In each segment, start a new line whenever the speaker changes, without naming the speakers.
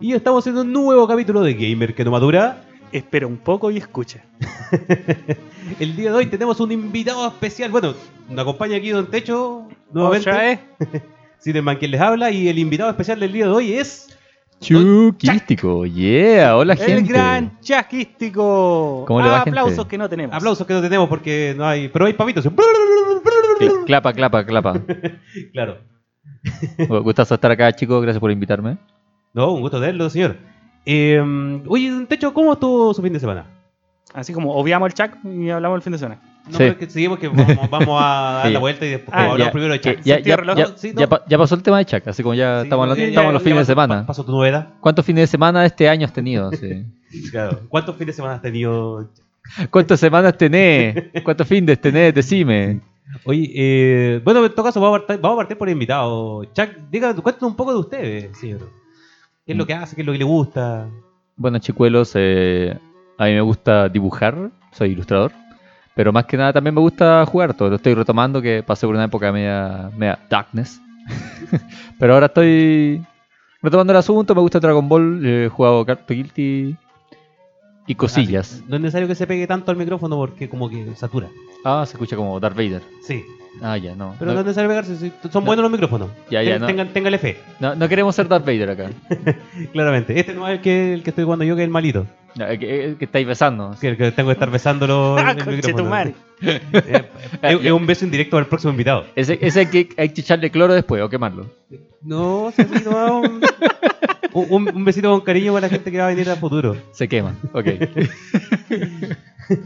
Y estamos haciendo un nuevo capítulo de Gamer que no madura.
Espera un poco y escucha.
El día de hoy tenemos un invitado especial. Bueno, nos acompaña aquí Don Techo
Otra
eh.
nuevamente.
vez.
Siderman quien les habla. Y el invitado especial del día de hoy es.
Chuquístico, yeah, hola gente.
El gran chasquístico.
¿Cómo le va,
Aplausos
gente?
que no tenemos.
Aplausos que no tenemos porque no hay. Pero hay papitos.
Cla- Clapa, clapa, clapa.
Claro.
Gu- Gustazo estar acá, chicos, gracias por invitarme.
No, un gusto tenerlo, señor. Eh, oye, Don Techo, ¿cómo estuvo su fin de semana?
Así como obviamos el chac y hablamos el fin de semana.
No,
Sí.
pero es que seguimos que vamos, vamos a dar
Sí.
la vuelta y después
Ah,
hablamos
ya,
primero de
Que
Chuck.
ya,
sentido
ya-
reloj,
ya-
sí,
ya
no.
pa- ya pasó el tema de Chuck, así como ya
Sí,
estamos, en los-
sí, ya-
estamos en los
ya
fines de
pasó-
semana.
Pasó tu novedad.
¿Cuántos fines de semana este año has tenido? Sí.
Claro. ¿Cuántos fines de semana has tenido?
¿Cuántas semanas tenés? ¿Cuántos fines tenés? Decime.
Oye, eh, bueno, en todo caso, vamos a partir, vamos a partir por el invitado. Chuck, diga, cuéntanos un poco de ustedes, señor. ¿Qué es lo que hace? ¿Qué es lo que le gusta?
Bueno, chicuelos, eh, a mí me gusta dibujar, soy ilustrador, pero más que nada también me gusta jugar todo. Lo estoy retomando que pasé por una época media, media darkness. pero ahora estoy retomando el asunto, me gusta Dragon Ball, eh, he jugado Carto Guilty y cosillas.
Ah, no es necesario que se pegue tanto al micrófono porque como que satura.
Ah, se escucha como Darth Vader.
Sí.
Ah, ya, no.
Pero no,
no,
es necesario pegarse. sí, Son buenos los micrófonos.
Ya, ya,
Ten-
no.
Tengan, téngale fe,
no- no queremos ser Darth Vader acá.
claramente. Este no es el que, el que estoy jugando yo, que es el malito.
No, el que, el que estáis besando.
Que, el que tengo que estar besándolo
Ah,
en el micrófono.
conchetumare.
Eh, eh, Es un beso indirecto al próximo invitado.
Ese, ese hay, que, hay que echarle cloro después o quemarlo.
No, sí, sí, no, un, un, un besito con cariño para la gente que va a venir al futuro.
Se quema. Ok.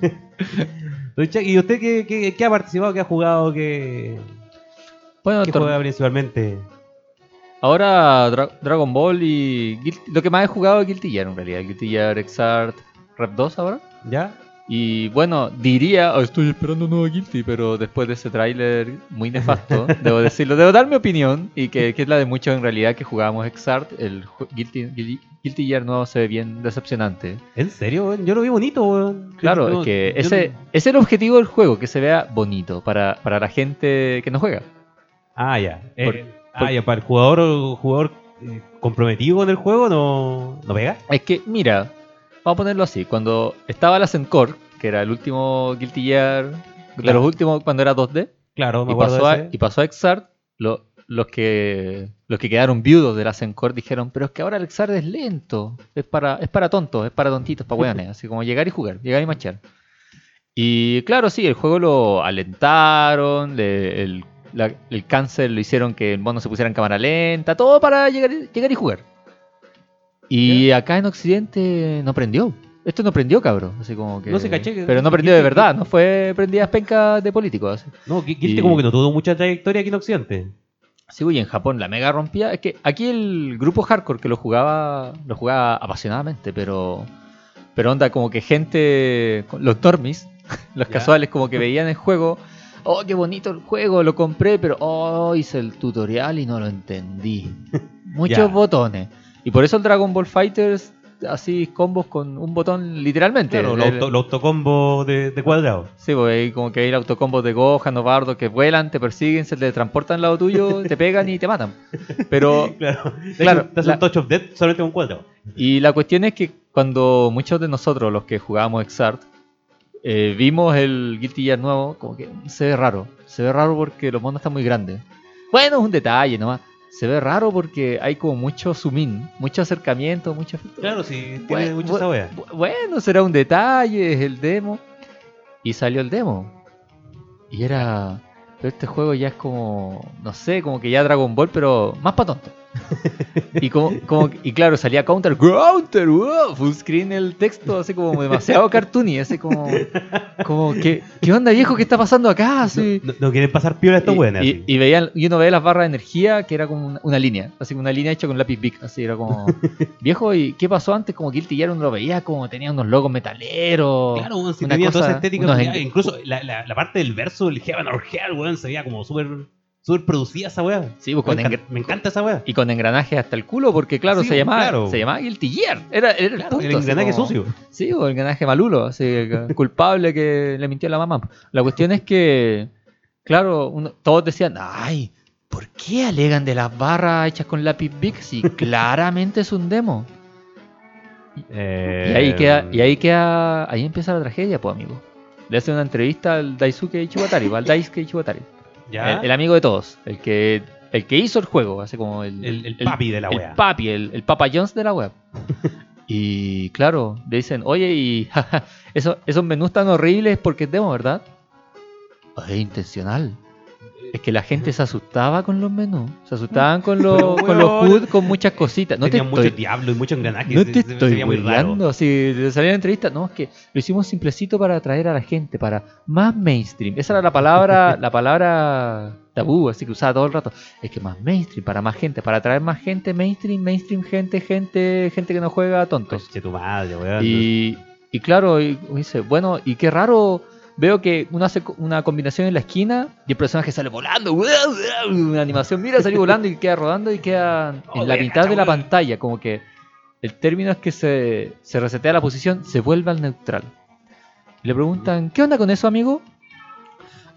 Don Chuck, ¿Y usted qué, qué- qué ha participado, qué ha jugado, qué,
Bueno,
qué
tor-
juega principalmente?
Ahora Dra- Dragon Ball y Guilt- lo que más he jugado es Guilty Gear en realidad. Guilty Gear, Exart, Rap 2 ahora.
¿Ya?
Y bueno, diría, "Oh, estoy esperando un nuevo Guilty, pero después de ese tráiler muy nefasto, debo decirlo, debo dar mi opinión y que, que es la de muchos en realidad que jugábamos Exart, el ju- Guilty, Guilty- Guilty Gear nuevo se ve bien decepcionante.
¿En serio? weón? Yo lo vi bonito, weón.
Claro,
No,
es que
yo
ese,
no-
ese es el objetivo del juego, que se vea bonito para, para la gente que no juega.
Ah, ya. Eh,
Por-
ah, ya, para el jugador o jugador eh, comprometido con el juego no, no pega.
Es que, mira, vamos a ponerlo así. Cuando estaba la Sencore, que era el último Guilty Gear, de
Claro.
los últimos cuando era 2D,
Claro, me
y
acuerdo
pasó,
de
a,
ese.
y pasó a Exart, lo- los, que, los que quedaron viudos de la Sencore dijeron, pero es que ahora el Exart es lento, es para, es para tontos, es para tontitos, para hueones, así como llegar y jugar, llegar y marchar. Y claro, sí, el juego lo alentaron, le- el, la- el cancel lo hicieron que el mono se pusiera en cámara lenta, todo para llegar, y- llegar y jugar. Y acá en Occidente no prendió. Esto no prendió, cabrón. Así como que...
No sé, caché que-
Pero no prendió de
que-
verdad, no fue prendidas pencas de políticos. así.
No, Gu- Guilty
y-
como que no tuvo mucha trayectoria aquí en Occidente.
Sí, uy, en Japón la mega rompía. Es que aquí el grupo hardcore que lo jugaba, lo jugaba apasionadamente, pero. Pero onda, como que gente. Los dormis, los
Ya.
casuales, como que veían el juego. Oh, qué bonito el juego, lo compré, pero. Oh, hice el tutorial y no lo entendí. Muchos
Ya.
botones. Y por eso el Dragon Ball Fighters, así combos con un botón, literalmente.
Claro, los
El-
auto- los autocombos de, de cuadrado.
Sí, pues ahí como que hay el autocombo de Gohan o Bardo que vuelan, te persiguen, se te transportan al lado tuyo, te pegan y te matan. Pero,
Claro, de hecho,
Claro,
te hace un
la-
touch of death solamente con un cuadrado.
y la cuestión es que cuando muchos de nosotros, los que jugábamos Exart, eh, vimos el Guilty Gear nuevo, como que se ve raro. Se ve raro porque los monos están muy grandes. Bueno, es un detalle nomás. Se ve raro porque hay como mucho zoom in, mucho acercamiento, mucho efecto.
Claro, sí, tiene
Bueno,
mucha
bu-
esa wea.
bu- Bueno, será un detalle, es el demo. Y salió el demo. Y era. Pero este juego ya es como. No sé, como que ya Dragon Ball, pero más pa' tonto. y, como, como- y claro, salía Counter, Counter, wow, full screen el texto, así como demasiado cartoony, así como. como que, ¿Qué onda, viejo? ¿Qué está pasando acá? Así.
No, no quieren pasar piola estos
Y-
weones.
y,
así.
y veían, y uno veía las barras de energía que era como una, una línea, así como una línea hecha con lápiz big, así era como viejo y qué pasó antes como Guilty Gear uno lo veía como tenía unos logos metaleros.
Claro, weón, si
una
tenía toda esa
cosa,
estética.
unos
culiada,
en-
Incluso la, la, la parte del verso, el Heaven or Hell, weón, se veía como súper súper producida esa weá.
Sí, pues,
Me,
con
encan-
engre-
me encanta esa weá.
y con engranajes hasta el culo porque claro,
Sí,
se llamaba
claro.
se llamaba Guilty Gear, era, era el
Claro,
punto,
el
así
engranaje
como-
sucio.
Sí, o el engranaje malulo, así que culpable que le mintió a la mamá. La cuestión es que claro, uno- todos decían, "Ay, ¿por qué alegan de las barras hechas con lápiz big si claramente es un demo?"
Eh,
Y ahí queda, y ahí queda, ahí empieza la tragedia, pues amigo. Le hace una entrevista al Daisuke Ichibatari, va al Daisuke Ichibatari,
ya.
el, el amigo de todos, el que, el que hizo el juego, así como el,
El- el papi de la
el
wea.
papi, el, el Papa Jones de la web. y claro, le dicen, oye, y jaja, eso- esos menús tan horribles es porque es demo, ¿verdad? "Oh, Es intencional. Es que la gente se asustaba con los menús, se asustaban con los,
Pero,
con los
weón,
HUD, con muchas cositas. No te
tenía mucho
estoy-
diablo y mucho engranaje.
no
se-
te
se-
estoy
sería muy raro.
burlando. Si le salía en la entrevista, no, es que lo hicimos simplecito para atraer a la gente, para más mainstream. Esa era la palabra, la palabra tabú, así que usaba todo el rato. Es que más mainstream, para más gente, para atraer más gente, mainstream, mainstream, gente, gente, gente que no juega a tontos.
Conche tu madre, weón.
Y, y claro, y dice, bueno, y qué raro. Veo que uno hace co- una combinación en la esquina y el personaje sale volando. Una animación, mira, salió volando y queda rodando y queda en la
Joder,
mitad de la
chabón.
pantalla. Como que el término es que se, se resetea la posición, se vuelve al neutral. Y le preguntan, ¿qué onda con eso, amigo?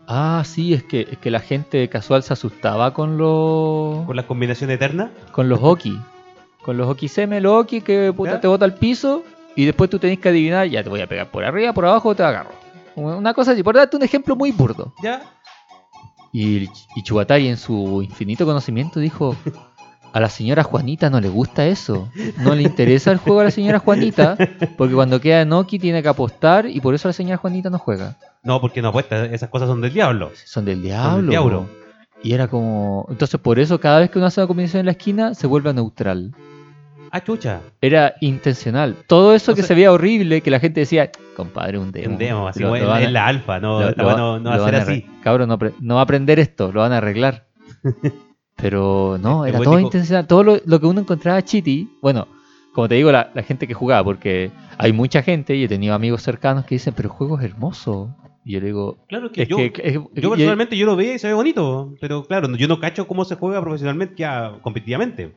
Ah, sí, es que, es que la gente casual se asustaba con los
Por la combinación eterna.
con los Oki. Con los Oki Seme, los Oki que puta,
¿Ya?
te bota al piso y después tú tenés que adivinar, ya te voy a pegar por arriba, por abajo, te agarro. Una una cosa así, por darte un ejemplo muy burdo.
Ya.
Y, Ch- y Chubatari en su infinito conocimiento dijo, a la señora Juanita no le gusta eso. No le interesa el juego a la señora Juanita porque cuando queda en Oki tiene que apostar y por eso la señora Juanita no juega.
No, porque no apuesta. Esas cosas son del diablo.
Son del diablo.
Son del diablo.
Y era como... Entonces por eso cada vez que uno hace una combinación en la esquina se vuelve neutral.
Ah, chucha.
Era intencional. Todo eso que
Entonces-
se veía horrible, que la gente decía, compadre, un demo.
En demo, así
Lo-
como
lo
en,
van a-
en la alfa. No,
lo-
esta
lo
weá
va-
no, no va
lo
a ser
van
así.
arre- Cabrón, no, apre- no va a aprender esto, lo van a arreglar. Pero no,
Este
era
güey
todo
dijo-
intencional. Todo lo, lo que uno encontraba chiti, bueno, como te digo, la, la gente que jugaba, porque hay mucha gente y he tenido amigos cercanos que dicen, pero el juego es hermoso. Y yo le digo,
Claro que
es
yo.
que. es-
yo
y-
personalmente yo lo veo y se ve bonito, pero claro, no- yo no cacho cómo se juega profesionalmente, ya competitivamente.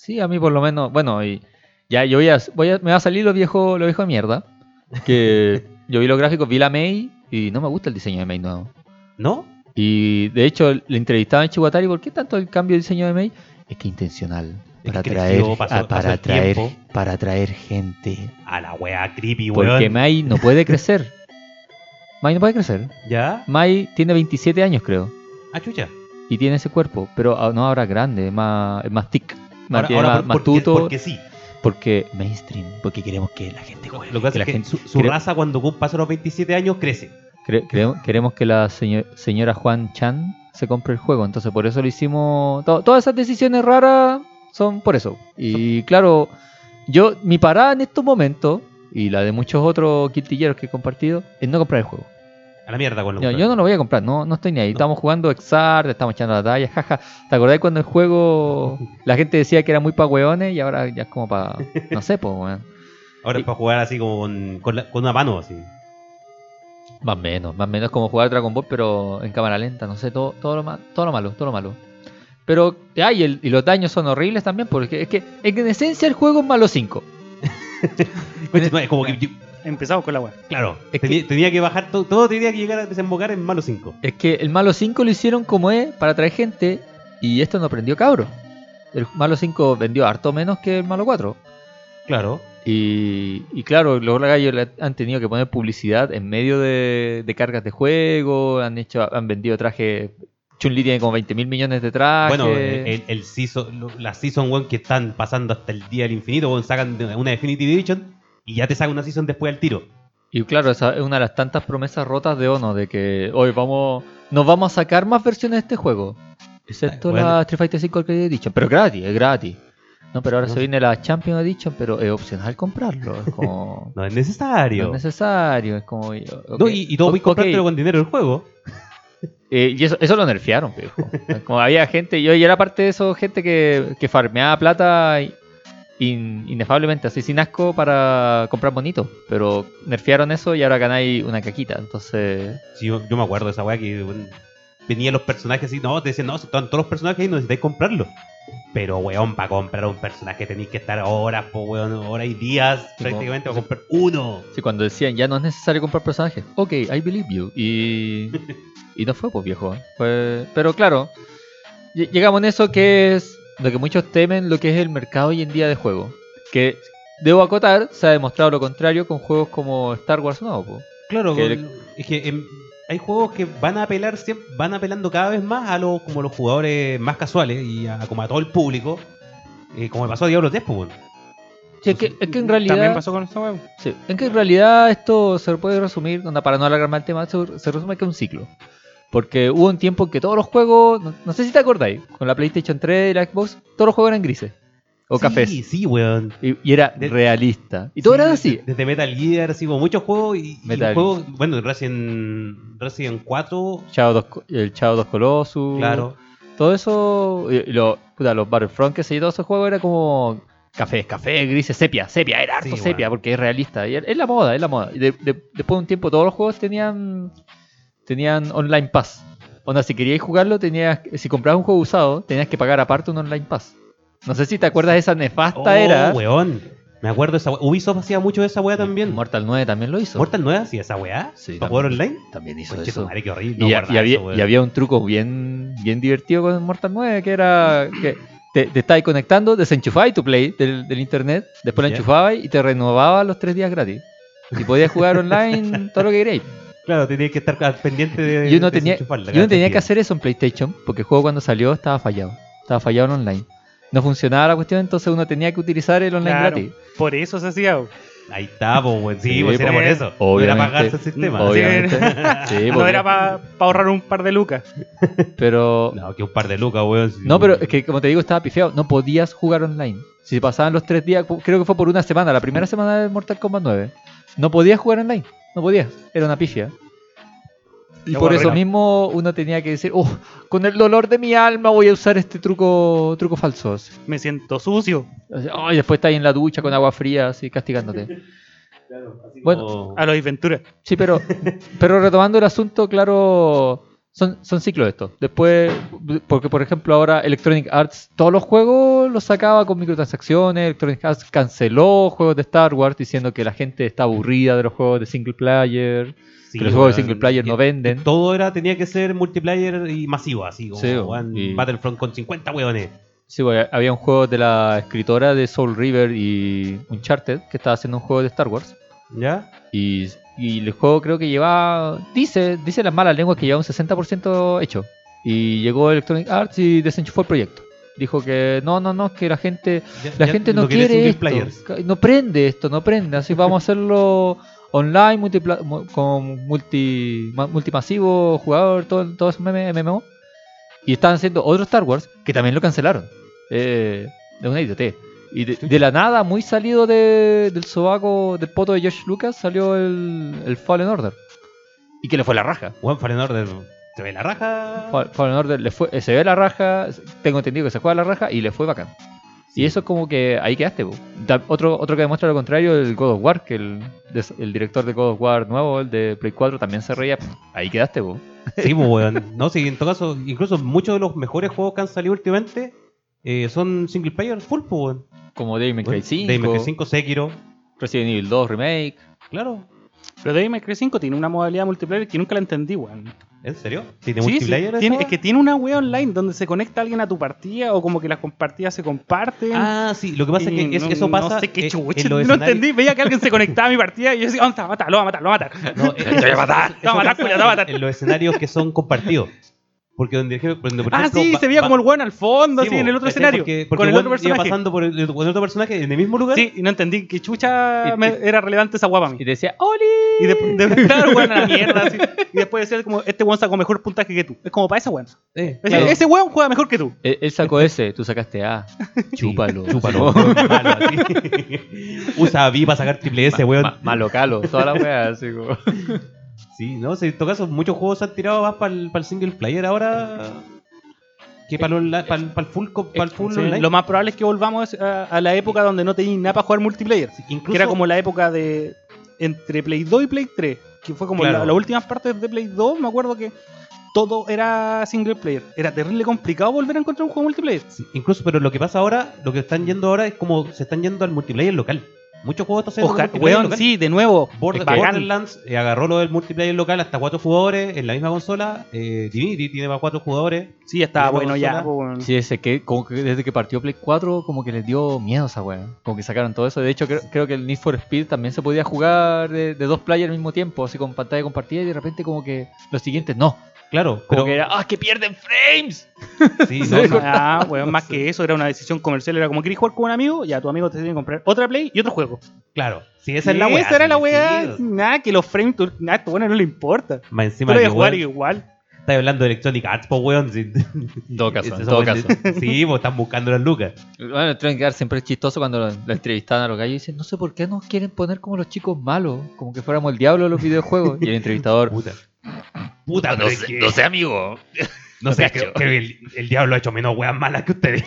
Sí, a mí por lo menos, bueno, y ya yo voy a, voy a- me va a salir lo viejo, lo viejo de mierda, que yo vi los gráficos, vi la May y no me gusta el diseño de May nuevo.
¿No?
Y de hecho le entrevistaban en Chihuatari, ¿por qué tanto el cambio de diseño de May? Es que intencional,
Es
para
que
atraer,
creció, pasó-
ah,
pasó
para
el
atraer,
tiempo.
para atraer gente,
A la wea creepy,
porque
weón.
May no puede crecer. May no puede crecer.
¿Ya?
May tiene 27 años, creo,
Ah, chucha.
y tiene ese cuerpo, pero ah, no ahora es grande, es más es más tic, más,
Ahora,
tiene
ahora
más-
por-
más
porque,
tuto.
porque sí.
Porque mainstream, porque queremos que la gente juegue.
Lo que pasa
la
es que
gente-
su, su
cre-
raza cuando pasan los 27 años crece.
cre- cre- queremos que la seño- señora Juan Chan se compre el juego. Entonces, por eso lo hicimos. to- todas esas decisiones raras son por eso. Y claro, yo, mi parada en estos momentos, y la de muchos otros quintilleros que he compartido, es no comprar el juego.
A la mierda con los
Yo, yo no lo voy a comprar, no, no estoy ni ahí. Estamos jugando Exar, estamos echando la talla, jaja. ¿Te acordás cuando el juego la gente decía que era muy pa' hueones y ahora ya es como pa. No sé, pues, weón.
Ahora es para jugar así como con, con, la- con una mano así.
Más o menos, más o menos como jugar Dragon Ball, pero en cámara lenta, no sé, todo, todo, lo, ma- todo lo malo, todo lo malo. Pero, ay, el, y los daños son horribles también, porque es que, es que en esencia el juego es malo 5.
Coche, no, es como que.
Empezamos con la web.
Claro,
Es
tenía, tenía que bajar todo, todo tenía que llegar a desembocar en malo 5.
Es que el malo 5 lo hicieron como es para traer gente, y esto no prendió cabro. El malo 5 vendió harto menos que el malo 4.
Claro.
Y, y claro, los gallos le han tenido que poner publicidad en medio de, de cargas de juego, han hecho han vendido trajes. Chun-Li tiene como 20 mil millones de trajes.
Bueno, eh, el, el season, lo- la Season 1 que están pasando hasta el día del infinito, weón, sacan de- una Definitive Edition y ya te sacan una Season después al tiro.
Y claro, esa es una de las tantas promesas rotas de Ono, de que hoy vamos, nos vamos a sacar más versiones de este juego. Excepto
Ay, bueno.
la Street Fighter 5 Arcade Edition, pero gratis, es gratis. No, pero ahora
No
se
sé.
viene la Champion Edition, pero es opcional comprarlo. Es como...
No es
no
necesario.
es necesario, es como...
No, y, y todo voy a comprártelo
Ok,
con dinero el juego.
eh, y eso, eso lo nerfearon, pero es como había gente, yo, yo era parte de eso, gente que, que farmeaba plata y- in- inefablemente, así sin asco para comprar bonitos, pero nerfearon eso y ahora ganáis una caquita, entonces...
Sí, yo, yo me acuerdo de esa weá que weón, venían los personajes y no, te decían, no, si están todos los personajes y no necesitáis comprarlo. Pero weón, para comprar un personaje tenéis que estar horas, po, weón, horas y días
Sí,
prácticamente para
como-
comprar uno.
Sí, cuando decían ya no es necesario comprar personajes. Ok, I believe you. Y, y no fue, pues viejo. ¿eh? Fue- pero claro, lle- llegamos en eso que es lo que muchos temen, lo que es el mercado hoy en día de juego. Que Debo acotar, se ha demostrado lo contrario con juegos como Star Wars Nuevo. po.
Claro,
Que
con- es que em, hay juegos que van a apelar siempre, van apelando cada vez más a los como los jugadores más casuales y a, como a todo el público. eh, como le pasó a Diablo 3, pues, bueno.
Sí, es, que, es que en realidad.
También pasó con esta web.
Sí, es que en realidad esto se puede resumir, onda, para no alargar más el tema, se, se resume que un ciclo. Porque hubo un tiempo en que todos los juegos, no, no sé si te acordáis, con la PlayStation 3 y la Xbox, todos los juegos eran grises o
sí,
cafés.
Sí, weón.
Y, y era
De-
realista. Y todo
Sí,
era
desde-
así.
Desde Metal Gear, sí, bueno, muchos juegos y, y
Metal.
juegos, bueno, Resident, Resident 4,
Shadow dos Co- el Shadow 2 Colossus.
claro.
Todo eso. Y, y lo- puta, los Battlefront, que se y todo ese juego era como. Café, café, grises, sepia, sepia, era harto
Sí,
sepia,
bueno.
porque es realista. Y es la moda, es la moda. Y de- de- después de un tiempo todos los juegos tenían. Tenían online pass. Onda, si querías jugarlo, tenías. Si comprabas un juego usado, tenías que pagar aparte un online pass. No sé si te acuerdas de esa nefasta
Oh,
era.
weón. Me acuerdo de esa weá. Ubisoft hacía mucho de esa weá también.
Mortal 9 también lo hizo.
Mortal 9 hacía esa weá.
Sí,
¿Para
también.
jugar online?
también hizo
Conche tu
eso.
madre, qué horrible.
Y,
No
y
guardaba
había,
eso,
y
weón.
había un truco bien, bien divertido con Mortal 9 que era que te, te estabas conectando, desenchufabas tu play del, del internet, después la
Ya.
enchufabas y te renovaba los tres días gratis. Y podías jugar online todo lo que queréis.
Claro, tenía que estar al pendiente de.
Y uno
de
tenía,
desenchufarla
y
cada
uno tenía
tres
que
días.
hacer eso en PlayStation, porque el juego cuando salió estaba fallado. Estaba fallado en online. No funcionaba la cuestión, entonces uno tenía que utilizar el online
Claro,
gratis.
por eso se hacía. bo.
Ahí está, po, weón. Sí,
Sí,
pues era
po.
por eso. No Era
Obviamente.
pagarse el sistema.
Obvio.
Obviamente. Sí,
Ah,
pues,
No
porque-
era para ahorrar un par de lucas.
pero
No, que un par de lucas, weón. sí.
No, pero es que como te digo, estaba pifiado. No podías jugar online. Si pasaban los tres días, cu- creo que fue por una semana, la primera semana de Mortal Kombat 9, no podías jugar online. No podías. Era una pifia. Y
Qué
por eso
aburrido.
mismo uno tenía que decir, oh, con el dolor de mi alma voy a usar este truco truco falso. Así.
Me siento sucio.
Así, "Ay", después estás ahí en la ducha con agua fría, así castigándote. Bueno,
O-
A los Ventura.
Sí, pero, pero retomando el asunto, claro, son, son ciclos estos. Después, porque por ejemplo ahora Electronic Arts, todos los juegos los sacaba con microtransacciones, Electronic Arts canceló juegos de Star Wars diciendo que la gente está aburrida de los juegos de single player.
sí,
que los juegos de
weón,
single player no
que-
venden.
que Todo era, tenía que ser multiplayer y masivo, así como
Sí,
weón,
y-
Battlefront con 50 weones.
Sí, bueno, había un juego de la escritora de Soul River y Uncharted que estaba haciendo un juego de Star Wars.
¿Ya?
Y, y el juego creo que lleva, dice, dice las malas lenguas que lleva un 60% hecho. Y llegó Electronic Arts y desenchufó el proyecto. Dijo que no, no, no, es que la gente,
Ya-
la
ya
gente no
quiere single
quiere esto,
players.
ca- no prende esto, no prende, así vamos a hacerlo online, multipla- mu- con multi, ma- multimasivo, jugador, todo, todo eso meme- MMO. Y estaban haciendo otro Star Wars que también lo cancelaron. Eh, de una idiotez. Y de, de la nada, muy salido de- del sobaco, del poto de Josh Lucas, salió el, el Fallen Order. Y que le fue la raja.
Weón, Fallen Order. Se ve la raja.
Fall- Fallen Order le fue, se ve la raja, tengo entendido que se juega la raja y le fue bacán.
Sí.
Y eso es como que ahí quedaste. po. Da- Otro, otro que demuestra lo contrario, el God of War, que el, des- el director de God of War nuevo, el de Play 4, también se reía. pff, Ahí quedaste, po.
Sí, pues, weón. No, sí, en todo caso, incluso muchos de los mejores juegos que han salido últimamente eh, son single player full, pues, weón.
Como Devil May Cry 5,
Devil May Cry 5, Sekiro.
Resident Evil 2 Remake.
Claro.
Pero Devil May Cry 5 tiene una modalidad multiplayer que nunca la entendí, weón.
¿En serio? ¿Tiene
Sí, sí,
multiplayer? esa
tiene-
weá?
es que tiene una wea online donde se conecta alguien a tu partida o como que las compartidas se comparten.
Ah, sí, lo que pasa es
Y
que es-
no-
eso pasa.
No sé qué
en-
chucha,
en los
no
escenarios-
entendí. Veía que alguien se conectaba a mi partida y yo decía, ¿dónde está? Mátalo, lo va a matar, lo va a matar.
No, eh,
Te voy a matar,
eso
te voy a matar,
pasa
culiao, te voy a matar.
En los escenarios que son compartidos. Porque donde, donde, por
Ah,
ejemplo,
sí,
va-
se veía
va-
como el weón al fondo,
sí,
así, en el otro
¿cachai?
escenario.
Porque, porque
con el
weón
otro personaje.
iba pasando por el, con el otro personaje en el mismo lugar.
Sí, y no entendí qué chucha
Y-
me-
y-
era relevante esa guapa a
Y
mí.
te decía, "Oh, ¡Oli!
Y después, de, claro, weón, a la mierda. así. Y después decía, como, este weón sacó mejor puntaje que tú. Es como para ese weón.
Eh,
Ese-
claro.
Ese weón juega mejor que tú.
e-, Él él sacó ese, tú sacaste A. Chúpalo.
Chúpalo. Malo, así. Usa V para sacar triple S, weón.
Ma- malo calo, toda la wea, así como.
Sí, no, sí, en todo caso, muchos juegos se han tirado más para el single player ahora que para el, full, co- pa'l full
Eh, Sí,
online.
Lo más probable es que volvamos a, a la época donde no tenías nada para jugar multiplayer.
Incluso-
Que era como la época de entre Play 2 y Play 3. Que fue como
Claro.
la- las últimas partes de Play 2. Me acuerdo que todo era single player. Era terrible complicado volver a encontrar un juego multiplayer.
Sí, incluso, pero lo que pasa ahora, lo que están yendo ahora es como se están yendo al multiplayer local. Muchos juegos estos se
Ojalá, weón, sí, de nuevo.
Border-
bacán.
Borderlands eh, agarró lo del multiplayer local hasta cuatro jugadores en la misma consola. Eh, Divinity tiene para cuatro jugadores.
Sí, estaba
Nueva
bueno ya.
consola.
po, pues, weón.
Sí, ese que, como que desde que partió Play 4 como que les dio miedo esa weá. Como que sacaron todo eso. De hecho, creo, creo que el Need for Speed también se podía jugar de, de dos players al mismo tiempo, así con pantalla compartida y de repente como que los siguientes no.
Claro,
Como
pero
que era, ¡ah, que pierden frames!
sí, no,
se
no,
Ah, weón, más que eso, era una decisión comercial. Era como, ¿quieres jugar con un amigo? Ya, tu amigo te tiene que comprar otra Play y otro juego.
claro. Sí, esa es la
Sí,
weá.
Esa era la
sí,
weá.
sí.
Nada, que los frames, tú- nada, esto bueno no le importa.
Más
Tú
encima
lo
que,
vas a jugar
weón,
igual.
estás hablando de Electronic Arts, po weón. sí.
En todo caso,
Ese
en
son-
todo caso.
Sí, vos están buscando las lucas.
Bueno, Electronic Arts siempre es chistoso cuando lo, lo entrevistaban a los gallos y dicen, no sé por qué nos quieren poner como los chicos malos, como que fuéramos el diablo de los videojuegos. Y el entrevistador,
Puta. Puta, pero es que-
amigo.
no sé,
cacho.
creo que el, el diablo ha hecho menos weas malas que ustedes.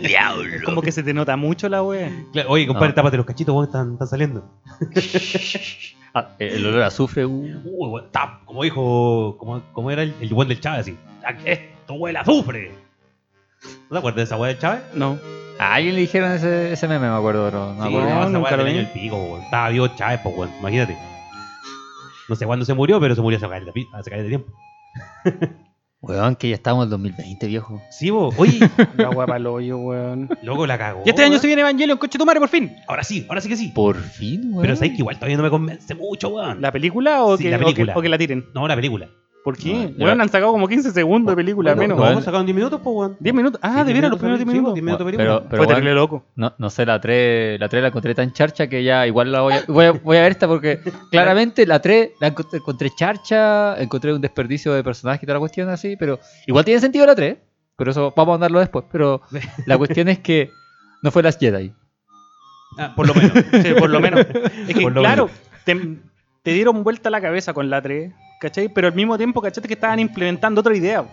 Diablo.
Como que se te nota mucho la weá.
Claro, Oye, compadre,
No.
tápate los cachitos, vos están, están saliendo.
"Ah, el olor a azufre, uh".
Uy, weón, tap, como dijo, como, como era el, el weón del Chávez, así. "Ah, Esto huele a azufre. ¿No te acuerdas de esa wea del Chávez?
No.
A alguien le dijeron ese, ese meme, me acuerdo, pero no
sí,
me acuerdo.
no, esa
nunca
wea
lo
del
vi.
año del pico, weón. Estaba vivo Chávez, pues, weón, imagínate. No sé cuándo se murió, pero se murió hace caleta pi- hace caleta de tiempo.
Weón, que ya estamos en 2020, viejo.
Sí, vos, oye,
La weá pa'l hoyo, weón.
loco, la cagó.
Y este año
Oh, weón.
se viene Evangelion, coche tu madre, por fin.
Ahora sí, ahora sí que sí.
Por fin, weón.
Pero sabes que igual todavía no me convence mucho, weón.
¿La película o,
Sí,
que,
la
o que-
película.
O, que, la tiren?
No, la película.
¿Por qué?
No, ya.
weón, han sacado como 15 segundos de película,
Bueno,
menos.
No,
Bueno.
sacaron 10 minutos, pues, weón.
10 minutos. Ah,
Sí,
de
diez
veras, los primeros 10
sí, pues,
minutos.
diez minutos de
Bueno,
película.
pero-
Fue terrible
bueno.
loco.
No, no sé, la 3, la 3 la encontré tan charcha que ya igual la voy a, voy a, voy a ver esta porque claramente la 3 la encont- encontré charcha, encontré un desperdicio de personajes y toda la cuestión así, pero igual tiene sentido la 3, pero eso vamos a andarlo después, pero la cuestión es que no fue las Jedi.
Ah, por lo menos.
Sí, por lo menos. Es que,
Por lo
claro, te, te dieron vuelta la cabeza con la 3, ¿cachai? Pero al mismo tiempo, ¿cachai? Que estaban implementando otra idea.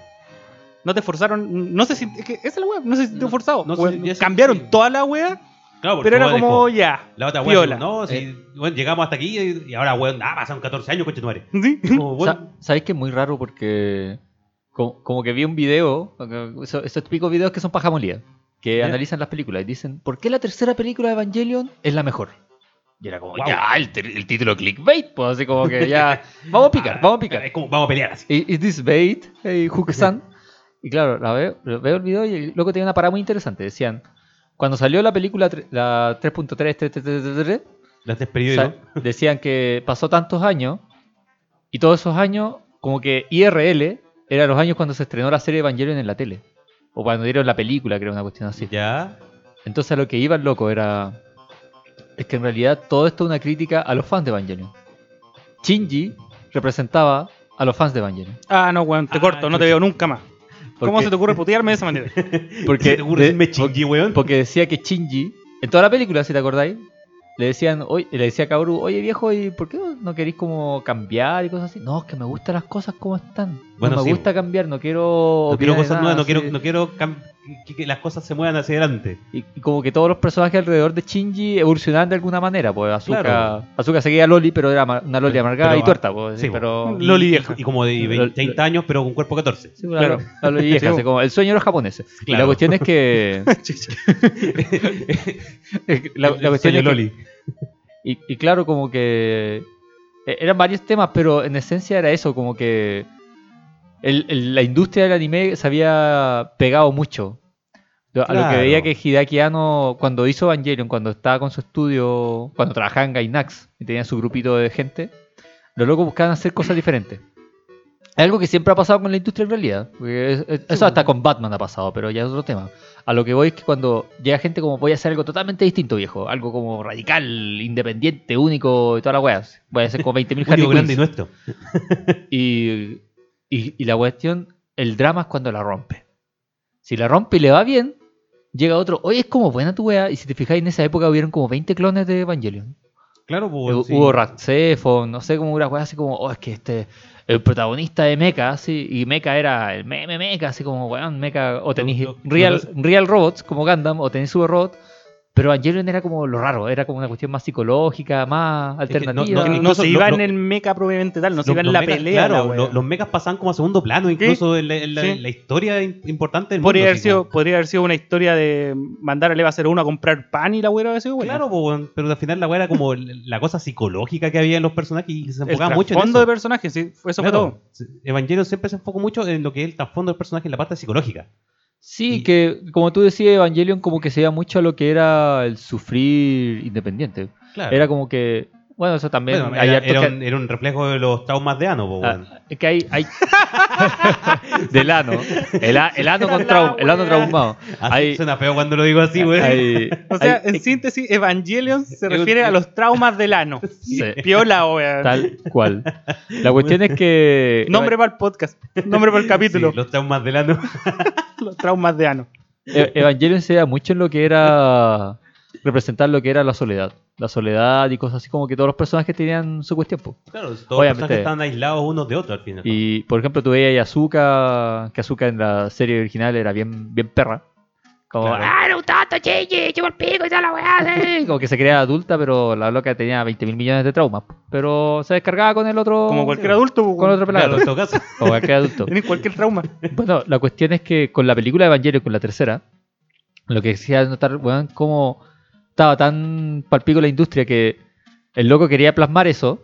No te forzaron, no sé si. Es que esa es la wea, no sé si te
No,
forzado.
no sé,
Weón,
ya sé,
cambiaron
sí.
toda la wea,
Claro, porque
pero era
weón,
como
dijo,
ya.
La otra
piola.
weón. No, si, weón, llegamos hasta aquí y- y ahora, weón, ah, pasaron 14 años, coche tu madre.
¿Sí?
Como,
Sa-
weón,
¿Sabes que es muy raro? Porque como, como que vi un video, esos, esos típicos videos que son pajamolías, que
Ya.
analizan las películas y dicen, ¿por qué la tercera película de Evangelion es la mejor?
Y era como,
Wow.
ya, el, ter- el título clickbait.
Bait, pues así como que ya, vamos a picar, vamos a picar.
Ah, es como, vamos a pelear así.
¿Y is this bait? Hey, Hook-san. Y claro, la veo, lo- veo el video y el loco tenía una parada muy interesante. Decían, cuando salió la película tre- la 3.3, 3.3,
Las tres periódicos.
decían que pasó tantos años y todos esos años, como que IRL eran los años cuando se estrenó la serie Evangelion en la tele. O cuando dieron la película, creo, una cuestión así.
Ya.
Entonces a lo que iba el loco era... Es que en realidad todo esto es una crítica a los fans de Evangelion. Shinji representaba a los fans de Evangelion.
Ah, no, weón, te
Ah,
corto, no
chucha.
te veo nunca más. ¿Cómo
Porque-
se te ocurre putearme de esa manera?
¿Se
Porque,
te ocurre
de-
decirme chingui, weón?
porque decía que Shinji, en toda la película, si te acordáis, le decían, oye, le decía a Kaoru, oye viejo, ¿y por qué no- no queréis como cambiar y cosas así? No, es que me gustan las cosas como están. No
Bueno,
me
sí,
gusta cambiar, no quiero.
No quiero
opinar de
cosas
nada,
nuevas, no
así".
quiero, no quiero cam- que, que las cosas se muevan hacia adelante.
Y, y como que todos los personajes alrededor de Shinji evolucionaban de alguna manera, pues Azuka,
Claro.
Azuka seguía a Loli, pero era ama- una Loli
Pero-
amargada
pero-
y tuerta, pues,
sí,
sí, pero.
Y-
Loli
y-
vieja.
Y, como de
Lol-
20, 30 años, pero con cuerpo 14.
Sí, una-
Claro.
una Loli vieja,
Sí,
así como el sueño de los japoneses. Y la
Claro.
cuestión es que.
Chucha.
la,
El- el
la cuestión
sueño
es que-
Loli.
Y, y claro, como que eh, eran varios temas, pero en esencia era eso, como que el- el- la industria del anime se había pegado mucho. Lo- A lo que
Claro.
veía que Hideaki Anno, cuando hizo Evangelion, cuando estaba con su estudio, cuando trabajaba en Gainax y tenía su grupito de gente, los locos buscaban hacer cosas diferentes. Es algo que siempre ha pasado con la industria en realidad. porque es- es- eso hasta con Batman ha pasado, pero ya es otro tema. A lo que voy es que cuando llega gente como voy a hacer algo totalmente distinto, viejo. Algo como radical, independiente, único y todas las weas. Voy a hacer como 20.000 Harley
Único grande y
Quinns.
nuestro.
Y, y- y la cuestión, el drama es cuando la rompe. Si la rompe y le va bien, llega otro, oye, es como buena tu wea. Y si te fijáis, en esa época hubieron como 20 clones de Evangelion.
Claro, pues.
Hubo,
sí.
hubo Ratzefon, no sé, como una weá así como, oh, es que este, el protagonista de Mecha, así, y Mecha era el meme Mecha, así como, weón, Mecha, o tenéis
Lo- lo-
real,
lo-
real Robots como Gundam, o tenéis Super Robot, Pero Evangelion era como lo raro, era como una cuestión más psicológica, más
que no-
alternativa.
No,
incluso
se
lo-
iba
lo-
en el mecha probablemente tal, no se
Los-
iba en
los
la
megas,
pelea.
claro,
la wea.
lo- los megas pasan como a segundo plano, incluso en la, en la-
Sí.
en la historia im- importante del
podría,
mundo,
haber
así
sido, podría haber sido una historia de mandar al Eva 01 a comprar pan y la hubiera sido,
como-
wea.
Claro, po, weón, pero al final la weá era como el- la cosa psicológica que había en los personajes y se
El
enfocaba mucho en
trasfondo
eso.
de personajes, sí, fue- eso fue todo.
Claro, Evangelion siempre se enfocó mucho en lo que es el trasfondo del personaje, en la parte psicológica.
Sí,
Y-
que como tú decías, Evangelion como que se iba mucho a lo que era el sufrir independiente.
Claro.
Era como que, bueno, eso también...
Bueno,
hay
era,
hartos
era
que-
un, era un reflejo de los traumas de Ano, po, weón.
Ah, es que hay... hay... Del ano. El, a- el ano con trau- el ano traumado.
Así
hay-
Ah, Suena feo cuando lo digo así, weón.
Hay-
O sea,
hay-
en síntesis, Evangelion se refiere a los traumas del ano.
Sí,
Piola, wea.
tal cual. La cuestión es que...
Nombre para el podcast, nombre para el
Sí,
capítulo,
los traumas de Ano.
los traumas de ano.
E- Evangelion se da mucho en lo que era representar lo que era la soledad. La soledad y cosas así como que todos los personajes tenían su cuestión. po.
Claro, todos los
Obviamente.
personajes están aislados unos de otros al final.
Y por ejemplo, tú veías a Azuka, que Azuka en la serie original era bien, bien perra. Como,
Claro.
"Ah, era un tonto, chichi, chupa el pico y toda la weá", sí. Como que se creía adulta, pero la loca tenía 20 mil millones de traumas. po. Pero se descargaba con el otro.
Como cualquier adulto, wea.
Oh, Con otro pelado.
Claro, en todo caso.
Como cualquier adulto.
Tenés cualquier trauma.
Bueno, la cuestión es que con la película de Evangelio, con la tercera, lo que hacía notar, weón, cómo estaba tan palpico la industria que el loco quería plasmar eso.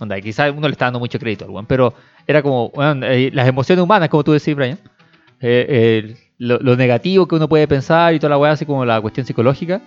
Onda, quizás uno le está dando mucho crédito al weón, pero era como, weón, eh, las emociones humanas, como tú decís, Brian. eh, eh, lo, lo negativo que uno puede pensar y toda la weá, así como la cuestión psicológica.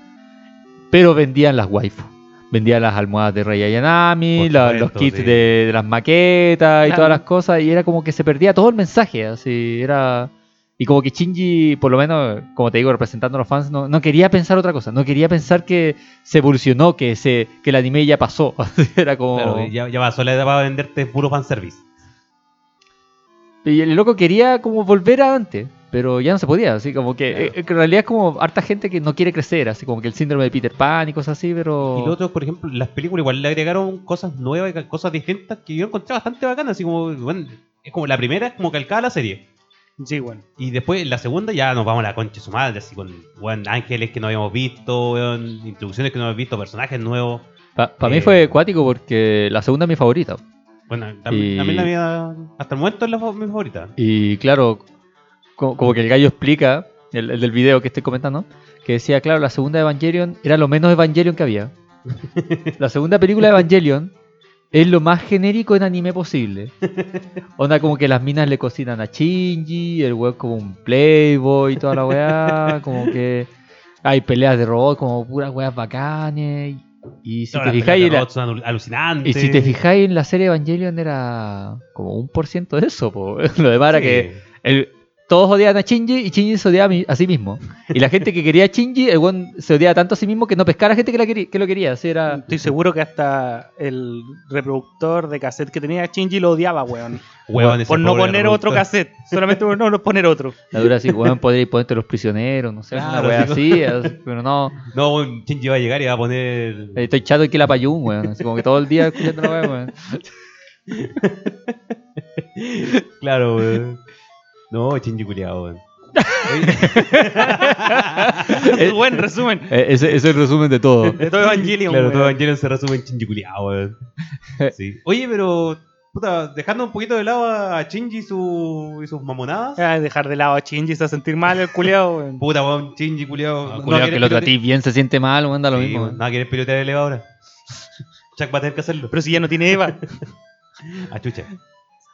Pero vendían las waifu. Vendían las almohadas de Rey Ayanami,
Por
la- los
supuesto,
kits
sí.
de, de las maquetas y
Claro.
todas las cosas. Y era como que se perdía todo el mensaje. Así era. Y como que Shinji, por lo menos, como te digo, representando a los fans, no, no quería pensar otra cosa. No quería pensar que se evolucionó, que, se, que el anime ya pasó. era como.
Claro, ya, ya pasó la etapa de venderte puro fanservice.
Y el loco quería como volver a antes, pero ya no se podía, así como que
Claro.
eh, que en realidad es como harta gente que no quiere crecer, así como que el síndrome de Peter Pan y cosas así, pero...
Y lo otro, por ejemplo, las películas igual le agregaron cosas nuevas, y cosas distintas que yo encontré bastante bacanas. Así como, bueno, es como la primera, es como calcada la serie.
Sí, bueno.
Y después la segunda ya nos vamos a la concha de su madre, así con weón, ángeles que no habíamos visto, weón, introducciones que no habíamos visto, personajes nuevos.
Para
eh,
mí fue acuático porque la segunda es mi favorita.
Bueno, también,
Y-
también la mía, hasta el momento es la fa- mi favorita.
Y claro, co- como que el gallo explica, el, el del video que estoy comentando, que decía, claro, la segunda de Evangelion era lo menos Evangelion que había. La segunda película de Evangelion es lo más genérico en anime posible. Onda como que las minas le cocinan a Shinji, el weón como un playboy, toda la weá, como que hay peleas de robots como puras weas bacanes. Y si
Todas
te
las
fijáis,
peleas de
era-
robots son alu- alucinantes.
y si te fijáis en la serie Evangelion era como un por ciento de eso, po. lo demás era
Sí.
que el- todos odiaban a Shinji y Shinji se odiaba a, mi- a sí mismo. Y la gente que quería a Shinji, el weón se odiaba tanto a sí mismo que no pescara gente que, la quería- que lo quería. Así era.
Estoy seguro que hasta el reproductor de cassette que tenía Shinji lo odiaba, weón.
Weón, ese
Por no
pobre
poner otro
reproductor.
cassette, solamente por no no poner otro.
La dura así, weón, podría ponerte los prisioneros, no sé,
Claro,
una wea
sí,
así, así, Pero no,
No, weón, Shinji va a llegar y va a poner.
eh, estoy chato aquí la payún, weón. Así como que todo el día escuchando la wea, weón.
Claro, weón. No, Shinji culiado, weón.
Buen resumen
Eh, Ese ese es el resumen de todo.
de todo Evangelion.
Claro, todo
weón.
Evangelion se resume en Shinji culiao, weón. Sí. Oye, pero. Puta, dejando un poquito de lado a Shinji y, su- y sus mamonadas.
Ah, dejar de lado a Shinji se va a sentir mal el culiao, weón.
Puta, weón, Shinji culiao.
Ah, culiao, que lo tratís bien, se siente mal, weón, da lo mismo. weón.
Nada, quieres pilotear el Eva ahora. Chuck va a tener que hacerlo.
Pero si ya no tiene Eva.
A chucha.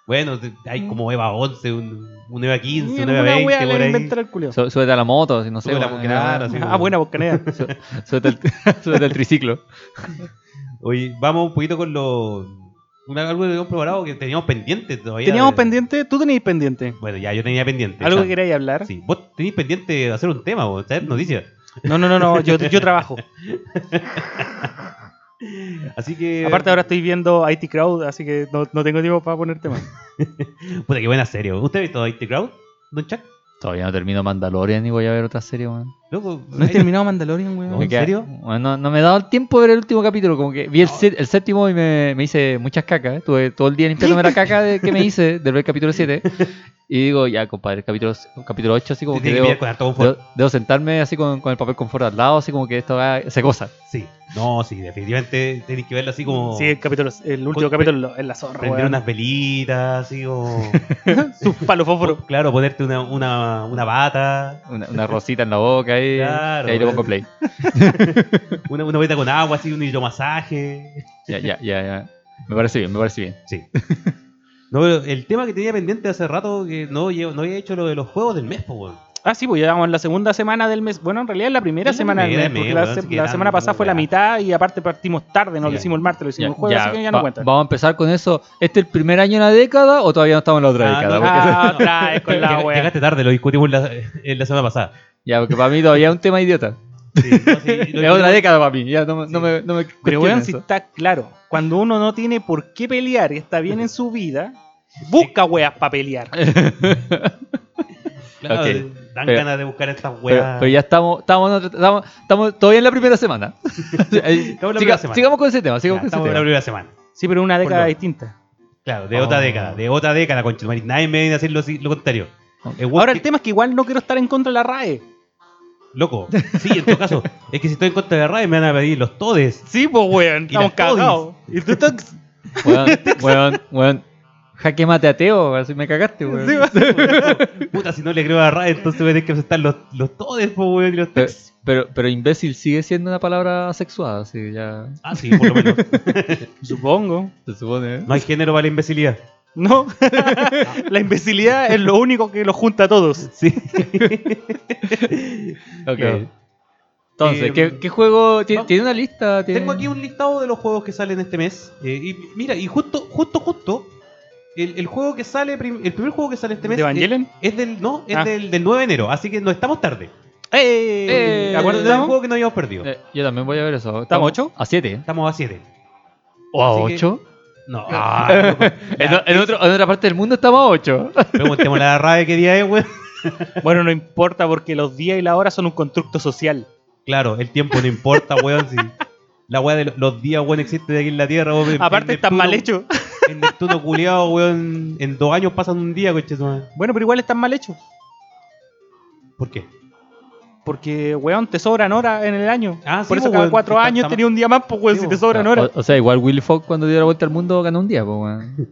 Bueno, te- hay como Eva 11, un, un Eva 15, un
Mm. Una
Eva
wea
20,
le
por ahí.
inventa el culiao.
Su- Súbete a la moto, si no sé.
Súbete a
weón,
Boquerara,
weón.
sí.
Ah, buena bocanea.
Su- Súbete al- súbete al triciclo.
Oye, vamos un poquito con lo. una- algo que habíamos preparado que teníamos pendiente todavía.
Teníamos
de-
pendiente, tú tenías pendiente.
Bueno, ya yo tenía pendiente.
¿Algo
Ya.
que queráis hablar?
Sí, vos tenéis pendiente hacer un tema, vos, traer noticias.
No, no, no, no, yo, yo trabajo.
Así que.
Aparte ahora estoy viendo IT Crowd, así que no, no tengo tiempo para poner temas.
Puta, qué buena serie. ¿Usted ha visto IT Crowd, Don Chuck?
Todavía no termino Mandalorian y voy a ver otra serie, weón.
Loco,
No he
hay-
terminado Mandalorian, weón.
No, ¿en
Me queda-
serio?
Bueno, No, no me he dado el tiempo de ver el último capítulo, como que vi el, sé- el séptimo y me, me hice muchas cacas. ¿eh? Tuve todo el día limpiándome la caca de, que me hice del ver el capítulo 7. Y digo, ya, compadre, el capítulo, el capítulo 8, así como
Tiene que
que debo,
pillar con harto confort.
debo, debo sentarme así con, con el papel confort al lado, así como que esto va- se goza.
Sí, no, sí, definitivamente tenéis que verlo así como.
Sí, el, capítulo, el último
Pre-
capítulo es la zorra,
prender
weón.
unas velitas, así como.
Sus palos fósforos.
claro, ponerte una, una, una bata,
Una, una rosita en la boca ahí,
Claro, pues.
y ahí le pongo
bueno.
play.
una, una bata con agua, así, un hidromasaje.
Ya, ya, ya, ya. Me parece bien, me parece bien.
Sí. No, pero el tema que tenía pendiente hace rato que no, llevo- no había hecho lo de los juegos del mes, po, weón.
Ah, sí, pues ya vamos en la segunda semana del mes. Bueno, en realidad es la primera
Es la
semana
primera
del mes, porque
del mes,
la,
weón,
se-
así que
la
eran
semana pasada
muy
fue la
buenas.
mitad y aparte partimos tarde, no
Sí.
lo hicimos el martes, lo hicimos el jueves, así que ya
va-
no cuenta.
¿Vamos a empezar con eso? ¿Este es el primer año en la década o todavía no estamos en la otra
Ah,
década?
no,
Porque-
Ah, otra vez con la
Llega-
wea.
Llegaste tarde, lo discutimos la, en la semana pasada.
Ya, porque para mí todavía es un tema idiota.
Sí, no, sí, lo
Es otra
discutimos-
década para mí, ya no, me- no me, no me
Pero
cuestionen
weón, si
eso.
está claro, cuando uno no tiene por qué pelear y está bien en su vida, busca weas para pelear.
Eh, Claro,
Ok.
Dan
Pero-
ganas de buscar estas
Pero,
weas.
pero ya estamos, estamos, en otra- estamos, estamos todavía en la primera semana.
en la
Siga-
primera semana.
Sigamos con ese tema,
Ya,
sigamos
estamos
con
en la
ese tema.
primera semana.
Sí, pero una década
Por lo-
distinta.
Claro, de otra
Oh.
década, de otra década, con Chilmarín. Nadie me viene a decir lo, lo contrario. El weón
Ahora
que-
el tema es que igual no quiero estar en contra de la RAE.
Loco, sí, en todo caso, es que si estoy en contra de RAE me van a pedir los todes.
Sí, pues weón, estamos
las todis.
cagados. Y tú estás-
Weón, weón, weón. Jaque mate ateo, así me cagaste, weón.
Sí, weón.
Puta, si no le creo a RAE, entonces voy a tener que aceptar los, los todes, po, weón, y los
Pero,
tex.
pero, pero imbécil sigue siendo una palabra sexuada, así ya
Ah, sí, por lo menos.
Supongo.
se supone. ¿eh?
No hay género para la imbecilidad.
No. la imbecilidad es lo único que los junta a todos.
Sí.
Ok.
Claro.
Entonces,
Eh,
¿qué, qué juego? ¿Tiene,
vamos-
tiene una lista? ¿Tiene-
Tengo aquí un listado de los juegos que salen este mes. eh, y mira, y justo, justo, justo, el, el juego que sale, prim- el primer juego que sale este mes.
¿De Evangelion?
eh, Es, del, no, es
Ah.
del, del 9 de enero, así que no estamos tarde.
¡Eh!
Eh,
¿Te
Acuérdate
acuerdas
del
de
juego que no habíamos perdido.
Eh, yo también voy a ver eso.
¿Estamos ocho?
A 7.
Estamos a 7.
¿O a
Así que-
8?
No. Ah, loco.
En, o- en otro- en otra parte del mundo estamos a 8.
Preguntémosle a la RAE qué día es, weón.
Bueno, no importa porque los días y la hora son un constructo social.
Claro, el tiempo no importa, weón. Si la weá de lo- los días, weón, existe de aquí en la Tierra, weón. En-
Aparte
en
están
Neptuno-
mal hechos.
En Neptuno culiado, weón. En dos años pasan un día, coche,
Bueno, pero igual están mal hechos.
¿Por qué?
Porque, weón, te sobran horas en el año.
Ah, sí,
Por eso
pues,
cada
weón,
cuatro
está-
años
está
tenía un día más, pues, weón,
Sí,
si te
pues,
sobran horas.
Ah, O, o sea, igual Willy Fox cuando dio la vuelta al mundo ganó un día, pues, weón.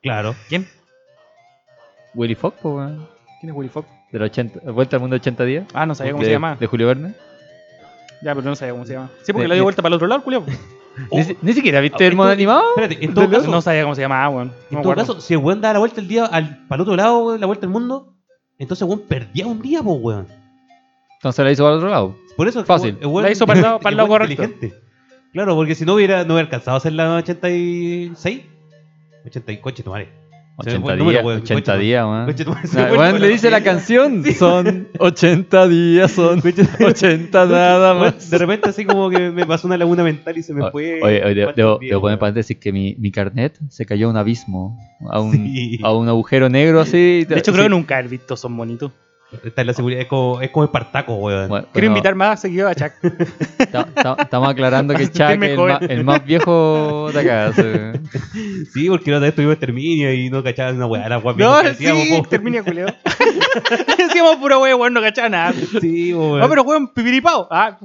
Claro.
¿Quién?
Willy Fox, pues, weón.
¿Quién es Willy Fox?
De la 80, vuelta al mundo de 80 días.
Ah, no sabía cómo
de,
se llamaba.
De Julio Verne.
Ya, pero no sabía cómo se llamaba. Sí,
de-
porque le dio
de-
vuelta para el otro lado, culiao.
Oh,
Oh,
Ni, si- ni siquiera viste el modo
esto-
animado.
Espérate, en todo
No,
caso,
No sabía cómo se llamaba, weón. No me
en todo
acuerdo.
caso, si el weón daba la vuelta el día al, para el otro lado, weón, la vuelta al mundo, entonces weón perdía un día, pues, weón.
Entonces la hizo al otro lado.
Por eso el
Fácil.
weón- el weón-
La hizo para el lado- para el lado
weón
correcto.
inteligente. Claro, porque si no hubiera, no hubiera alcanzado a hacer la 86. 80 y coche, tu madre. Se me
80
fue el
días,
número, weón,
80
coche,
días,
Ah.
weón.
Coche, tu madre, se
Nah,
me fue el
weón,
número.
le dice la canción. Son 80 días, son 80 nada
Bueno,
más.
de repente así como que me pasó una laguna mental y se me
O-
fue.
Oye, oye, debo,
Faltan
debo-
días,
debo poner
weón.
paréntesis que mi, mi carnet se cayó a un abismo, a un,
Sí.
a un agujero negro así.
De hecho, creo que nunca he visto son bonitos.
Esta es la seguridad, es como, es como Espartaco, weón.
Quiero invitar más seguido a Chuck.
Estamos aclarando que
Para sentirme
Chuck es el,
joven.
ma- el más viejo de acá. sí.
Sí, porque la otra vez tuvimos exterminio y no cachaban una weá, la weá
No,
vieja que hacíamos,
sí,
po.
termina culeo. Decíamos puro weón, weón, no cachaba nada.
Sí, po, weón.
No, pero weón, pipiripao. Ah,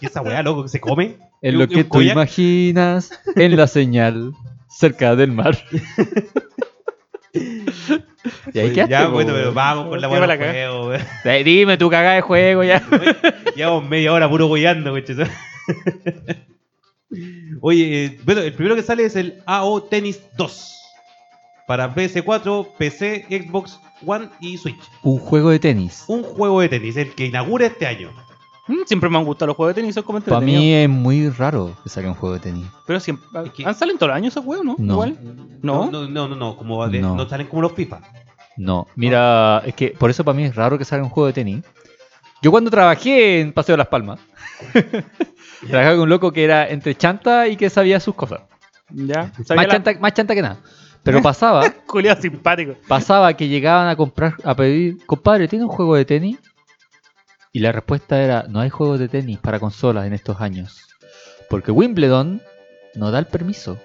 ¿Y esa weá, loco, que se come?
En
¿Y
lo
un- y
que
un
tú
koyak?
imaginas, en la señal, cerca del mar. y ahí quedaste,
Ya,
po,
bueno,
weón.
pero vamos con la weá
Lleva
del
la cagá.
juego, weón.
Ay, Eh, Dime tu cagada de juego ya.
Llevamos media hora puro weyando, coche. Oye, eh, bueno, el primero que sale es el AO Tennis 2. Para PS4, PC, Xbox One y Switch.
Un juego de tenis.
un juego de tenis, el que inaugura este año.
mm, siempre me han gustado los juegos de tenis, son como
Para
entretenidos.
mí es muy raro que saquen un juego de tenis.
Pero siempre.
Es que-
¿Han salido todos los años esos juegos, no?
No.
Igual.
No,
¿No?
no, no, no, no, como de-
No.
no salen como los FIFA.
No, mira, es que por eso para mí es raro que salga un juego de tenis. Yo cuando trabajé en Paseo de las Palmas, trabajaba con un loco que era entre chanta y que sabía sus cosas.
Ya.
Más,
Sabía la
chanta, más chanta que nada. Pero pasaba,
culiao simpático.
pasaba que llegaban a comprar, a pedir, compadre, ¿tiene un juego de tenis? Y la respuesta era, no hay juegos de tenis para consolas en estos años. Porque Wimbledon no da el permiso.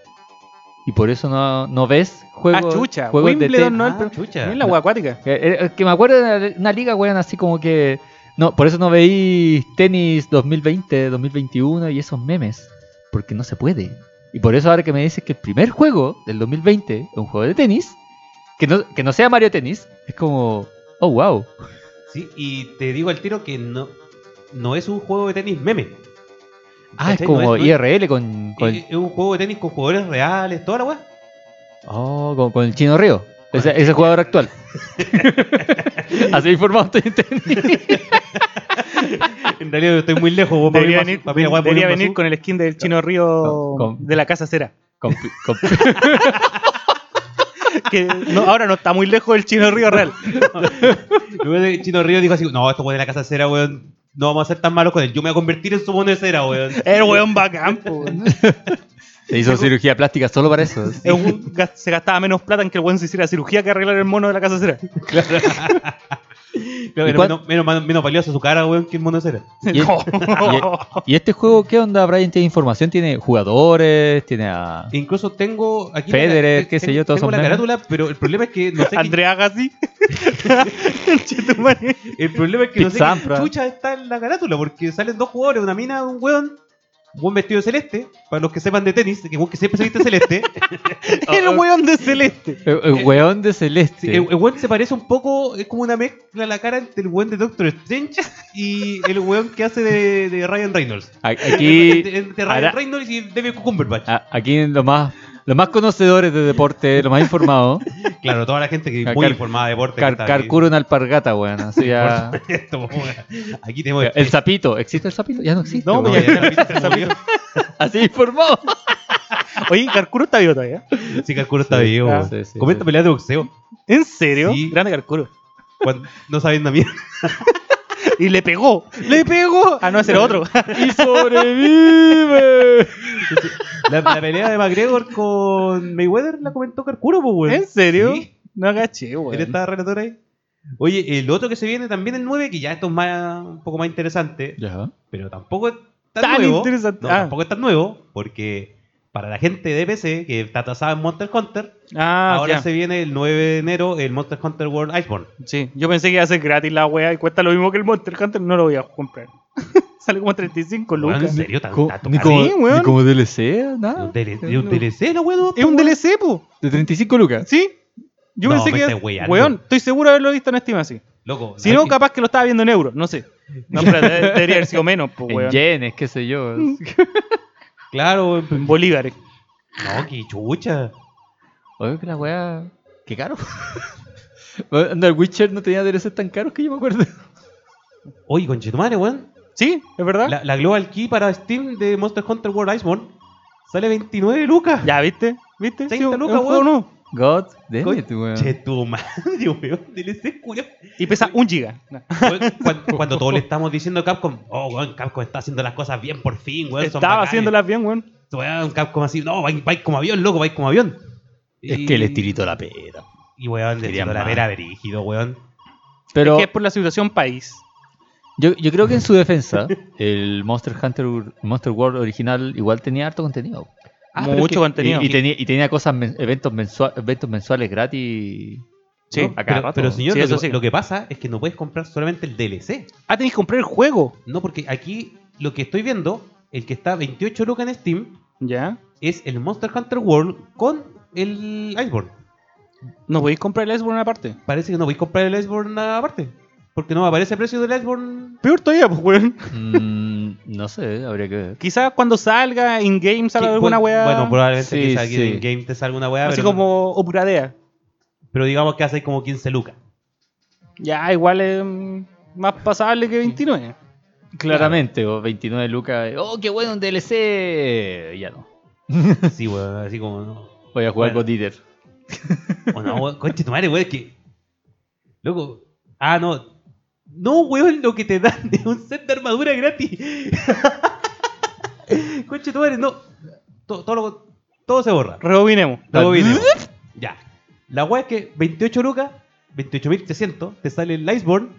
Y por eso no, no ves juegos,
Ah, chucha,
juegos de
Wimbledon
tenis.
no es el
Ah,
per-
chucha.
no es la agua acuática.
Eh, eh, eh, que me acuerdo de una- una liga, weón, así como que... No, por eso no veí tenis 2020, 2021 y esos memes. Porque no se puede. Y por eso ahora que me dices que el primer juego del 2020 es un juego de tenis, que no, que no sea Mario Tenis, es como... Oh, wow.
Sí, y te digo al tiro que no, no es un juego de tenis meme.
Ah, es
¿Cachai?
como
No es- no es-
IRL con, con el,
Es, es un juego de tenis con jugadores reales, toda la weá.
oh, con, con el Chino Río. Ese, ese jugador actual. Así informado estoy en tenis.
En realidad estoy muy lejos, vos,
Debería
papi,
venir,
papi, la weá,
debería
papi,
venir
papi.
con el skin del Chino Río
Con- con-
de la Casa Cera.
Con pi- con pi-
Que no- ahora no está muy lejos del Chino Río real.
Luego de Chino Río dijo así, no, estos weones de la casa cera, weón, no vamos a ser tan malos con él. Yo me voy a convertir en su mono de cera, weón.
El weón bacán, po, weón.
Se hizo cirugía plástica solo para eso.
Es un- gas- se gastaba menos plata en que el weón se hiciera cirugía que arreglar el mono de la casa cera.
Claro,
¿Y
era
cuán-
menos, menos, mal- menos valiosa su cara, weón, que el mono de cera.
Y,
No.
y este juego qué onda, Brian? ¿Tiene información? ¿Tiene jugadores? ¿Tiene a...
E incluso tengo aquí... la- eh,
Federer, qué sé yo, todos
Tengo
son
la
memes.
carátula, pero el problema es que no sé qué-
Andrea Agassi. Chetumare.
El problema es que no sé
Pete
qué
Sampras.
chucha está en la carátula, porque salen dos jugadores, una mina, un weón, un buen vestido de celeste, para los que sepan de tenis, que, que siempre se viste de celeste.
el
Ah.
weón de celeste.
El, el weón de celeste.
Sí, El, el weón se parece un poco, es como una mezcla la cara entre el weón de Doctor Strange y el weón que hace de, de Ryan Reynolds.
A- Aquí,
Entre- entre Ryan
ahora-
Reynolds y David Cumberbatch.
a- aquí los más, los más conocedores de deporte, los más informados,
Ah, Claro, toda la gente que es
Car-
muy
Car-
informada de deporte. que
car,
está aquí.
carcuro una alpargata, weón. Así ya-
Esto, weón. Aquí tenemos
El sapito, ¿existe el sapito? Ya no existe.
No,
weón.
pues, ya, ya, ya, ya,
Esa
murió.
Así informado.
Oye, Carcuro está vivo todavía.
Sí, Carcuro está
Sí,
vivo.
ah,
weón.
sí, sí,
Comenta
sí.
peleas de boxeo.
¿En serio?
Sí.
Grande Carcuro.
Cuando no saben la mierda.
Y le pegó. Le pegó. Ah, no, ese era otro.
Y sobrevive.
La, la pelea de McGregor con Mayweather la comentó Carcuro, pues, weón.
¿En serio?
Sí.
No agaché,
Él
weón.
estaba relator ahí. Oye, el otro que se viene también el 9, que ya esto es más, un poco más interesante,
Ya.
pero tampoco es tan,
Tan
nuevo.
interesante.
No,
Ah.
Tampoco es tan nuevo, porque para la gente de PC que está atrasada en Monster Hunter,
Ah,
ahora
ya.
se viene el 9 de enero el Monster Hunter World Iceborne.
Sí, yo pensé que iba a ser gratis la wea y cuesta lo mismo que el Monster Hunter, no lo voy a comprar. Sale como 35
Weón, ¿En
lucas.
serio? ¿Tan,
Co-
tanto
Ni
caro?
como,
Sí, weón.
ni como DLC, nada.
¿Un DL-
No.
un DLC, la weón?
Es un DLC, po.
De 35 lucas.
¿Sí? Yo
No,
pensé
me
que.
estás weyando.
Weón, estoy seguro de haberlo visto en Steam así.
Loco.
Si no,
aquí-
capaz que lo estaba viendo en euros, no sé. No, pero de- debería haber sido menos, po,
en
weón.
yenes, qué sé yo.
Claro, weón, pero-
En bolívares.
No, que chucha.
Oye, que la weá. Qué caro. Anda, el Witcher no tenía DLCs tan caros que yo me acuerdo.
Oye, conchetumare, weón.
¿Sí? ¿Es verdad?
La, la Global Key para Steam de Monster Hunter World Iceborne sale 29 lucas.
Ya, ¿viste? ¿Viste?
30
es un
lucas,
juego
weón.
nuevo.
God damn it,
Che,
weón.
tu madre, weón. DLC, culiao.
Y pesa un giga.
Weón, Pues, cuan- Cuando, todos le estamos diciendo a Capcom, oh, weón, Capcom está haciendo las cosas bien por fin, weón. son
Estaba
bacanes".
haciéndolas bien, weón.
Weón, Capcom así, no, vais vais como avión, loco, vais como avión. Y-
tirito la pera.
Y weón, de
Querían
la
más.
vera brígido, weón.
Pero
Es que es por la situación país.
yo, yo creo que en su defensa, el Monster Hunter Monster World original igual tenía harto contenido.
Ah, pero Mucho es que- contenido.
Y, y tenía, y tenía cosas, men- eventos, mensua- eventos mensuales gratis.
Sí.
¿no? A cada
Pero,
rato.
pero, señor,
Sí,
lo,
eso
que,
sí.
lo que pasa es que no puedes comprar solamente el DLC.
Ah, tenéis que comprar el juego.
No, porque aquí lo que estoy viendo, el que está a 28 lucas en Steam,
Ya.
es el Monster Hunter World con el Iceborne.
No podéis comprar el Iceborne aparte.
Parece que no voy a comprar el Iceborne aparte. Porque no me aparece el precio del Iceborne.
Peor todavía, pues, weón.
Mm, no sé, habría que ver.
Quizás cuando salga in-game salga
Sí,
alguna
bueno,
weá.
Bueno, probablemente
Sí,
quizá aquí
sí.
en game te salga una weá,
así
pero,
como Opuradea.
pero digamos que hace como 15 lucas.
Ya, igual es mm, más pasable que 29.
Claramente, o 29 lucas. Oh, qué bueno un DLC. Ya no.
Sí, weón, así como no.
Voy a jugar
Bueno.
God Eater.
O no, weón, conche tu madre, weón, es que. Loco. Ah, no. No, weón, lo que te dan es un set de armadura gratis. conche tu madre, no. To- Todo, lo- todo se borra.
Rebobinemos.
Luego video. Ya. La weá es que 28 lucas, 28.300, te sale el Iceborne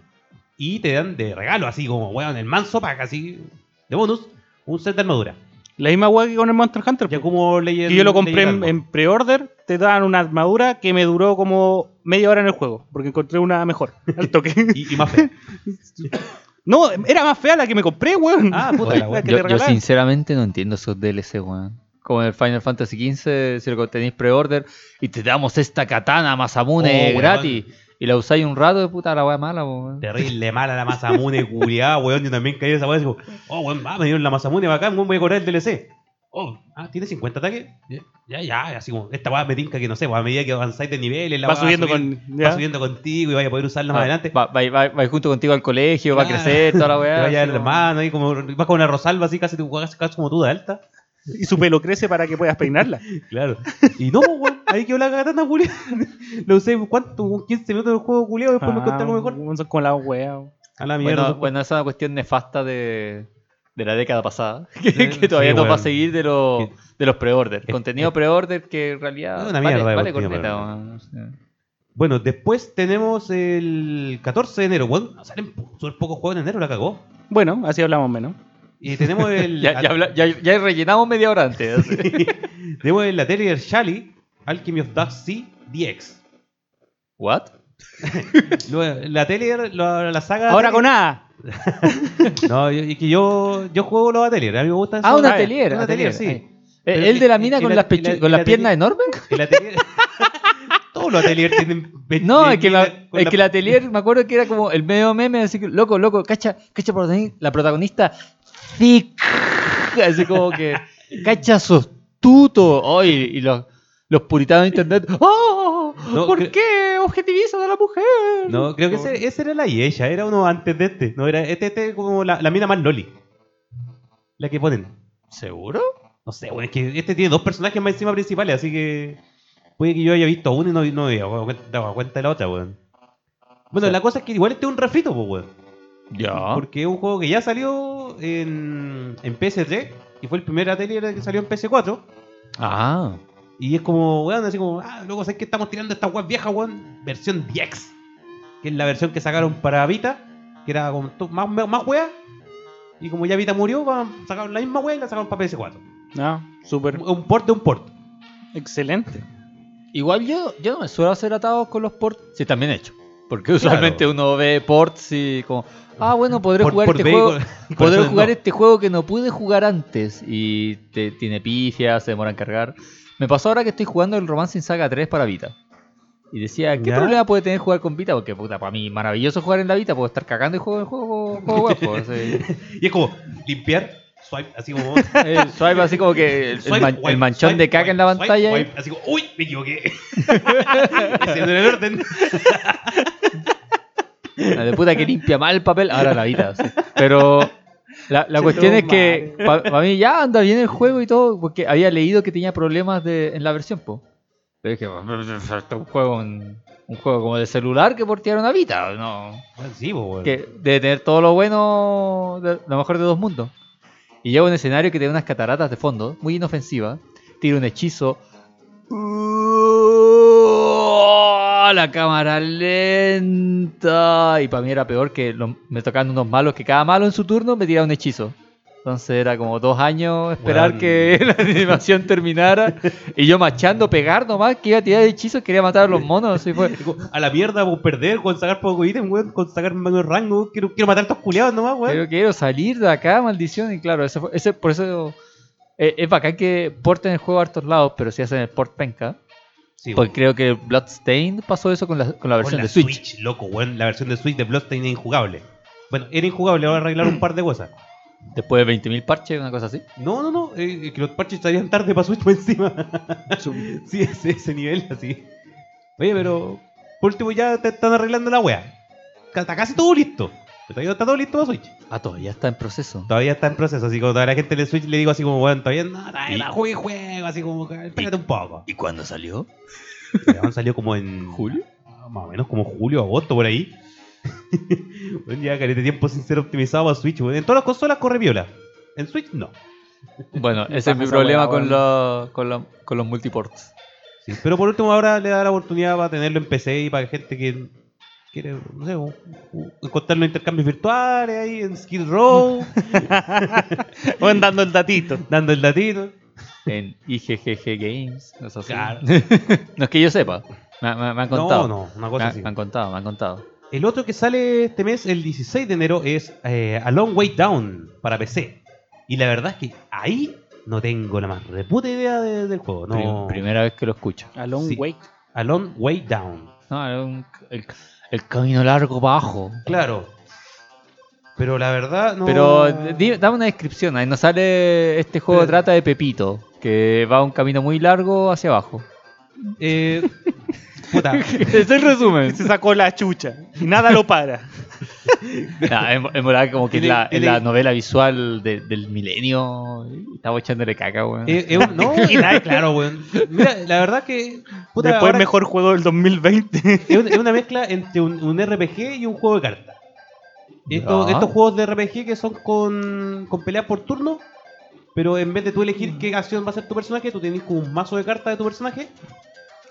Y te dan de regalo, así como, weón, el manso pack, así, de bonus, un set de armadura.
La misma hueá que con el Monster Hunter. pues.
Ya
po.
como leyendo.
que yo lo compré en, en pre-order, te dan una armadura que me duró como media hora en el juego, porque encontré una mejor, al toque.
Y, y más fe.
no, era más fea la que me compré, weón.
Ah, puta la
La
weá.
que
Yo,
te
yo
regalaron.
sinceramente no entiendo esos DLC, weón. Como en el Final Fantasy XV, si lo tenéis pre-order y te damos esta katana
Oh,
Masamune
weón.
gratis y la usáis un rato de puta la weá mala, weón.
Terrible mala la Masamune, culiada, weón. Yo también caí en esa weá. así como, Oh, weón, va, me dieron la Masamune bacán, weón, voy a cobrar el DLC. Oh, ah, ¿tiene 50 ataques? Ya, ya, así como, esta weá me tinca que no sé, weón, a medida que avanzáis de niveles, la
va
weá
subiendo
subiendo-
con.
va
ya.
subiendo contigo y vaya a poder usarla más
Ah,
adelante.
Va, va, va- va junto contigo al colegio, va a
Claro.
crecer, toda la
Te
weá.
vaya
así
el
como-
hermano ahí como vas con una rosalba así casi, tu- casi, casi como tú de alta.
Y su pelo crece para que puedas peinarla.
Claro. Y no, pues, weón, ahí quedó la katana culiada. Lo usé cuánto, 15 minutos del juego culiado, después me encontré algo mejor.
Con la wea. weón.
Ah, A la mierda.
Bueno, bueno, esa es una cuestión nefasta de, de la década pasada. Que,
Sí,
que todavía
sí,
nos va a
weón.
seguir de, lo-
Que-
de los pre-order.
es-
Contenido
es-
pre-order que en realidad.
Es una
vale-
mierda de
vale,
contenido
corneta,
pre-order.
weón. Sí.
Bueno, después tenemos el 14 de enero. Bueno, salen po- súper pocos juegos en enero, la cagó.
Bueno, así hablamos menos.
Y tenemos el.
Ya, ya, habla- ya- ya rellenamos media hora antes. así.
Tenemos el Atelier Shally, Alchemy of Dark Sea DX.
¿What?
Lo- La Atelier, la, la saga.
Ahora con
Atelier-
A.
No, yo- es que yo, yo juego los Atelier. A mí me gustan
Ah,
esos-
un
Ah,
atelier.
Un Atelier,
atelier,
sí.
ahí.
Pero
Eh, ¿El de la
y-
mina
y
con
la-
las,
y la-
pechu- con
y
las
la
piernas
tele-
enormes?
El Atelier. Todos los Atelier tienen. ve-
No,
tienen
es que, la-
mina con
es que el atelier, me acuerdo que era como el medio meme, así que, loco, loco, cacha, cacha, protagoni- la protagonista, thick, así como que, cacha, sostuto, oh, y, y los, los puritanos de internet, oh,
No,
¿por
cre-
qué objetivizan a la mujer?
No, creo que ese, ese era la Yesha, era uno antes de este. No, era este, este como la, la mina más loli. La que ponen.
¿Seguro?
No sé, bueno, es que este tiene dos personajes más encima principales, así que. Puede que yo haya visto uno y no, no había dado cuenta, dado cuenta de la otra, weón. Bueno,
O sea- Ah.
la cosa es que igual este es un refrito, pues, weón.
Ya.
Porque es un juego que ya salió en, en PS3 y fue el primer atelier que salió en PS4.
Ah,
Y es como, weón, así como, ah, luego sabes que estamos tirando esta web vieja, weón, versión 10 Que es la versión que sacaron para Vita, que era como to- más, más, más wea. Y como ya Vita murió, van- sacaron la misma wea y la sacaron para PS4.
No, súper.
Un port de un port.
Excelente.
igual yo, yo no me suelo hacer atados con los ports, sí, también he hecho, porque usualmente uno ve ports y como, ah, bueno, podré
Port-
jugar
port
este
B
juego.
con- con
Podré
razón,
jugar
no.
este juego que no pude jugar antes y te, tiene pifia, se demora en cargar. Me pasó ahora que estoy jugando el Romance in Saga 3 para Vita. Y decía, ¿qué
¿Ya?
problema puede tener jugar con Vita? Porque, puta, para mí maravilloso jugar en la Vita, puedo estar cagando y juego el juego, juego web, po, así.
Y es como, limpiar, swipe, así como.
El swipe así como que el, el
swipe,
man- el
wipe,
manchón
swipe,
de caca en la
wipe, swipe,
pantalla. eh.
wipe, así como, uy, me equivoqué. Ese no era el orden.
La de puta que limpia mal el papel, ahora la vida. sí. Pero la, la
Se
cuestión
lo
es que para mí ya anda bien el juego y todo, porque había leído que tenía problemas de, en la versión, po. Pero dije, "Esto es un juego, un, un juego como de celular que portearon a Vita, no.
Ah, Sí, po, weón.
Que debe tener todo lo bueno, de- lo mejor de dos mundos. Y llega un escenario que tiene unas cataratas de fondo, muy inofensiva. Tira un hechizo. ¡Oh! la cámara lenta. Y para mí era peor que lo- me tocaban unos malos que cada malo en su turno me tiraba un hechizo. Entonces era como dos años esperar
Weón.
que la animación terminara. Y yo machando, pegar nomás, que iba a tirar hechizos, quería matar a los monos. Así fue.
Digo, A la mierda por perder, con sacar poco ítem, weón, con sacar menos rango, weón. quiero, quiero matar a estos culiados nomás, weón.
Pero quiero salir de acá, maldición. Y claro, ese, fue- ese por eso eh, es bacán que porten el juego a hartos lados, pero si hacen el port penca.
Sí,
Porque
weón.
creo que Bloodstained pasó eso con la, con la
Con
versión
la
de Switch.
loco, weón. La versión de Switch de Bloodstained es injugable. Bueno, era injugable, ahora arreglaron un par de cosas.
Después de 20.000 parches, una cosa así.
No, no, no, eh, que los parches estarían tarde para Switch por encima. sí, ese, ese nivel, así. Oye, pero por último ya te están arreglando la wea. Ca- Está casi todo listo. Está está todo listo para Switch.
Ah, todavía está en proceso.
Todavía está en proceso, así como todavía la gente de Switch le digo así como, weón, todavía no, todavía la juegue juego, así como, espérate un poco.
¿Y cuándo salió?
Pero salió como en
¿Julio?
Ah, más o menos como julio, agosto, por ahí. bueno, ya carete tiempo sin ser optimizado para Switch. weón. En todas las consolas corre viola. En Switch no.
Bueno, ese es
Baja
mi
esa
problema
hueá,
con,
weón.
la- con, la- con los multiports.
Sí, pero por último ahora le da la oportunidad para tenerlo en PC y para gente que, quiere, no sé, un- un- encontrar los intercambios virtuales ahí en Skid Row,
O dando el datito.
dando el datito.
En IGGG Games. No es, así.
Claro.
no es que yo sepa. Me, me- me han
No,
contado.
no, una
me,
cosa
Ah,
han-
así.
me han contado, me han contado.
El otro que sale este mes, el 16 de enero, es eh, A Long Way Down para PC. Y la verdad es que ahí no tengo la más reputa idea de- del juego. No.
Prim- primera vez que lo escucho.
A long
Sí.
wait.
A Long Way Down.
No, era un- el, el camino largo bajo.
Claro. Pero la verdad no.
Pero eh, di- dame una descripción. Ahí nos sale. Este juego
Pero-
trata de Pepito, que va un camino muy largo hacia abajo.
Eh, puta.
es el resumen.
Se sacó la chucha. Y nada lo para.
Nah, en, en verdad, como que
Tiene-
en la, en
tiene-
la novela visual de- del milenio. Estamos echándole caca, weón.
Eh, eh, un- no, nada, claro, weón. Mira, la verdad que. puta,
Después
ahora-
mejor juego del 2020.
es un- es una mezcla entre un, un RPG y un juego de cartas. Estos,
Ya.
estos juegos de RPG que son con, con peleas por turno, pero en vez de tú
Mm.
elegir qué acción va a ser tu personaje, tú tienes como un mazo de cartas de tu personaje.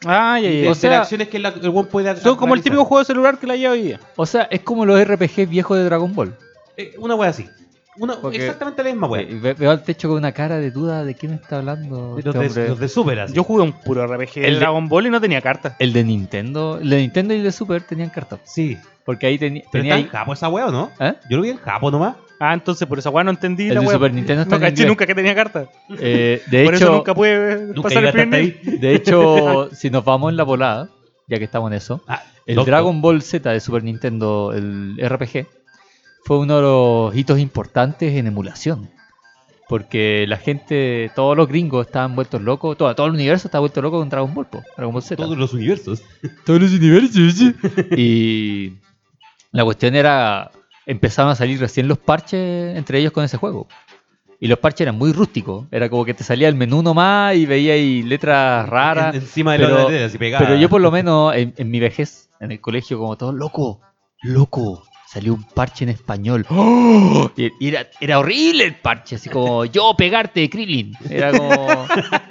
Ay,
Y
ay,
de
ay.
hacer acciones que la- el one puede hacer.
Son como el típico juego de celular que la lleva hoy día.
O sea, es como los RPG viejos de Dragon Ball.
Eh, una wea así. Una,
Porque-
exactamente la misma wea.
Ve- Eh, ve- Veo al techo con una cara de duda de qué me está hablando.
Los
este
de,
hombre.
los de Super así.
Yo jugué un puro RPG de
El de-
Dragon Ball y no tenía carta.
El de Nintendo. El de Nintendo y el de Super tenían cartas.
sí.
Porque ahí teni-
Pero
tenía.
está
ahí-
en Japo esa wea, ¿o no?
¿Eh?
Yo lo vi en Japo nomás.
Ah, entonces por esa weá no entendí
El
la
de
weá.
Super Nintendo
No
está en
caché
inglés.
nunca que tenía carta.
Eh, de
por
hecho,
eso nunca pude pasar el
llegaste hasta
primer nivel.
ahí.
de hecho, si nos vamos en la volada, ya que estamos en eso,
Ah,
el
loco.
Dragon Ball Z de Super Nintendo, el RPG, fue uno de los hitos importantes en emulación. Porque la gente, todos los gringos estaban vueltos locos, todo, todo el universo estaba vuelto loco con Dragon Ball, po, Dragon Ball Z.
Todos los universos.
Todos los universos. y la cuestión era, empezaban a salir recién los parches entre ellos con ese juego. Y los parches eran muy rústicos. Era como que te salía el menú nomás y veía ahí letras raras.
En- encima de
pero-
la otra así pegada.
Pero yo por lo menos en, en mi vejez, en el colegio, como todo, loco, loco, salió un parche en español. ¡Oh! Y- y era, era horrible el parche, así como yo pegarte, Krillin. Era como...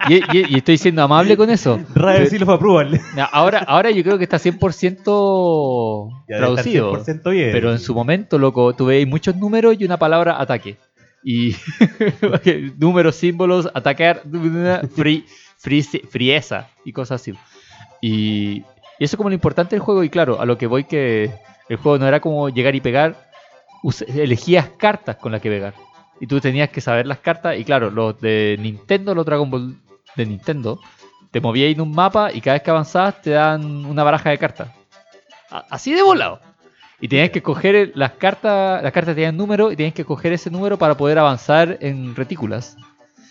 Y, y- y estoy siendo amable con eso.
Rare Seal of Approval.
Na- Ahora, ahora yo creo que está 100%
Ya debe estar
traducido.
100% bien.
Pero en su momento, loco, tú veis muchos números y una palabra ataque. Y números, símbolos, atacar, fri- frise- frieza y cosas así. Y, y eso es como lo importante del juego. Y claro, a lo que voy que el juego no era como llegar y pegar. us- Elegías cartas con las que pegar. Y tú tenías que saber las cartas. Y claro, los de Nintendo, los Dragon Ball de Nintendo, te movías en un mapa y cada vez que avanzabas te dan una baraja de cartas. A- Así de volado. Y tenías que escoger el- las cartas, las cartas tenían número y tenías que escoger ese número para poder avanzar en retículas.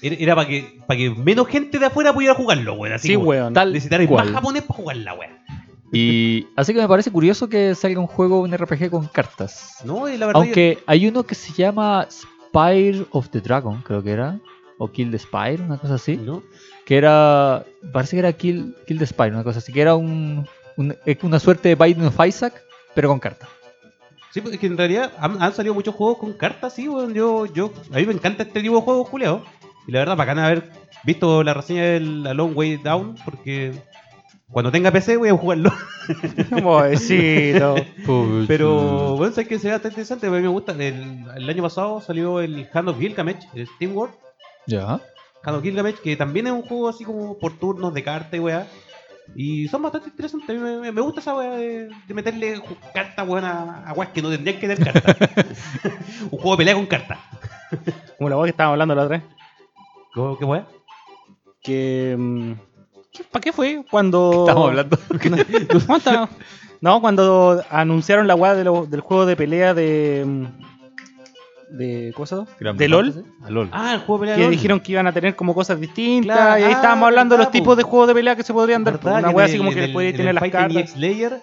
Era, para que, pa' que menos gente de afuera pudiera jugarlo, weón. Así
Sí,
como
weón.
Tal
Necesitar más
cual.
japonés para jugarla, weón.
Y así que me parece curioso que salga un juego, un RPG con cartas.
No, y la verdad.
Aunque hay uno que se llama Spire of the Dragon, creo que era. O Kill the Spire, una cosa
yo-
así.
¿no?
Que era. Parece que era Kill, Kill the Spire, una cosa así. Que era un, un- es una suerte de Biden of Isaac, pero con cartas.
Sí, pues, es que en realidad han, han salido muchos juegos con cartas, sí, weón. Yo, yo, a mí me encanta este tipo de juegos, culiao. Y la verdad, bacana haber visto la reseña del A Long Way Down, porque cuando tenga PC voy a jugarlo.
eh, Pobrecito.
Pero, bueno, sabes que se ve bastante interesante, a mí me gusta. El, el año pasado salió el Hand of Gilgamesh, el Steam World.
Ya.
Hand of Gilgamesh, que también es un juego así como por turnos de carta y weá. Y son bastante interesantes. A mí me, me gusta esa weá de, de meterle ju- carta weón a, a weas que no tendrían que tener carta. un juego de pelea con carta.
Como la weá que estábamos hablando la otra vez.
¿Cómo- ¿Qué weá?
Que. mm, ¿qué- ¿Para qué fue? Cuando.
Estamos hablando.
No, está- no, cuando anunciaron la weá de lo- del juego de pelea de. mm, de ¿Cosa? De LOL.
A LOL.
Ah, el juego de pelea.
Que
LOL.
dijeron que iban a tener como cosas distintas.
Claro,
y ahí
ah,
estábamos hablando de los
verdad,
tipos
po.
de juegos de pelea que se podrían dar. po,
¿Verdad?
Una
en
weá así
el-
como que
en
le
el-
podías
en
tener
el
las
Fighting
cartas.
EX Layer,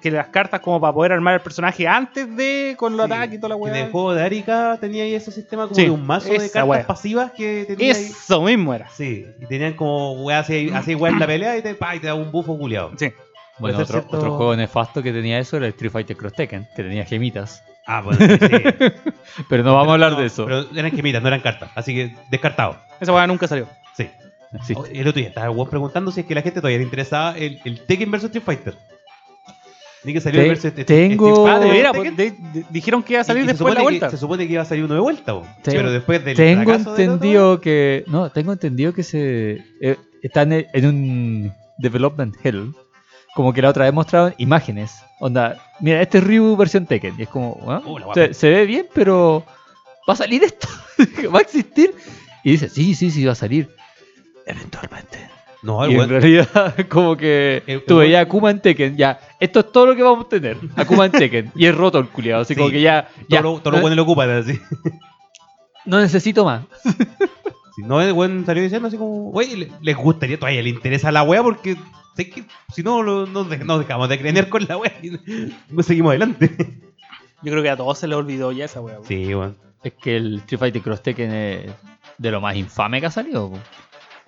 Que las cartas como para poder armar el personaje antes de. con los
sí,
ataques y toda la
que En el
weá.
juego de Arica tenía ahí ese sistema como
Sí,
de un mazo de
esa
cartas
weá.
pasivas que tenía ahí.
Eso mismo era.
Sí, y tenían como weá así, así weá en la pelea y te, pa, y te daba un bufo culiado.
Sí.
Puede
Bueno, otro,
ser cierto-
otro juego nefasto que tenía eso era el Street Fighter Cross Tekken, que tenía gemitas.
Ah, bueno, sí.
Pero no vamos a hablar
No,
de eso.
Pero eran que mira, no eran cartas, así que descartado.
Esa weá nunca salió.
Sí. Oh,
Sí.
O- El otro día estaba el weón preguntando si es que la gente todavía le interesaba el, el Tekken vs Street Fighter. Ni que salió el
Te-
verso este-
tengo-
Street Fighter,
De veras,
¿viste
pues,
que-
de- de- dijeron que iba a salir
y- y se
después de la
supone que-
vuelta.
se supone que iba a salir uno de vuelta, po.
Te-
pero después del
Tengo
fracaso del otro,
entendido que. No, tengo entendido que se. eh, están en, en un development hell. Como que la otra vez mostraron imágenes. Onda, mira, este es Ryu versión Tekken. Y es como, ¿ah?
Oh, la
se,
guapa.
se ve bien, pero. ¿Va a salir esto? ¿Va a existir? Y dice, sí, sí, sí, va a salir. Eventualmente.
no, el
y en
weón-
realidad, como que
El- el
tú
buen-
veías a Kuma en Tekken, ya, esto es todo lo que vamos a tener, Akuma en Tekken, y es roto el culiado, así
Sí.
como que ya, ya
todo lo- todo
no,
lo bueno lo ocupan, así.
no necesito más.
Si no, el weón salió diciendo así como, güey, le- les gustaría todavía, le interesa la wea porque sé que si no, lo- nos, dej- nos dejamos de creer con la wea y no seguimos adelante.
Yo creo que a todos se les olvidó ya esa weá.
Sí, weón.
Es que el Street Fighter Cross Tekken es de lo más infame que ha salido. po.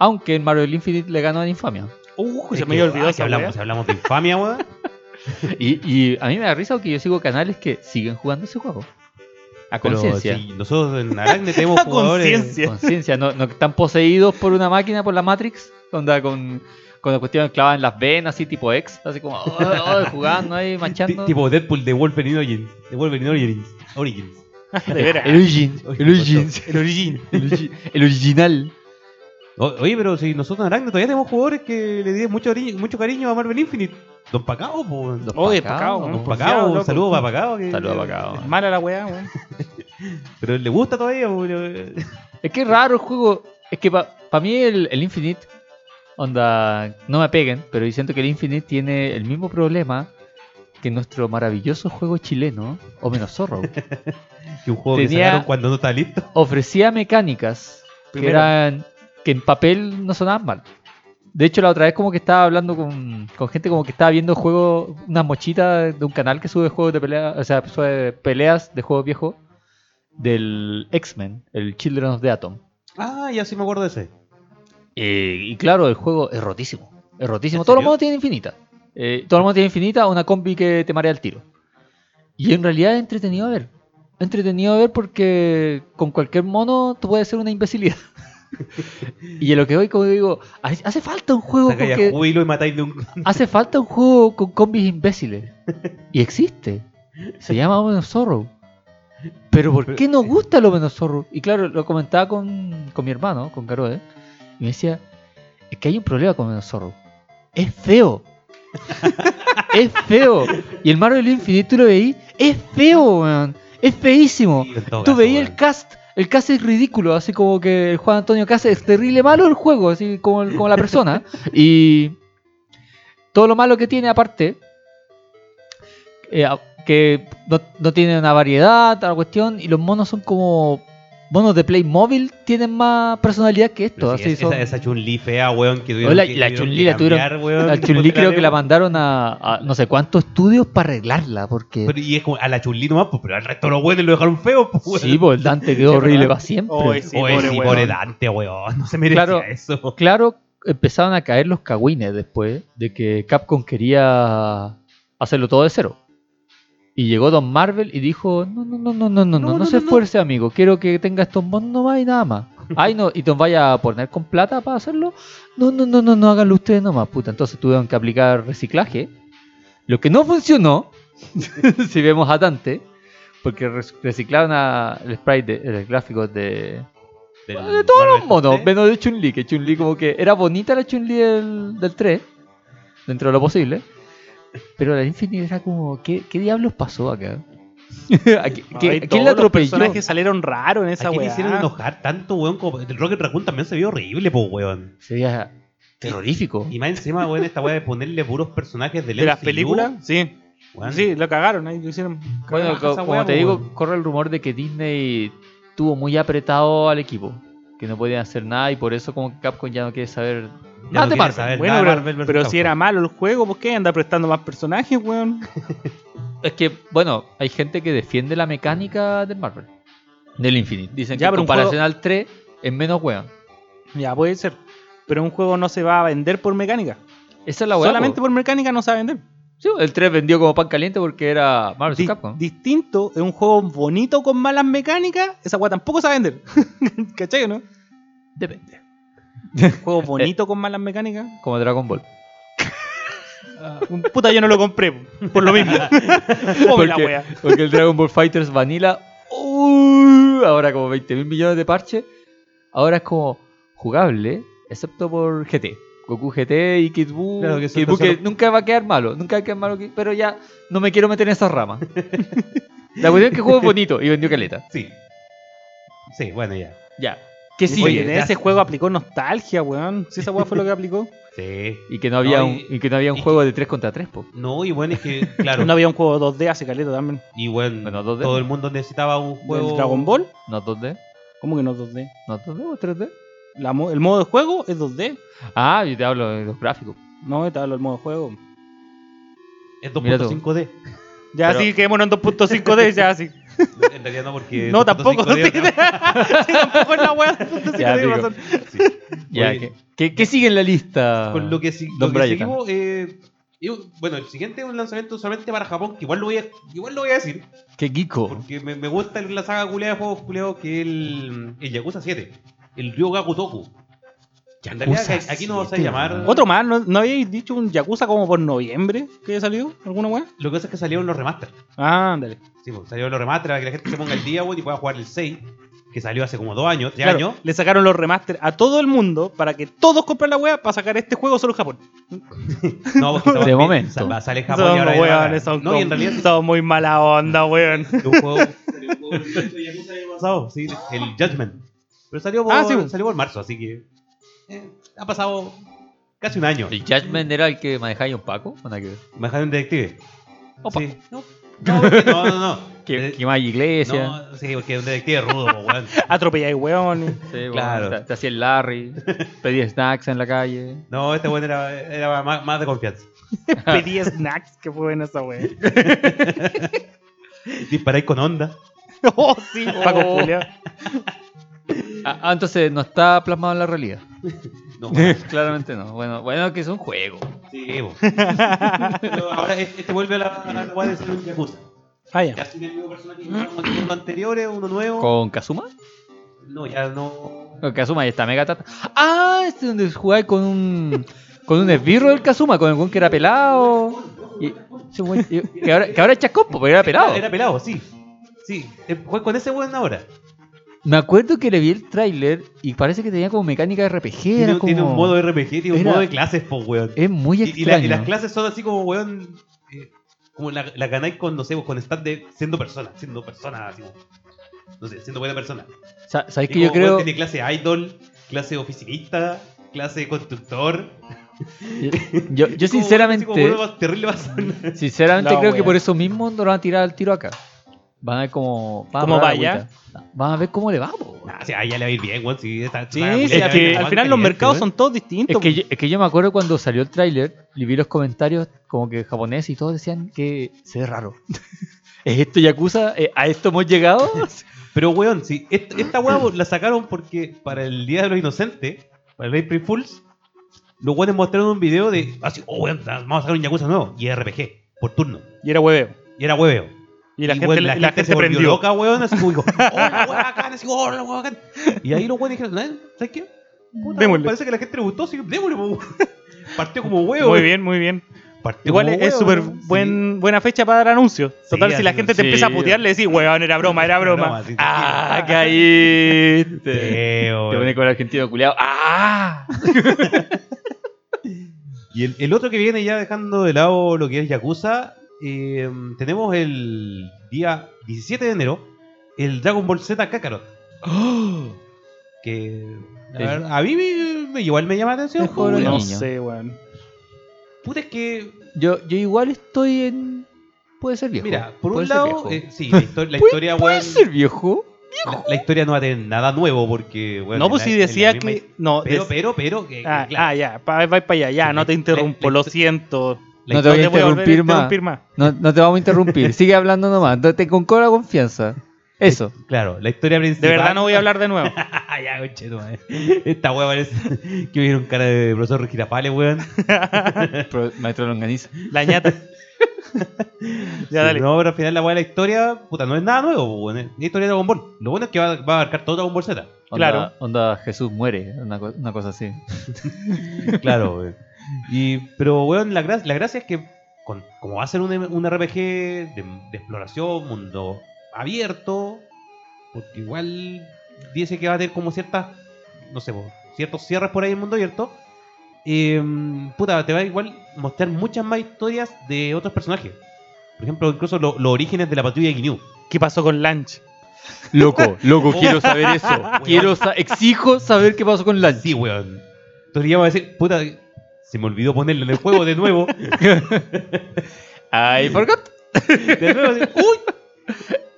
Aunque en Mario Infinite le ganó a la infamia.
Uh,
Es
se me
que,
había olvidado
ah, si
esa weá.
hablamos, si hablamos de infamia, weón.
Y, y a mí me da risa porque yo sigo canales que siguen jugando ese juego. A
Pero
conciencia.
si nosotros en Aracne tenemos
A
jugadores.
conciencia.
Conciencia. No, no que están poseídos por una máquina, por la Matrix. Onda con, con la cuestión clavada en las venas, así tipo ex. Así como oh, oh, jugando ahí,
ti-
manchando.
Tipo Deadpool de Wolverine Origins. De Wolverine Origins. Origins.
De veras.
El Origin. El Origin.
El origin.
El origi- el original.
O- oye, pero si nosotros en Aracne todavía tenemos jugadores que le dieron mucho, ori- mucho cariño a Marvel Infinite. Don Pacao, po, weón.
Los
Oye,
pacaos,
pacao,
los
¿no?
Don
por
Pacao,
fiado,
un
loco.
saludo para Pacao. que-
Saludos a Pacao.
Mala la weá, weón.
Pero le gusta todavía, eh, weón.
Es que es raro el juego. Es que para mí el, el Infinite, onda, no me peguen, pero yo siento que el Infinite tiene el mismo problema que nuestro maravilloso juego chileno, o menos zorro.
Que un juego que
Tenía-
sacaron cuando no está listo.
Ofrecía mecánicas que
Primero.
eran que en papel no sonaban mal. De hecho, la otra vez como que estaba hablando con, con gente como que estaba viendo juegos, unas mochitas de un canal que sube juegos de pelea, o sea, sube peleas de juegos viejos del X-Men, el Children of the Atom.
Ah, ya sí me acuerdo de ese.
Eh, y claro, el juego es rotísimo. Es rotísimo.
¿En
Todo el
serio?
mundo tiene infinita. Eh, todo el mundo tiene infinita, una combi que te marea el tiro. Y en realidad es entretenido a ver. Entretenido a ver porque con cualquier mono tú puedes ser una imbecilidad. y en lo que voy, como digo, ha- hace falta un juego
Sacáis a
porque
júbilo y matáis de un.
hace falta un juego con combis imbéciles. Y existe. Se llama Omen of Sorrow. Pero ¿por qué no gusta el Omen of Sorrow? Y claro, lo comentaba con, con mi hermano, con Garoe. Y me decía, es que hay un problema con Omen of Sorrow. Es feo. es feo. Y el Marvel Infinite, tú lo veí, es feo, weón. Es feísimo.
En todo
Tú
caso,
veías el
weón.
cast. El cast es ridículo, así como que el Juan Antonio Cast es terrible malo el juego, así como, el- como la persona. Y todo lo malo que tiene aparte, eh, a- que no, no tiene una variedad, tal cuestión, y los monos son como monos de Playmobil, tienen más personalidad que esto.
Pero sí,
así
es-
son-
esa, esa Chun-Li fea, weón, que tuvieron
No, la-
que,
la
tuvieron
Chun-Li
que
la tuvieron-
cambiar, weón,
la Chun-Li
después de
creo que la
demo.
mandaron a, a no sé cuántos estudios para arreglarla, porque...
Pero- y es como a la Chun-Li nomás, pues, pero al resto de los weones lo dejaron feo, pues, weón.
sí, pues el Dante quedó
Es
horrible
verdad.
para siempre.
Oh, es- sí,
Oye,
pobre
sí,
weón.
pobre Dante, weón. No se merecía
Claro.
eso.
claro, empezaron a caer los cagüines después de que Capcom quería hacerlo todo de cero. Y llegó Don Marvel y dijo, no, no, no, no, no, no, no, no,
no,
se
no, no.
esfuerce, amigo. Quiero que tenga estos monos nomás y nada más. Ay, no, y Don vaya a poner con plata para hacerlo. No, no, no, no, no, háganlo ustedes nomás, puta. Entonces tuvieron que aplicar reciclaje. Lo que no funcionó, si vemos a Dante, porque rec- reciclaron a- el sprite, de, el gráfico de, de todos los
este
monos, menos de Chun-Li, que Chun-Li como que era bonita la Chun-Li del, del 3, dentro de lo posible, pero la Infinite era como, ¿qué, qué diablos pasó acá? ¿A qui-
Ay,
qui- a
todos
quién la atropelló?
Los personajes salieron raros en esa
¿A quién
weá.
hicieron enojar tanto, weón? Como... El Rocket Raccoon también se vio horrible, pues, weón.
Se veía terrorífico.
Y más encima, weón, esta weá de ponerle puros personajes del
¿De las
MCU,
películas? Sí.
weón.
Sí, lo cagaron ahí, lo hicieron.
Bueno,
Carajo,
co-
esa
como
wea,
te
po,
digo,
weón.
corre el rumor de que Disney tuvo muy apretado al equipo, que no podían hacer nada y por eso como que Capcom ya no quiere saber
Ya no
nada de
quiere
Marvel.
saber
Bueno,
nada de
pero,
Marvel versus
pero si
Capcom.
era malo el juego, ¿por qué anda prestando más personajes, weón?
Es que, bueno, hay gente que defiende la mecánica del Marvel. Del Infinite. Dicen
Ya,
que en
pero un
comparación
juego-
al 3 es menos weón.
Ya, puede ser. Pero un juego no se va a vender por mecánica.
Esa es la weá.
Solamente
po.
por mecánica no se va a vender.
Sí, el 3 vendió como pan caliente porque era Marvel vs
Di-
Capcom.
distinto, es un juego bonito con malas mecánicas, esa weá tampoco se va a vender. ¿Cachai, no?
Depende.
Un juego bonito con malas mecánicas.
Como Dragon Ball.
Puta, yo no lo compré, por lo mismo. Fome la
porque,
wea.
porque el Dragon Ball Fighters Vanilla, ¡uh! ahora como 20 mil millones de parches, ahora es como jugable, excepto por GT. Goku GT y Kid Buu.
Claro, que son
Kid Buu que
terceros-
nunca va a quedar malo, nunca va a quedar malo, que- pero ya no me quiero meter en esas ramas. La cuestión es que el juego es bonito y vendió caleta.
Sí. Sí, bueno, ya.
Ya. ¿Qué sigue?
Oye, de
ya.
ese juego aplicó nostalgia, weón. Si esa weá fue lo que aplicó.
Sí.
Y que no había
No,
un,
y-
y que no había un
y
juego de 3 contra 3, po.
No, y bueno, es que, claro.
No había un juego 2D hace caleta también.
Y bueno,
Bueno, 2D.
todo el mundo necesitaba un juego.
¿El Dragon Ball?
¿No 2D?
¿Cómo que no 2D?
¿No 2D o 3D?
La mo- ¿El modo de juego es 2D?
Ah, yo te hablo de los gráficos.
No, te hablo del modo de juego.
Es
Mira tú.
2.5D.
Ya
Pero-
sí, quedémonos en 2.5D, ya sí.
En realidad no, porque.
No, tampoco.
2.5D
Sí, tampoco es la weá del
Ya,
2.5D.
digo.
razón.
Sí.
Ya,
Oye,
¿qué, qué- qué sigue en la lista?
Con lo que, si- lo
Ah. Don
que
Brayton.
seguimos. eh, y- bueno, el siguiente es un lanzamiento solamente para Japón, que igual lo voy a, igual lo voy a decir.
Qué Kiko.
Porque me, me gusta la saga culeada de juegos culeados que es el, el Yakuza 7. El Ryoga Gotoku. En realidad,
Yakuza
aquí no se a
7,
llamar.
weón.
Otro más, ¿no, no habéis dicho un Yakuza como por noviembre que había salido? ¿Alguna weá?
Lo que pasa es que salieron los remasters.
Ah, ándale.
Sí, pues, salieron los remasters para que la gente se ponga el día, weón, y pueda jugar el 6, que salió hace como dos años, tres
Claro,
años.
Le sacaron los remaster a todo el mundo para que todos compren la weá para sacar este juego solo en Japón.
No, porque estaba-
De momento.
sal- Sale Japón y
Son
ahora
weones,
no,
son,
no, y en
como-
realidad
son muy mala onda, weón.
es un juego. pasado, sí, el Judgment. Pero salió por,
Ah, sí.
salió por marzo, así que. eh, ha pasado casi un año.
¿El Judgment era el que manejaba un Paco? Nada que ver.
Me dejaron un detective.
Opa.
Sí. No, no, porque- no, no. no.
Que,
Eh,
que más iglesia.
no, sí, porque es un detective rudo, po, weón.
Atropelláis weones.
Sí,
claro.
bueno, te, te hacía el Larry. pedía snacks en la calle.
No, este weón era, era más, más de confianza.
Pedí snacks, que fue buena esa weá.
Disparáis con onda.
Oh, sí, Paco
Oh.
Julio.
Ah, ah, entonces no está plasmado en la realidad.
No, weón.
Claramente no. Bueno, bueno que es un juego.
Sí, bo. Pero ahora este este vuelve a la, a la guay de ser un Yakuza.
Ah, ya.
Ya sin el mismo personaje que teníamos en los anteriores, uno nuevo.
¿Con Kazuma?
No, ya no.
No, Kazuma ya está mega tata. Ah, este es donde jugaba con un. Con un esbirro del Kazuma, con el weón que era pelado. Y- ese weón- y- que, ahora, que ahora es chascopo, pero era pelado.
Era pelado, sí. Sí, eh, fue con ese weón ahora.
Me acuerdo que le vi el tráiler y parece que tenía como mecánica de RPG.
Tiene,
era como-
tiene un modo RPG, tiene un
Era-
modo de clases, po, weón.
Es
Y,
muy
y la-
extraño.
y las clases son así como, weón. eh, como la, la ganáis con, no sé, vos, con stat de siendo persona, siendo persona, así como. No sé, siendo buena persona.
Sa- ¿Sabes
Y
que yo
como, weón,
creo?
Tiene clase idol, clase oficinista, clase constructor.
Yo, yo
Como,
sinceramente,
weón, así como, weón, terrible basura.
sinceramente
La
creo que
wea.
por eso mismo no lo van a tirar al tiro acá. Van a ver cómo. Van a
¿Cómo
probar
vaya?
agüita. Van a ver cómo le va. po.
Ah, sí, ahí ya le va a ir bien, weón. Sí, está,
Sí,
está-
sí,
está-
al,
está-
final- al final los
caliente,
mercados
weón.
son todos
Es
distintos.
que, yo, es que yo me acuerdo cuando salió el tráiler, y vi los comentarios como que japonés y todos decían que se ve raro. ¿Es esto Yakuza? ¿Eh, ¿A esto hemos llegado?
Pero, weón, sí, est- esta weá la sacaron porque para el Día de los Inocentes, para el April Fools, los weones mostraron un video de. Así, oh, weón, vamos a sacar un Yakuza nuevo. Y RPG, por turno.
Y era hueveo.
Y era hueveo.
Y la gente,
weón,
la gente se
volvió
prendió.
loca, weón, así como dijo, oh, la weá bacán, así, oh, la weá bacán. Y ahí los weones dijeron, "Eh, ¿sabes qué? Puta,
Démosle.
Parece que a la gente le gustó, sí, démosle, po, weón. Partió como huevo.
Muy
weón.
bien, muy bien.
Partió
Igual
como
es
huevo,
súper
weón. Sí.
buen, buena fecha para dar anuncios.
Sí,
Total, si la
así
gente te
sí.
empieza a putear, le decís, weón, era broma, era
Era
broma.
broma, sí,
¡Ah,
tranquilo. Sí,
caíste! Te
weón.
pone con el argentino culiado. ¡Ah!
Y el, el otro que viene ya dejando de lado lo que es Yakuza, eh, tenemos el día 17 de enero, el Dragon Ball Z Kakarot.
¡Oh!
Que a,
Sí.
ver, a mí me, me- igual me llama la atención.
Es como
pero-
una-
No
niño.
sé, weón.
Puta, es que,
Yo, yo igual estoy en. Puede ser viejo.
mira, por
Puede
un
ser
lado,
viejo.
eh, sí, la, histo- la
Puede-
historia,
¿Puede
weón,
ser viejo?
la, la historia no va a tener nada nuevo porque, weón,
no,
es
pues
la-
si
es la
decía
misma-
que. No,
Pero,
des-
pero, pero, que,
ah,
Eh, claro,
ah, ya, pa- vais para allá, ya,
Sí,
no te
la-
interrumpo,
la-
lo siento.
la
No te voy a
te volver
interrumpir, más.
más.
No, no te vamos a interrumpir. Sigue hablando nomás. Te con la confianza. Eso.
claro, la historia
ah. De
principal.
verdad no voy a hablar de nuevo.
Ah, ya, conchetumadre. Esta weá parece que vieron cara de profesor Girafales, weón.
Pro- Maestro Longaniza.
La ñata. ya,
Sí,
dale.
No, pero al final la weá de la historia, puta, no es nada nuevo, po, weón. Es la historia de Dragon Ball. Lo bueno es que va, va a abarcar todo Dragon Ball Z.
Onda,
Claro.
Onda Jesús muere. Una, co- una cosa así.
Claro, weón. Y, pero, weón, la, gra- la gracia es que, con- como va a ser un, M- un RPG de, de exploración, mundo abierto, porque igual dice que va a tener como ciertas, no sé, po, ciertos cierres por ahí en mundo abierto, em, puta, te va a igual mostrar muchas más historias de otros personajes. Por ejemplo, incluso lo- los orígenes de la patrulla de Ginyu.
¿Qué pasó con Lanch?
Loco, loco,
Oh.
quiero saber eso. Quiero sa- exijo saber qué pasó con Lanch.
Sí, weón. Entonces ya va a decir, puta, se me olvidó ponerle en el juego de nuevo.
I forgot.
De nuevo, así,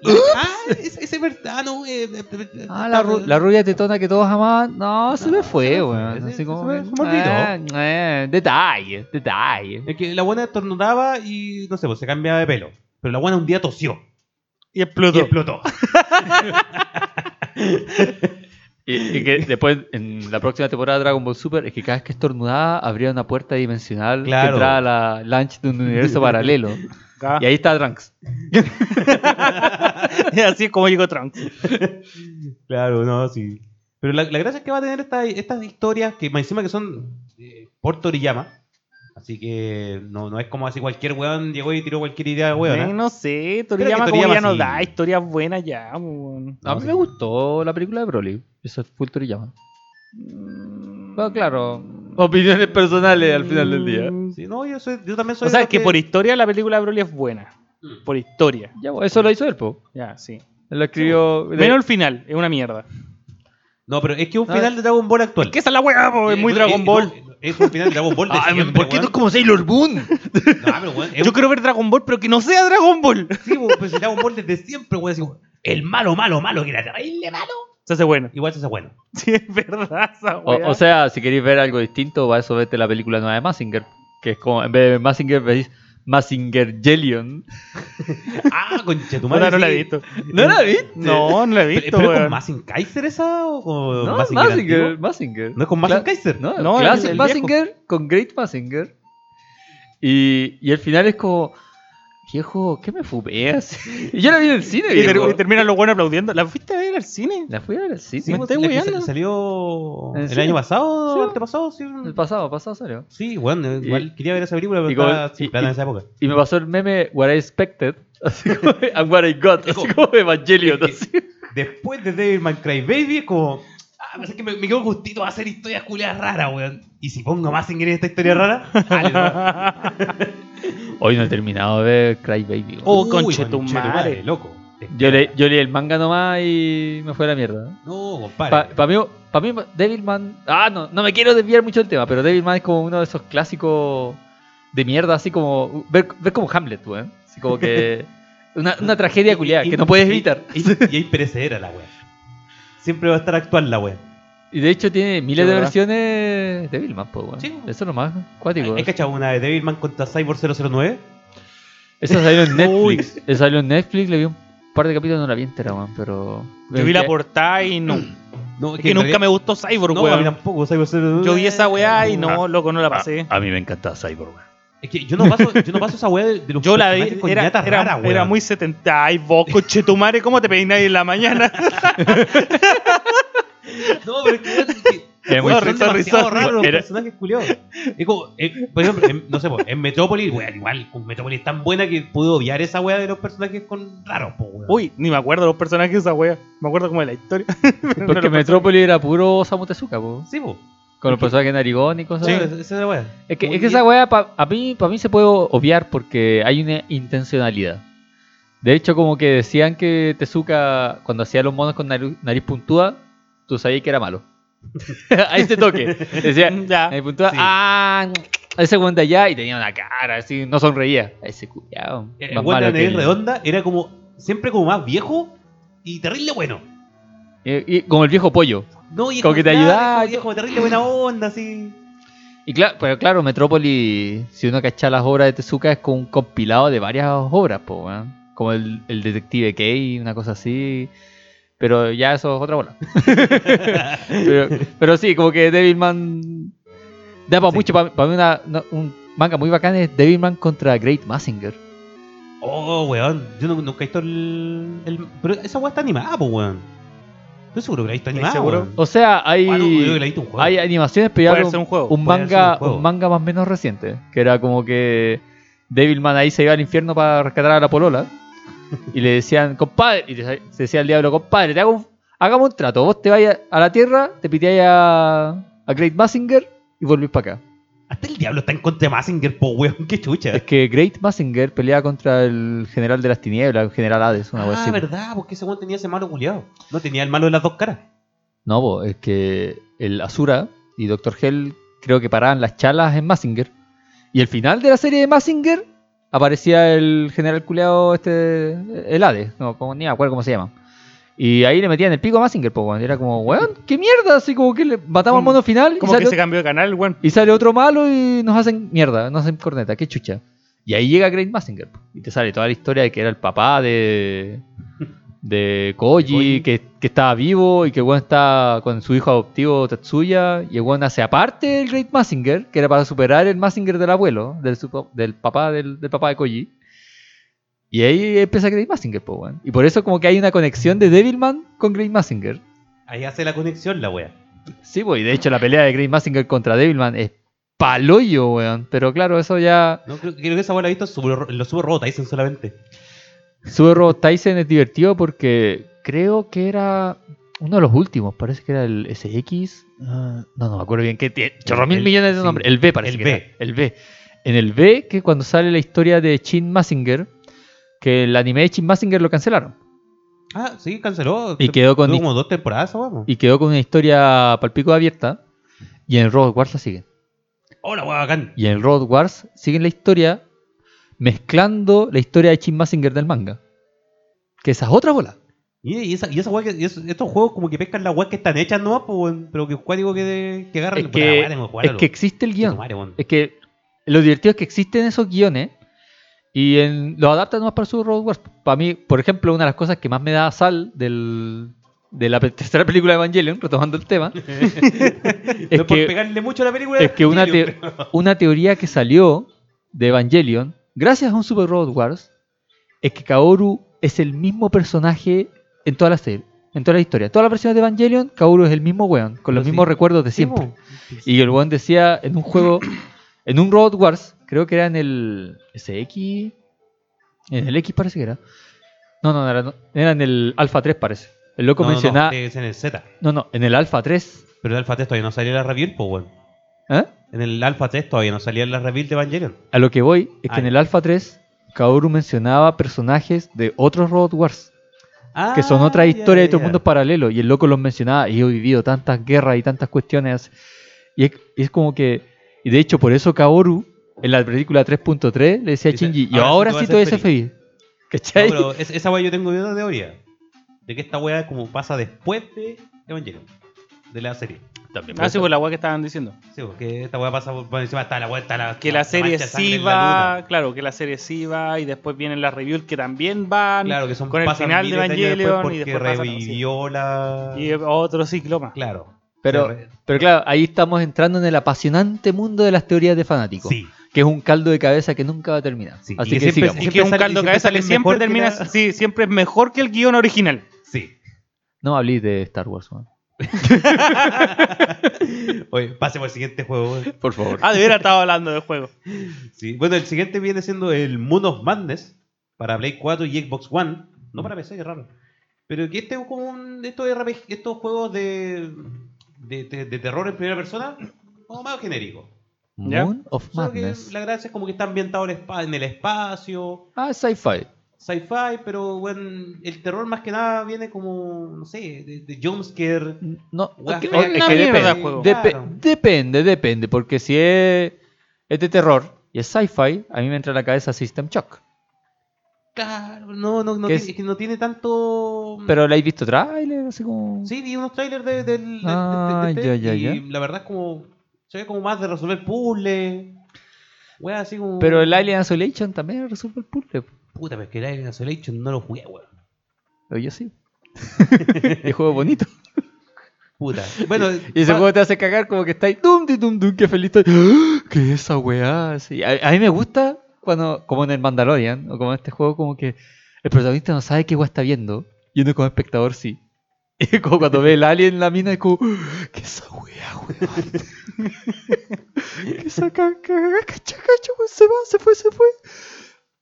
¡Uy! ah, ese, ese verdad, no, eh, eh, eh,
Ah, la, ru- la rubia tetona que todos amaban. No, se
No,
me fue,
se me fue,
weón.
se-
Así como.
se me- se me olvidó.
Ah, eh, detalle, detalle.
Es que la buena estornudaba y no sé, pues se cambiaba de pelo. Pero la buena un día tosió
Y
y
explotó.
explotó.
Y, y que después, en la próxima temporada de Dragon Ball Super, es que cada vez que estornudaba abría una puerta dimensional
Claro.
que entraba a la lunch de un universo paralelo.
Acá.
Y ahí está Trunks.
Así es como llegó Trump.
Claro, no, sí. Pero la, la gracia es que va a tener esta- estas historias que más encima que son eh, por Toriyama. Así que no, no es como así cualquier weón llegó y tiró cualquier idea de weón.
Eh,
¿eh?
no sé,
Creo que
Toriyama como
Toriyama
ya nos
sí.
da historias buenas ya. weón.
A mí me gustó la película de Broly. Eso es full Toriyama. Pero claro, opiniones personales al final del día.
Mm,
Sí, no, yo, soy- yo Mm. también soy.
O sea,
de los
que por historia la película de Broly es buena. Por historia.
Ya, pues, eso lo hizo él, po.
Ya, sí.
Él lo escribió. de-
Menos el final, es una mierda.
No, pero es que un
Ah.
final de Dragon Ball actual.
¿Qué es la weá, po? Es muy
Eh,
Dragon
eh,
Ball. Ah,
no, es un final de Dragon Ball de
Ay,
siempre,
¿Por qué no
weón.
es como Sailor Moon?
No, pero weón, es
Yo
un-
quiero ver Dragon Ball, pero que no sea Dragon Ball.
sí, weón, pero si Dragon Ball desde siempre, weón. así, weón, El malo, malo, malo, que era terrible, malo.
Se hace bueno.
Igual se hace bueno.
Sí, es verdad esa
O,
weá.
o sea, si queréis ver algo distinto, va eso vete la película nueva de Massinger. Que es como, en vez de Massinger, veis Massinger Jellion.
Ah, concha tu madre.
Puta, no la he
sí.
visto.
¿No la viste?
No, no la he
¿Pero,
visto,
pero es con
weón.
Massinger Kaiser esa o con
No,
Mazinger
Massinger.
antiguo?
Massinger.
¿No es con Massinger
Cla-
Kaiser?
No,
No, el-
Classic
el
Mazinger con Great Mazinger. Y, y el final es como, viejo, ¿qué me fumeas? Y yo la vi en el cine,
Y, ter-
viejo.
y terminan los buenos aplaudiendo. ¿La fuiste a ver al cine?
La fui a ver al cine.
Sí,
me
pues,
estoy
la que
weando.
sa- salió
¿En
el
serio?
año pasado,
Sí.
antepasado, sí. un-
El pasado, pasado salió.
Sí, bueno, igual
Y-
quería ver esa película, pero
y como-
estaba
y-
sin plata
y-
en esa época.
Y me pasó el meme What I Expected, así como, and What I Got, así como Evangelion. así.
Después de Devil May Cry Baby es como... Ah, pasa que me, me quedo justito a hacer historias culiadas raras, weón. Y si pongo Massinger en esta historia rara... dale, no.
Hoy no he terminado de ver Cry Baby. güey.
Oh,
Uy,
conchetumare.
conchetumare, loco.
Yo, le- yo leí el manga nomás y me fue a la mierda.
No, compadre.
Para mí, pa mí, Devilman. Ah, no, no me quiero desviar mucho del tema, pero Devilman es como uno de esos clásicos de mierda, así como. Ver, ver como Hamlet, weón. Así como que. Una, una tragedia culiada que no puedes evitar.
Y, y ahí perecerá la wea. Siempre va a estar actual la wea.
Y de hecho tiene miles de
¿verdad?
versiones Devilman, pues, weón.
Sí, weón.
Eso es lo más cuático.
¿Has
weón.
cachado una de Devilman contra Cyborg 009?
Eso salió en Netflix. Eso salió en Netflix, le vi un par de capítulos, no la vi entera, weón, pero.
Yo vi la portada y no.
No,
Es que
en
nunca
realidad-
me gustó Cyborg,
No, Ah. a mí
weón.
tampoco, Cyborg 009.
Yo vi esa weá y no, loco, no la pasé.
Ah, A, a mí me encantaba Cyborg. weón.
Es que yo no paso, yo no paso esa wea de, de los
Yo la
personajes
vi,
con
era,
ñata
era,
rara,
era
weón.
muy 70. Ay, vos, cochetumare, ¿cómo te peináis en la mañana?
No, pero es que- es que...
Es muy
weón,
sorry,
son
sorry,
demasiado
sorry.
raros los
Era-
personajes culiados. Es como, eh, por ejemplo, en- no sé, po, en Metrópolis, weón, igual, con Metrópolis tan buena que pude obviar esa wea de los personajes con raros, po, weón.
Uy, ni me acuerdo los personajes de esa wea. Me acuerdo como de la historia. Pero no
Porque
lo-
Metrópolis era puro Samu Tezuka, po,
Sí, po.
Con los personajes narigón y cosas
Sí,
así.
esa es la wea.
Es que,
Muy
es que esa weá pa- a mí, para mí se puede obviar porque hay una intencionalidad. De hecho, como que decían que Tezuka, cuando hacía los monos con nariz, nariz puntúa, tú sabías que era malo. Ahí te toque. Decía,
Mm, Ya.
nariz puntúa,
Sí.
ah, ese weón de allá, y tenía una cara así, no sonreía. Ese culiao,
El weón de
más malo
la
que
nariz
el-
redonda era como siempre como más viejo y terrible bueno.
y- y como el viejo pollo.
No, y
Como que te ayudaba,
y viejo, terrible buena onda, así.
Y claro, pero claro, Metrópoli, si uno cacha las obras de Tezuka, es como un compilado de varias obras, po, weón. como el, el Detective Key, una cosa así. Pero ya eso es otra bola. pero, pero sí, como que Devilman. Da para
Sí.
mucho, para mí una- una- un manga muy bacán es Devilman contra Great Massinger.
Oh, weón. Yo nu- nunca he visto el. el- pero esa weá está animada, pues weón. Estoy seguro que la viste
¿Estáis
animada.
seguro?
weón.
O sea,
Ah, no, yo creo que la
hay,
viste un juego.
hay animaciones, pero ya
Puede
lo-
ser un juego.
un
Puede ser
manga,
un juego.
un manga más o menos reciente, que era como que Devilman ahí se iba al infierno para rescatar a la polola y le decían, compadre, y le- se decía al diablo, compadre, te hago un- hagamos un trato, vos te vayas a la tierra, te piteáis a, a Great Massinger y volvís para acá.
Hasta el diablo está en contra de Massinger, po, weón. Qué chucha.
Es que Great Massinger peleaba contra el general de las tinieblas, el general Hades, una cosa
ah,
así.
verdad, porque ese weón tenía ese malo culiado. No tenía el malo de las dos caras.
No, po, es que el Asura y Doctor Hell creo que paraban las chalas en Massinger. Y el final de la serie de Massinger aparecía el general culeado este, el Hades, no, como, ni me acuerdo cómo se llama. Y ahí le metían el pico a Massinger, po, weón. Y era como, weón, qué mierda, así como que le matamos al mono final y
Como que
sale,
se cambió de canal, weón.
y sale otro malo y nos hacen mierda, nos hacen corneta, qué chucha. Y ahí llega Great Massinger po, y te sale toda la historia de que era el papá de, de Koji,
Koji.
Que, que estaba vivo y que el weón está con su hijo adoptivo Tatsuya. Y el weón hace aparte el Great Massinger, que era para superar el Massinger del abuelo, del, supo- del papá del, del papá de Koji. Y ahí empieza Great Massinger, po, weón. Y por eso como que hay una conexión de Devilman con Great Massinger.
Ahí hace la conexión la wea.
Sí, pues, y de hecho la pelea de Grey Massinger contra Devilman es paloyo, weón. Pero claro, eso ya.
No, creo, creo que esa wea la he visto en Super- en los Super Robot Tyson solamente.
Super Robot Tyson es divertido porque creo que era uno de los últimos, parece que era el SX. ah, no, no me acuerdo bien qué tiene. Chorro mil
el-
millones de
sí,
nombres. El B parece
el
que
B.
era, El B. En el B, que cuando sale la historia de Chin Massinger, que el anime de Chin Massinger lo cancelaron.
Ah, sí, canceló.
Y quedó con
Tuvo
dis-
como dos temporadas, vamos.
Y quedó con una historia palpico abierta. Y en Rogue Wars la siguen.
Hola, Oh, wea, bacán.
y en Road Wars siguen la historia mezclando la historia de Chin Massinger del manga. Que esa es otra bola.
Y, y esa, y esa wea que, y eso- estos juegos como que pescan las weas que están hechas nomás, po, weón. Pero que cuático que, que agarran
Es que, es que existe el guión. Es que lo divertido es que existen esos guiones y en- los adaptan más para su Road Wars. Para mí, por ejemplo, una de las cosas que más me da sal del, de la pe- tercera película de Evangelion, retomando el tema,
es por
que-
pegarle mucho a la película.
es que una,
Evangelion,
te- una teoría que salió de Evangelion, gracias a un Super Robot Wars, es que Kaoru es el mismo personaje en toda la serie, en toda la historia. Todas las versiones de Evangelion, Kaoru es el mismo weón, con los
Sí.
mismos recuerdos de
Sí,
siempre.
po.
Y el weón decía en un juego, en un Robot Wars, creo que era en el SX, en el X parece que era. No, no, no era, no, era en el Alpha 3 parece. El loco
No, no, eh. no,
mencionaba...
es en el Z.
No, no, en el Alpha 3.
Pero el Alpha Test todavía no salía la reveal, po, weón.
¿eh?
En el Alpha Test todavía no salía la reveal de Evangelion.
A lo que voy es que
Ah,
en
ya.
el Alpha 3, Kaoru mencionaba personajes de otros Robot Wars, que son
Ah,
otra historia de otros mundos paralelos, y el loco los mencionaba, y yo he vivido tantas guerras y tantas cuestiones, y es, y es como que, y de hecho por eso Kaoru, en la película 3.3, le decía a
Dice,
Shinji, y
"Ahora
ahora
sí te
sí
vas
te voy
a
a
ser
ser feliz.
No,
¿Cachai?
pero es- esa weá yo tengo una teoría. De que esta weá como pasa después de Evangelion. De la serie.
También
Ah, sí, pues la weá que estaban diciendo.
Sí, porque esta weá pasa por, por encima está la weá, está la.
Que la serie
mancha de sangre
sí
en la
va, claro, que la serie sí va y después vienen las reviews que también van.
luna. Claro, que son
con el
pasan
final de
miles años
Evangelion
después
y
porque
después pasan- sí.
revivió la.
Y otro ciclo más.
Claro.
Pero,
Se re-
pero claro, ahí estamos entrando en el apasionante mundo de las teorías de fanáticos,
Sí.
que es un caldo de cabeza que nunca va a terminar.
Sí, y
Así
que
que,
siempre-
sigamos.
Y
siempre
que es un
sale-
caldo
y
de
siempre
cabeza
sale
que siempre
mejor que
termina.
la-
Sí, siempre es mejor que el guión original.
Sí.
No hablé de Star Wars, man.
Oye, pasemos al siguiente juego. weón.
por favor.
Ah, de veras estaba hablando de juego.
Sí. Bueno, el siguiente viene siendo el Moon of Madness para Play 4 y Xbox One. No para PC, es raro. Pero que este es como un, estos, RPG estos juegos de, de, de- de terror en primera persona, como más genérico.
¿Ya?
Moon of
Solo que
Madness.
la gracia es como que está ambientado el espa- en el espacio,
Ah, sci-fi.
sci-fi, pero bueno, el terror más que nada viene como, no sé, de, de jumpscare.
No,
Weas
es que-
feas
es
que
que
salen en
depende,
el juego.
Depe-
Claro.
depende, depende, porque si es, es de terror y es sci-fi, a mí me entra en la cabeza System Shock.
Claro, no, no, no,
Que
tiene,
es-
es que no tiene tanto...
Pero la habéis visto trailer, así como...
Mm. Sí, vi unos trailers de, del- del-
Ah,
del- del-
ya, ya,
y la verdad es como. Se ve como más de resolver puzzles. Wea, así como.
Pero el Alien Isolation también resuelve el puzzle.
Puta, pero es que el Alien Isolation no lo jugué, weón.
Pero yo sí. el juego es bonito.
Puta. Bueno,
Y ese
va-
juego te hace cagar como que estáis dum di, dum dum, qué feliz estoy. ¡Ah! ¿Qué es esa weá? Sí, a, a mí me gusta cuando, como en el Mandalorian, o como en este juego, como que el protagonista no sabe qué weá está viendo, y uno como espectador sí. Y como cuando ve el alien en la mina, es como, ¡Ah! ¿qué esa weá, weón? ¿Qué esa cagada, cacha, cacha, weón? Se va, se fue, se fue.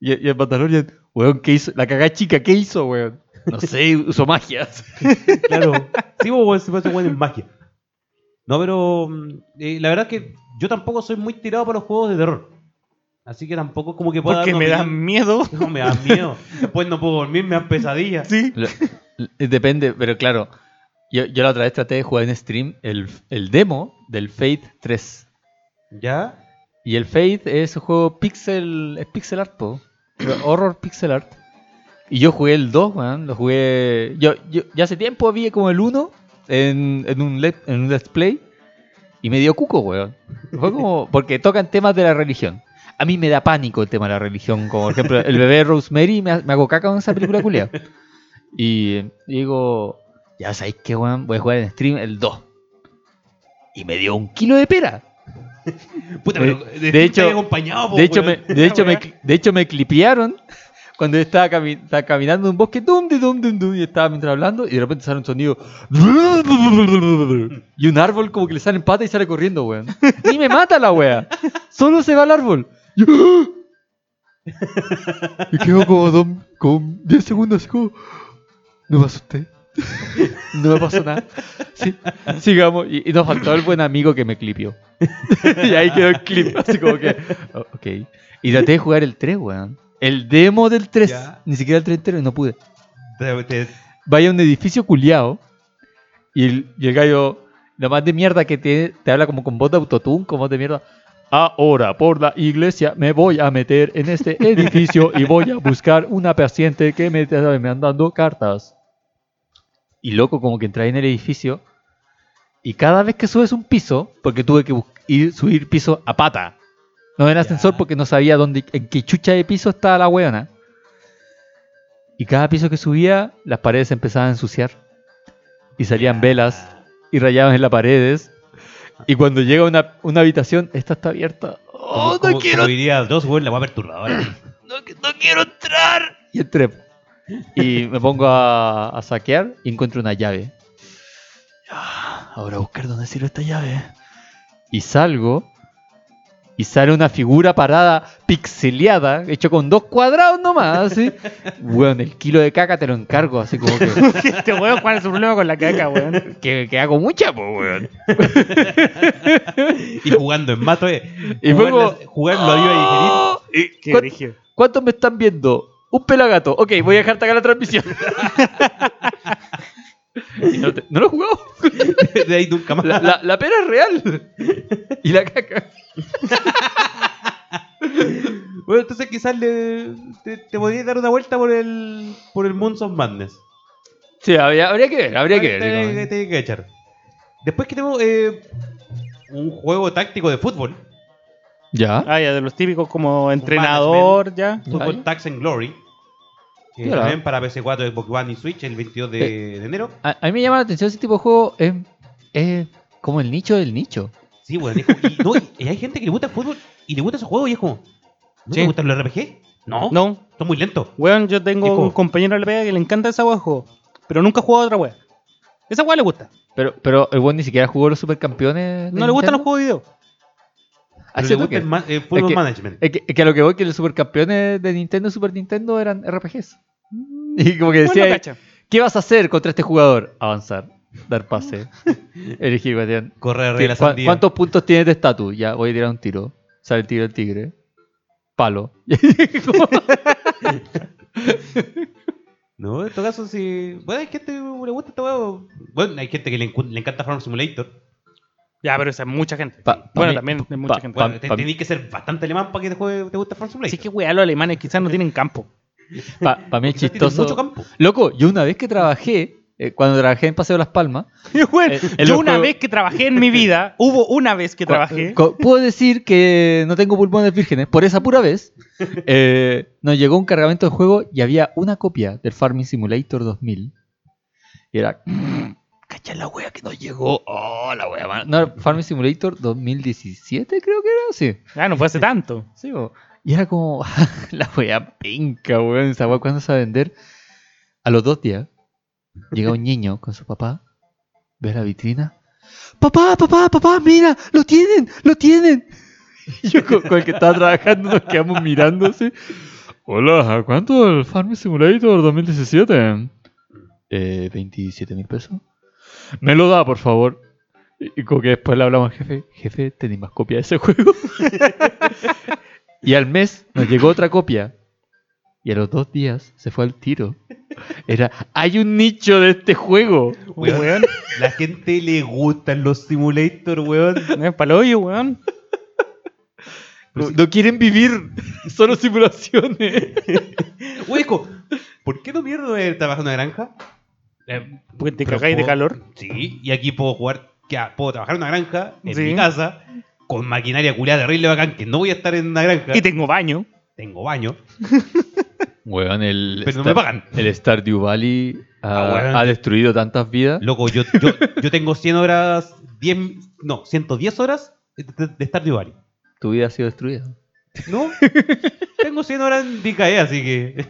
Y, y el Mandalorian, weón, ¿qué hizo? La cagada chica, ¿qué hizo, weón? No sé, usó magia.
Claro. Sí, pues, weón, se pasa weón en magia. No, pero mm, eh, la verdad es que yo tampoco soy muy tirado para los juegos de terror. Así que tampoco es como que pueda
Porque
dar
me
una
da
opinión.
miedo.
No, me da miedo. Después no puedo dormir, me dan pesadillas.
Sí.
Lo- l- Depende, pero claro. Yo, yo la otra vez traté de jugar en stream el, el demo del Fate 3.
¿Ya?
Y el Fate es un juego pixel, es pixel art, po. horror pixel art. Y yo jugué el 2, weón. Lo jugué. Yo, yo ya hace tiempo vi como el 1 en, en, un let- en un let's play. Y me dio cuco, weón. Fue como. Porque tocan temas de la religión. A mí me da pánico el tema de la religión. Como por ejemplo, el bebé Rosemary me, ha- me hago caca con esa película culia. Y digo. Ya sabéis que, weón, voy a jugar en stream el 2. Y me dio un kilo de pera.
Puta,
De-
pero
Eh,
eh,
de
estoy
hecho-
acompañado, po,
De hecho, me,
weón.
de, hecho me,
weá.
de hecho, me clipearon cuando yo estaba, cami- estaba caminando en un bosque, dum, de dum, dum, dum, y estaba mientras hablando, y de repente sale un sonido. Y un árbol como que le sale en pata y sale corriendo, weón. Y me mata la wea. Solo se va el árbol. Y, yo, ¡ah! y quedo como, dos- como 10 segundos, así como. No me asusté. No me pasó nada. Sí, sigamos. Y, y nos faltó el buen amigo que me clipió. y ahí quedó el clip. Así como que. oh, ok. Y traté de jugar el 3, weón. El demo del 3.
Ya.
Ni siquiera el 3 entero y no pude.
Te- te-
Vaya a un edificio culiao. Y el, y el gallo, la más de mierda que te, te habla como con voz de autotune, con voz de mierda. Ahora, por la iglesia, me voy a meter en este edificio y voy a buscar una paciente que me está dando cartas. Y loco, como que entré en el edificio. Y cada vez que subes un piso, porque tuve que bus- ir, subir piso a pata. No en ascensor porque no sabía dónde, en qué chucha de piso estaba la weona. Y cada piso que subía, las paredes se empezaban a ensuciar. Y salían velas y rayaban en las paredes. Y cuando llega una, una habitación, esta está abierta.
como-
¡Oh, no
como-
quiero
como diría dos, weón, la va perturbadora.
y entré. Y me pongo a, a saquear y encuentro una llave. Ah, Ahora a buscar dónde sirve esta llave. Y salgo. Y sale una figura parada, pixeleada, hecho con dos cuadrados nomás, así. Bueno, el kilo de caca te lo encargo, así como que...
Este weón, ¿cuál es su problema con la caca, weón?
Que, que hago mucha, pues, weón.
Y jugando en mato, eh.
Y
Jugarla-
fue como-
jugarlo ahí a
¡Oh!
digerir.
Y-
Qué
¿cuán-
brígido.
¿Cuántos me están viendo? Un pelagato. Ok, voy a dejarte acá la transmisión. Y no, te- no lo he jugado.
De ahí nunca más.
¡Ah! La, la- la pera es real. Y la caca.
Bueno, entonces quizás le, te, te podrías dar una vuelta por el por el Moons of Madness.
Sí, habría, habría que ver, habría que
Ahí te-
ver.
ahí
digo.
te hay que echar. Después que tenemos eh, un juego táctico de fútbol,
Ya.
Ah, ya, de los típicos como entrenador, ya.
Ya,
Fútbol
ya.
Tax and Glory, que
Claro.
también para PC4, Xbox One y Switch el 22 de, de enero.
A, a mí me llama la atención ese tipo de juego. Es, es como el nicho del nicho.
Sí, bueno, y, no, y- y hay gente que le gusta el fútbol y le gusta ese juego y es como, ¿no
Sí.
te gustan los RPG? No, no.
No,
son muy lentos.
weón, yo tengo
Hijo.
un compañero de la pega que le encanta esa weá de juego. Pero nunca ha jugado a otra weá. Esa weá le gusta.
Pero, pero el buen ni siquiera jugó los supercampeones. de
No le gustan los
Nintendo.
juegos de video.
Ah,
Pero le
cierto
gusta
que-
el, ma- el fútbol
que-
management.
Es que, es que a lo que voy, que los supercampeones de Nintendo y Super Nintendo eran RPGs. Y como que
Mm. Bueno,
decía,
cacha.
¿qué vas a hacer contra este jugador? Avanzar, dar pase, elegir guardián.
Correr
¿Qué-
de la
cua-
sandía.
¿Cuántos puntos tienes de estatus? Ya, voy a tirar un tiro. Sale el tiro del tigre. Palo.
No, en todo caso, sí. Bueno, hay gente que le gusta este juego. Bueno, hay gente que le, encu- le encanta Farm Simulator.
Ya, pero esa es mucha gente.
Pa- pa
bueno,
mí-
también es mucha
pa-
gente.
Bueno,
Pam,
te-
pam.
tenés que ser bastante alemán para que te, juegue, te guste Farm Simulator.
Así que weá, los alemanes quizás
Eh,
no tienen campo.
Para mí es
Quizás tiene
chistoso.
mucho campo.
Loco, yo una vez que trabajé, eh, cuando trabajé en Paseo de las Palmas,
Weón,
Eh, en
yo
los
una
juegos-
vez que trabajé en mi vida, hubo una vez que trabajé.
Co- Puedo decir que no tengo pulmones vírgenes. Por esa pura vez, eh, nos llegó un cargamento de juego y había una copia del Farming Simulator 2000. Y era. Cacha la wea que nos llegó. Oh, la wea, man. No, Farming Simulator 2017, creo que era. Sí.
Ah, no fue hace tanto.
Sí, bo. Y era como, la wea pinca, weón. Esa wea, ¿cuándo se va a vender? A los dos días. Llega un niño con su papá, ve la vitrina. Papá, papá, papá, mira, lo tienen, lo tienen. Y yo con, con el que estaba trabajando nos quedamos mirando así. Hola, ¿a cuánto el Farm Simulator 2017? Eh, 27 mil pesos. Me lo da, por favor. Y y como que después le hablamos al jefe, jefe, tenéis más copia de ese juego. y al mes nos llegó otra copia. Y a los dos días se fue al tiro. Era, hay un nicho de este juego.
Weón,
Weón.
La gente le gustan los simulators, weón.
No es pa'l hoyo, weón.
No, no quieren vivir, solo simulaciones.
Hueco, ¿por qué no mierda me trabajo en una granja? Eh,
Porque te
pero
cagáis de
puedo-
calor.
Sí, y aquí puedo jugar, que, ah, puedo trabajar en una granja, en
Sí.
mi casa, con maquinaria culiada terrible bacán, que no voy a estar en una granja.
Y tengo baño.
Tengo baño,
Weón, el,
pero no me
Star-
pagan.
el Stardew Valley ha,
Ah, weón.
ha destruido tantas vidas.
Loco, yo, yo, yo tengo 100 horas, 10, no, 110 horas de, de, de Stardew Valley.
Tu vida ha sido destruida.
¿No? tengo 100 horas en DKE, así que...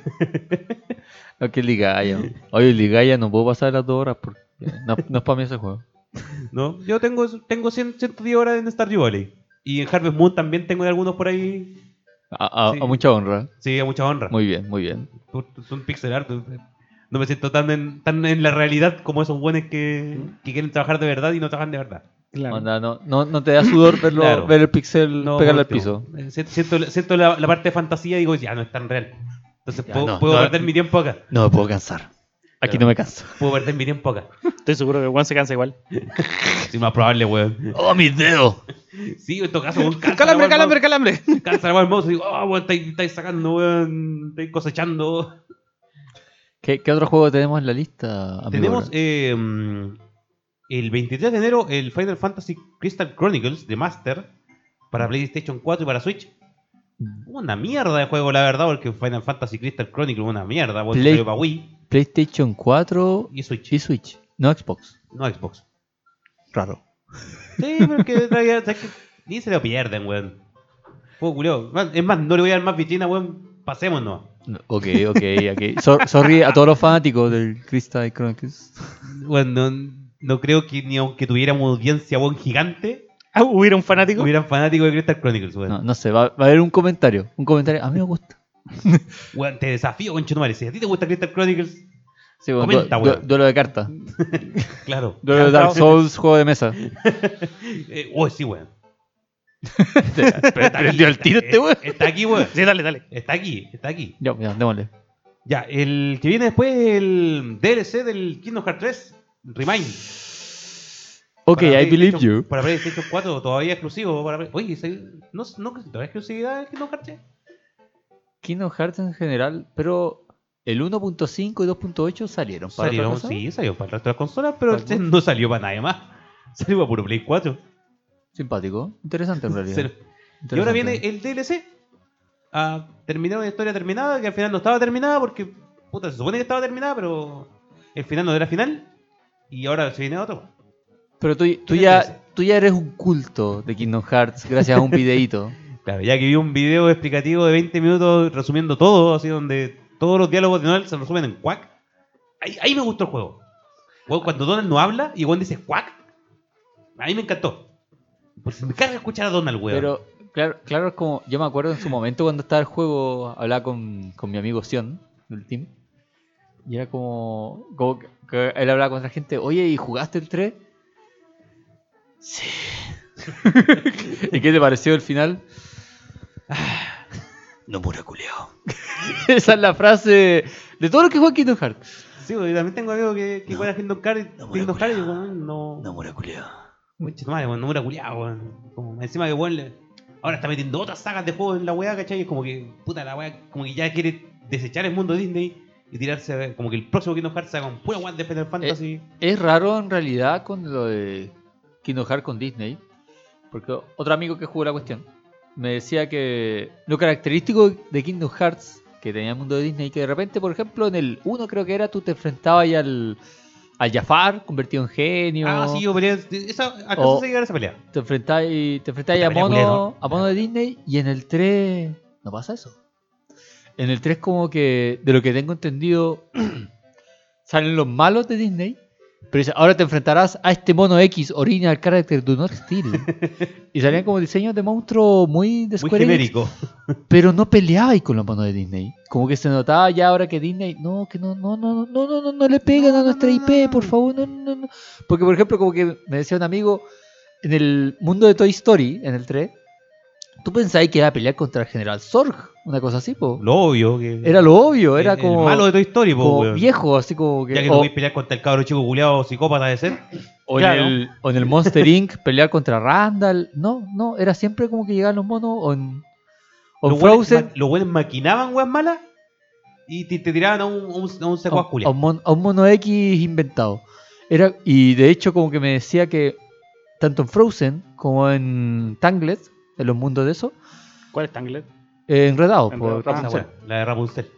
No, que Ligaya. Oye, Ligaya no puedo pasar las dos horas porque no, no es para mí ese juego.
¿no? Yo tengo, tengo 100, 110 horas en Stardew Valley. Y en Harvest Moon también tengo algunos por ahí.
A, a-
Sí.
a mucha honra.
Sí, a mucha honra.
Muy bien, muy bien.
Por- Son pixel art. No me siento tan en, tan en la realidad como esos buenos que, que quieren trabajar de verdad y no trabajan de verdad.
Claro.
Onda, no, no, no te da sudor verlo,
Claro.
ver el pixel
No,
pegarle al
por
piso.
último, eh, Siento, siento- siento la, la parte de fantasía y digo, ya no es tan real. Entonces
Ya,
puedo,
no,
puedo
no.
perder mi tiempo acá.
No me puedo cansar.
Aquí no me canso.
Puedo perder mi tiempo acá.
Estoy seguro que el weón se cansa igual.
Sí, más probable, weón.
¡Oh, mis dedos!
Sí, en todo caso, weón. cansa la weá,
Calambre, calambre, calambre.
weón. Cansa la weá, el mouse. y Digo, oh, weón, estáis estáis sacando, weón. Estáis cosechando.
¿Qué, qué otro juego tenemos en la lista? Ah, amigo?
Tenemos eh, mm, el 23 de enero el Final Fantasy Crystal Chronicles de Master para PlayStation 4 y para Switch. Una mierda de juego, la verdad, porque Final Fantasy Crystal Chronicles es una mierda, porque
Play-
salió para Wii
PlayStation 4
y Switch,
y Switch, no Xbox.
no Xbox.
Raro.
Sí, pero que en realidad, ¿sabes qué? ni se lo pierden, weón. Juego culiao. Man, Es más, no le voy a dar más vitrina, weón. Pasémonos.
Ok, ok, ok. So- sorry a todos los fanáticos del Crystal Chronicles.
Bueno, no, no creo que ni aunque tuviéramos audiencia, weón, gigante,
Ah, hubiera un fanático.
hubieran fanáticos de Crystal Chronicles, weón.
No, no sé, va, va a haber un comentario. Un comentario, a mí me gusta.
Weón, te desafío, conchetumare. Si a ti te gusta Crystal Chronicles,
Sí, bueno,
Comenta,
du- du-
weón.
duelo de carta.
claro.
Duelo de Dark Souls, juego de mesa.
Eh, oh, sí, weón. eh,
Prendió el tiro este weón.
Está aquí, weón.
Sí, dale, dale.
Está aquí, está aquí.
Ya, ya, démosle.
Ya, el que viene después es el DLC del Kingdom Hearts 3, Remind.
Ok,
Para
I believe
PlayStation-
you.
Para PlayStation 4, todavía exclusivo. Para... Play- Oye, ¿se- ¿no, no todavía exclusividad del Kingdom Hearts 3?
Kingdom Hearts en general, pero el 1.5 y 2.8 salieron. para otra
Salieron,
cosa.
sí, salió para el resto de las consolas, pero el
Para
3 no salió para nadie más. Salió para puro Play 4.
Simpático. Interesante en realidad.
Cero. Y ahora
Interesante.
viene el DLC. A terminar una historia terminada que al final no estaba terminada porque, puta, se supone que estaba terminada, pero el final no era final. Y ahora se viene otro.
Pero tú, tú
eh, ¿Qué te
ya,
parece?
tú ya eres un culto de Kingdom Hearts gracias a un videíto.
Claro, ya que vi un video explicativo de 20 minutos resumiendo todo, así donde todos los diálogos de Donald se resumen en cuac. Ahí, ahí me gustó el juego. Weón, cuando Donald no habla y Juan dice cuac, a mí me encantó. Porque me carga escuchar a Donald, weón.
Pero claro, claro, es como yo me acuerdo en su momento cuando estaba el juego, hablaba con, con mi amigo Sion del team. Y era como, como que, que él hablaba con otra gente, oye, ¿y jugaste el 3? Sí. ¿Y qué te pareció el final?
No mura culiao.
Esa es la frase de todo lo que juega Kingdom Hearts.
Sí, weón, yo también tengo amigos que, que
No.
juegan Kingdom Hearts
No,
Kingdom
weón,
Hearts y weón, no.
No mura culiao.
Conche tu madre, weón, no era culiado, weón. Como encima que weón le- ahora está metiendo otras sagas de juegos en la weá, ¿cachai? Es como que, puta la weá, como que ya quiere desechar el mundo Disney y tirarse, a- como que el próximo Kingdom Hearts sea con pura weá de Final Fantasy.
Es raro en realidad con lo de Kingdom Hearts con Disney. Porque otro amigo que jugó la cuestión me decía que lo característico de Kingdom Hearts que tenía el mundo de Disney, que de repente, por ejemplo, en el 1 creo que era, tú te enfrentabas ahí al, al Jafar convertido en genio.
ah, sí, yo peleé. Esa, ¿Acaso
O-
se llegar a esa pelea?
Te enfrentabas te enfrentabas
Esta
a,
pelea
mono,
culiao, ¿no?
a mono de Disney y en el 3 no pasa eso. En el 3 como que, de lo que tengo entendido, salen los malos de Disney. Pero dice, ahora te enfrentarás a este mono X, original character, do not steal. y salían como diseños de monstruos muy de
Muy
Square Enix,
genérico.
pero no peleaba ahí con los monos de Disney. Como que se notaba ya ahora que Disney, no, que no, no, no, no, no, no, no, no le pegan a nuestra IP, por favor, no, no, no. Porque, por ejemplo, como que me decía un amigo, en el mundo de Toy Story, en el 3, ¿tú pensáis que iba a pelear contra el general Zorg? Una cosa así, po.
Lo obvio. Que
Era lo obvio, era
el- el
como,
malo de Toy Story, po,
como
weón.
viejo, así como que...
Ya que
o-
no voy a pelear contra el cabro chico culiado psicópata de ser.
O,
Claro.
en el, o en el Monster Inc. pelear contra Randall. No, no, era siempre como que llegaban los monos. O en, o en
Los buenos
Frozen.
ma- Los buenos maquinaban weas malas y te, te tiraban a un, a un, a un
a,
secuaz
a
culiao.
un mon- a un mono X inventado. Era, y de hecho, como que me decía que tanto en Frozen como en Tangled, en los mundos de eso,
¿Cuál es Tangled?
eh, enredados,
Enredados,
por-
Esa
Rapunzel.
wea, La de Rapunzel.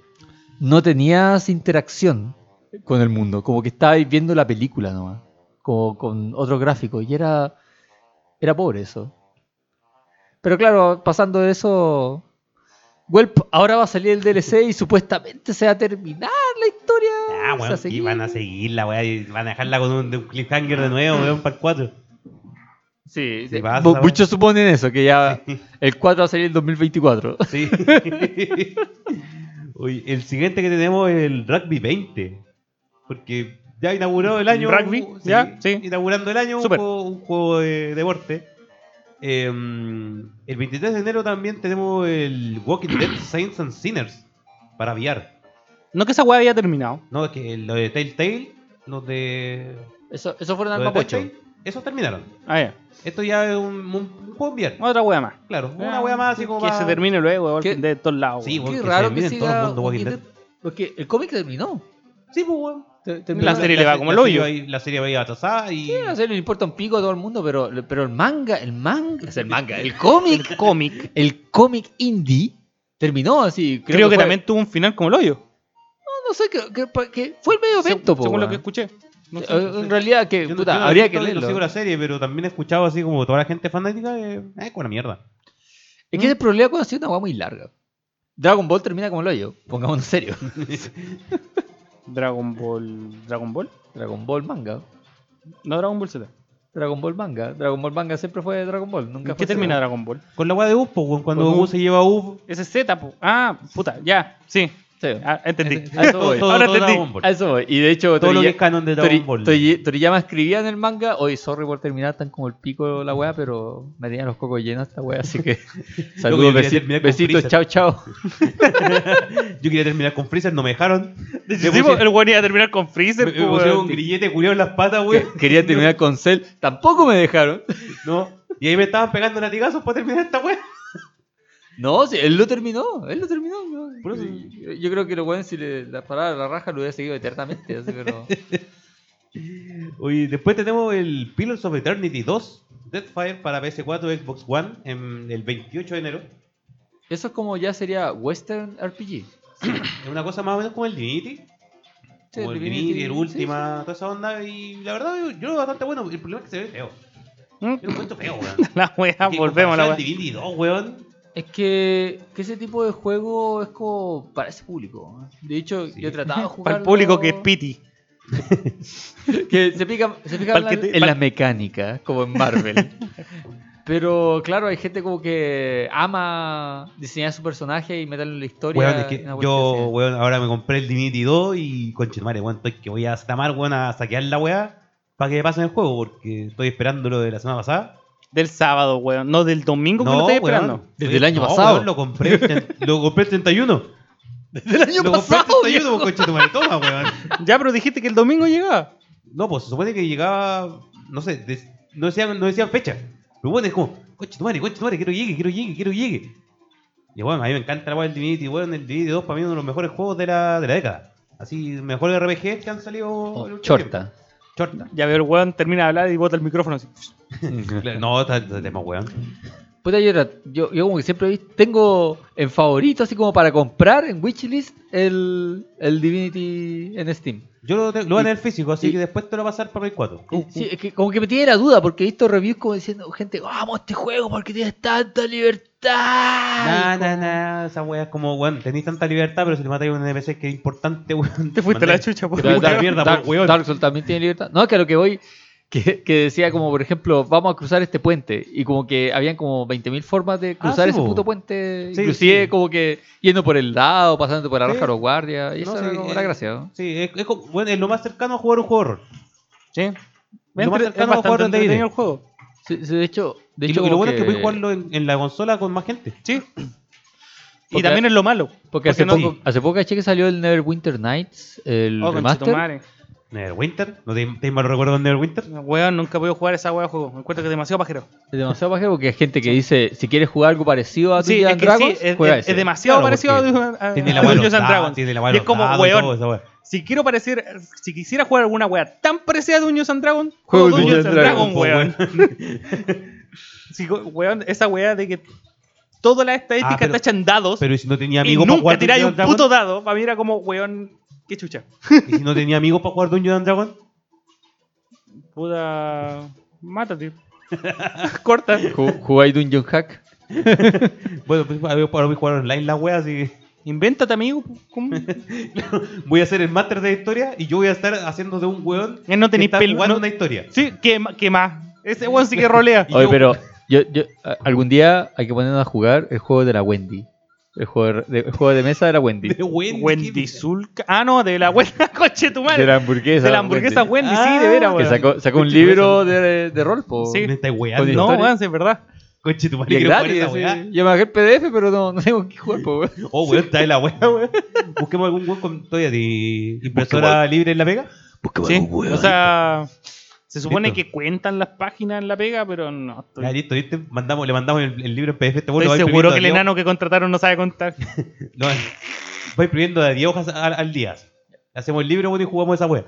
no tenías interacción con el mundo. Como que estabas viendo la película nomás. Como con otro gráfico. Y era. Era pobre eso. Pero claro, pasando de eso. Welp, ahora va a salir el DLC y supuestamente se va a terminar la historia.
Ah,
se va a
weón, y
seguir.
van a seguirla, weón, y van a dejarla con un, de un cliffhanger de nuevo, weón, para el 4.
Sí,
Sí,
sí.
pasa,
Mu-
weón.
muchos suponen eso, que ya el 4 va a salir en 2024.
Sí. Oye, el siguiente que tenemos es el Rugby 20. Porque ya inauguró el año.
Rugby, ya, sí.
Inaugurando el año un
Súper.
juego, un juego de deporte. Eh, el 23 de enero también tenemos el Walking Dead Saints and Sinners para VR.
No que esa weá había terminado.
No, es que los de Telltale, los de.
Eso, eso fueron
Los
al
de
mapocho.
Telltale, esos terminaron.
Ah, ya.
Esto ya es un, un, un juego en VR.
Otra weá más.
Claro, una wea más así como.
Ah, Que
para-
se termine luego,
¿Qué?
de todos lados.
Sí,
weón.
weón,
Qué
que
raro
se
que
miren todos los
siga.
mundos Walking Dead.
Porque el cómic terminó.
Sí, pues, weón.
La serie le va como el
la serie
hoyo.
va- La serie va a ir atrasada y.
Sí, a serio, le importa un pico a todo el mundo, pero, pero el manga, el manga, es el manga, el cómic,
Cómic.
el cómic indie terminó así.
Creo que
fue-
también tuvo un final como el hoyo.
No, no sé, que, que- que fue el medio evento,
Seg-
po,
según lo
weón.
que escuché. No sé.
Eh, En realidad, que
Yo no-
puta,
yo no-
habría
yo
que
no
leerlo.
sigo la serie, pero también he escuchado así como toda la gente fanática eh, es una mierda.
Es que ese problema cuando ha sido una hueá muy larga. Dragon Ball termina como el hoyo, pongámonos en serio.
Dragon Ball. ¿Dragon Ball?
Dragon Ball manga.
No, Dragon Ball Z.
Dragon Ball manga. Dragon Ball manga siempre fue Dragon Ball. Nunca
¿En
fue
qué termina
Dragon
Dragon Ball?
Con la wea de Uf, po, weón, cuando
Con
Goku
Uf.
se lleva a Uf,
Ese Z, po. Ah, puta, ya. Sí.
Ball? Sí.
Ah, entendí.
A eso voy.
todo,
Ahora
todo
entendí.
Dragon Ball.
A eso voy. Y de hecho,
Todo lo que
Toriyama-
es canon de
Tori-
Dragon Ball.
Tori- Toriyama escribía en el manga, oye, sorry por terminar tan como el pico la weá, pero me tenía los cocos llenos esta weá, así que saludos,
debería
besi-
terminar con
besitos,
Freezer.
chao, chao.
Yo quería terminar con Freezer, no me dejaron.
De
Me
hecho, sí, po,
pusieron-
el weón iba a terminar con Freezer.
me- me
po, weón.
pusieron un grillete culiado en las patas,
Que-
weón.
Quería terminar con Cell, tampoco me dejaron.
No. Y ahí me estaban pegando latigazos para terminar esta wea.
No, sí, él lo terminó, él lo terminó. ¿no?
Por eso-
Yo, yo creo que lo bueno si le la paraba la raja lo hubiera seguido eternamente, así pero...
Oye, después tenemos el Pillars of Eternity 2, Deadfire para PS4, Xbox One, en el 28 de enero.
Eso es como ya sería Western RPG.
Es una cosa más o menos como el Divinity.
Sí,
como el
Divinity,
Divinity, el
sí,
Ultima, toda esa onda. Y la verdad, yo, yo lo veo bastante bueno. El problema es que se ve feo.
Mm,
Yo lo encuentro feo, weón.
La weá,
Ah,
Que
volvemos a la
comparación
weá.
al Divinity 2, weón.
Es que, que ese tipo de juego es como para ese público. ¿eh? De hecho,
Sí.
yo he tratado de jugar.
Para el público que es piti.
que se pica, se pica
Pa'l
en,
que
la-
te-
en
pa'l-
las mecánicas, como en Marvel. Pero claro, hay gente como que ama diseñar su personaje y meterlo en la historia.
Weón, es que
una
yo,
cuestión así.
weón, ahora me compré el Divinity 2 y conchetumare, weón, estoy que voy a estamar, weón, a saquear la weá para que me pasen el juego, porque estoy esperando lo de la semana pasada.
Del sábado, weón. No, del domingo que lo estoy
weón.
esperando.
Desde el año
No,
pasado.
weón, lo compré, el tre- lo compré el 31.
Desde el año
Lo compré el
pasado.
31,
viejo.
pues, conchetumare, toma, weón.
Ya, pero dijiste que el domingo llegaba.
No, pues se supone que llegaba, no sé, des- no, decían, no decían fecha. Pero bueno, es como, conchetumare, conchetumare, quiero llegue, quiero llegue, quiero llegue. Y bueno, a mí me encanta la weá del Divinity, weón, el Divinity 2 para mí es uno de los mejores juegos de la, de la década. Así, mejores RPG que han salido.
Oh,
en el último tiempo.
Chorta.
Chorta.
Ya veo el weón termina de hablar y bota el micrófono así.
Claro, No, está está tema, weón.
Puta, yo, era- yo, yo como que siempre he visto- tengo en favorito, así como para comprar en Wishlist, el, el Divinity en Steam.
Yo lo, te- lo voy a tener físico, así
y-
que después te lo voy a pasar para Play 4.
Sí, es que como que me tiene la duda, porque he visto reviews como diciendo, gente, vamos a este juego porque tienes tanta libertad.
Nah, nah, nah, esa weá es como, weón, tenéis tanta libertad, pero si te matáis a un NPC que es importante, weón.
Te fuiste a la
mandé-
chucha, pues. por
Pero-
weón.
puta mierda, por weón.
Dark Souls también tiene libertad. No, que a lo que voy, que, que decía como, por ejemplo, vamos a cruzar este puente. Y como que habían como 20.000 formas de cruzar
Ah, sí,
ese
po.
puto puente.
Sí,
inclusive
sí.
como que yendo por el lado, pasando por la
Sí.
raja de los guardias.
No,
Y eso era
sí,
como la
eh,
gracia. ¿no?
Sí, es, es como- bueno, es lo más cercano a jugar un juego de horror.
Sí.
Lo más
Entre- es
cercano a jugar
bastante
de
entretenido el juego.
Sí, sí, de hecho, de
Y
hecho
lo, y lo
como
bueno es que
que-
puedes jugarlo en, en la consola con más gente.
Sí. Y
Porque-
también es lo malo.
Porque hace,
no-
poco, hace poco caché que salió el Neverwinter Nights, el
Oh,
remaster.
conchetumare.
Neverwinter, ¿no tenéis tenéis malos recuerdos de Neverwinter?
Weón, nunca he podido jugar esa weá de juego. Me encuentro que es demasiado pajero.
Es demasiado bajero porque hay gente que dice, si quieres jugar algo parecido
Ah,
a tu
Sí, es que sí,
Dragons,
es,
juega
es-
ese.
es demasiado
Claro,
parecido
porque
a, a,
Tiene la
a
weá
Dungeons and
dada,
Dragons.
tiene la weá
y es como,
dada y todo,
weón,
esa weá.
si quiero parecer, si quisiera jugar alguna weá tan parecida a Dungeons and Dragons,
Juego
juego
Dungeons
Dungeons
and
and
Dragons,
Dragons, weón. Sí, go- weón, esa weá de que toda la estadística
Ah, pero-
está hecha en dados
Pero ¿y si no tenía
y
amigos para
nunca
jugar
tiráis un
Dungeons and
puto dado, para mí era como, weón, qué chucha.
Dragons? ¿Y si no tenía amigos para jugar Dungeons and Dragons?
Puta, mátate. Corta.
Ju- ¿Jugáis Dungeon Hack?
Bueno, pues a ver, para mí jugar online la wea, así que
Invéntate, amigo. ¿Cómo?
voy a hacer el máster de historia y yo voy a estar haciendo de un weón
Eh, no
que
tenéis
está
pelu-
jugando
no-
una historia.
Sí, ¿qué, ma- qué más? Ese weón sí que rolea.
Y
Oye,
yo-
pero yo, yo- a- algún día hay que ponernos a jugar el juego de la Wendy. El juego de, el juego de mesa de la Wendy.
De Wendy.
Wendy Zulka. Ah, no, de la buena coche tu madre.
De la hamburguesa.
De la hamburguesa
Wendy.
Wendy,
Ah,
sí, de veras,
que
Que
weón.
sacó, sacó un libro de, de rol, po.
Sí.
Me estáis
Con
weando.
Ah, No,
historia.
weón, sí, es verdad.
Conche tu madre,
Y es
quiero jugar
gratis.
esa
sí.
weá.
Yo me bajé el PDF, pero no, no tengo que jugar, po. weón.
Oh, weón, trae la weá, weón. Busquemos algún weón con todavía de impresora libre en la pega.
Busquemos
Sí.
algún weón.
O sea, se supone
Listo.
que cuentan las páginas en la pega, pero no. estoy-
Ya, Ah, listo, ¿viste? Mandamos, le mandamos el, el libro en PDF. Este weón lo va
Estoy seguro que el
imprimiendo a
enano que contrataron no sabe contar.
diez- lo va- Va imprimiendo de 10 hojas al, al día. Hacemos el libro, weón, y jugamos esa weá.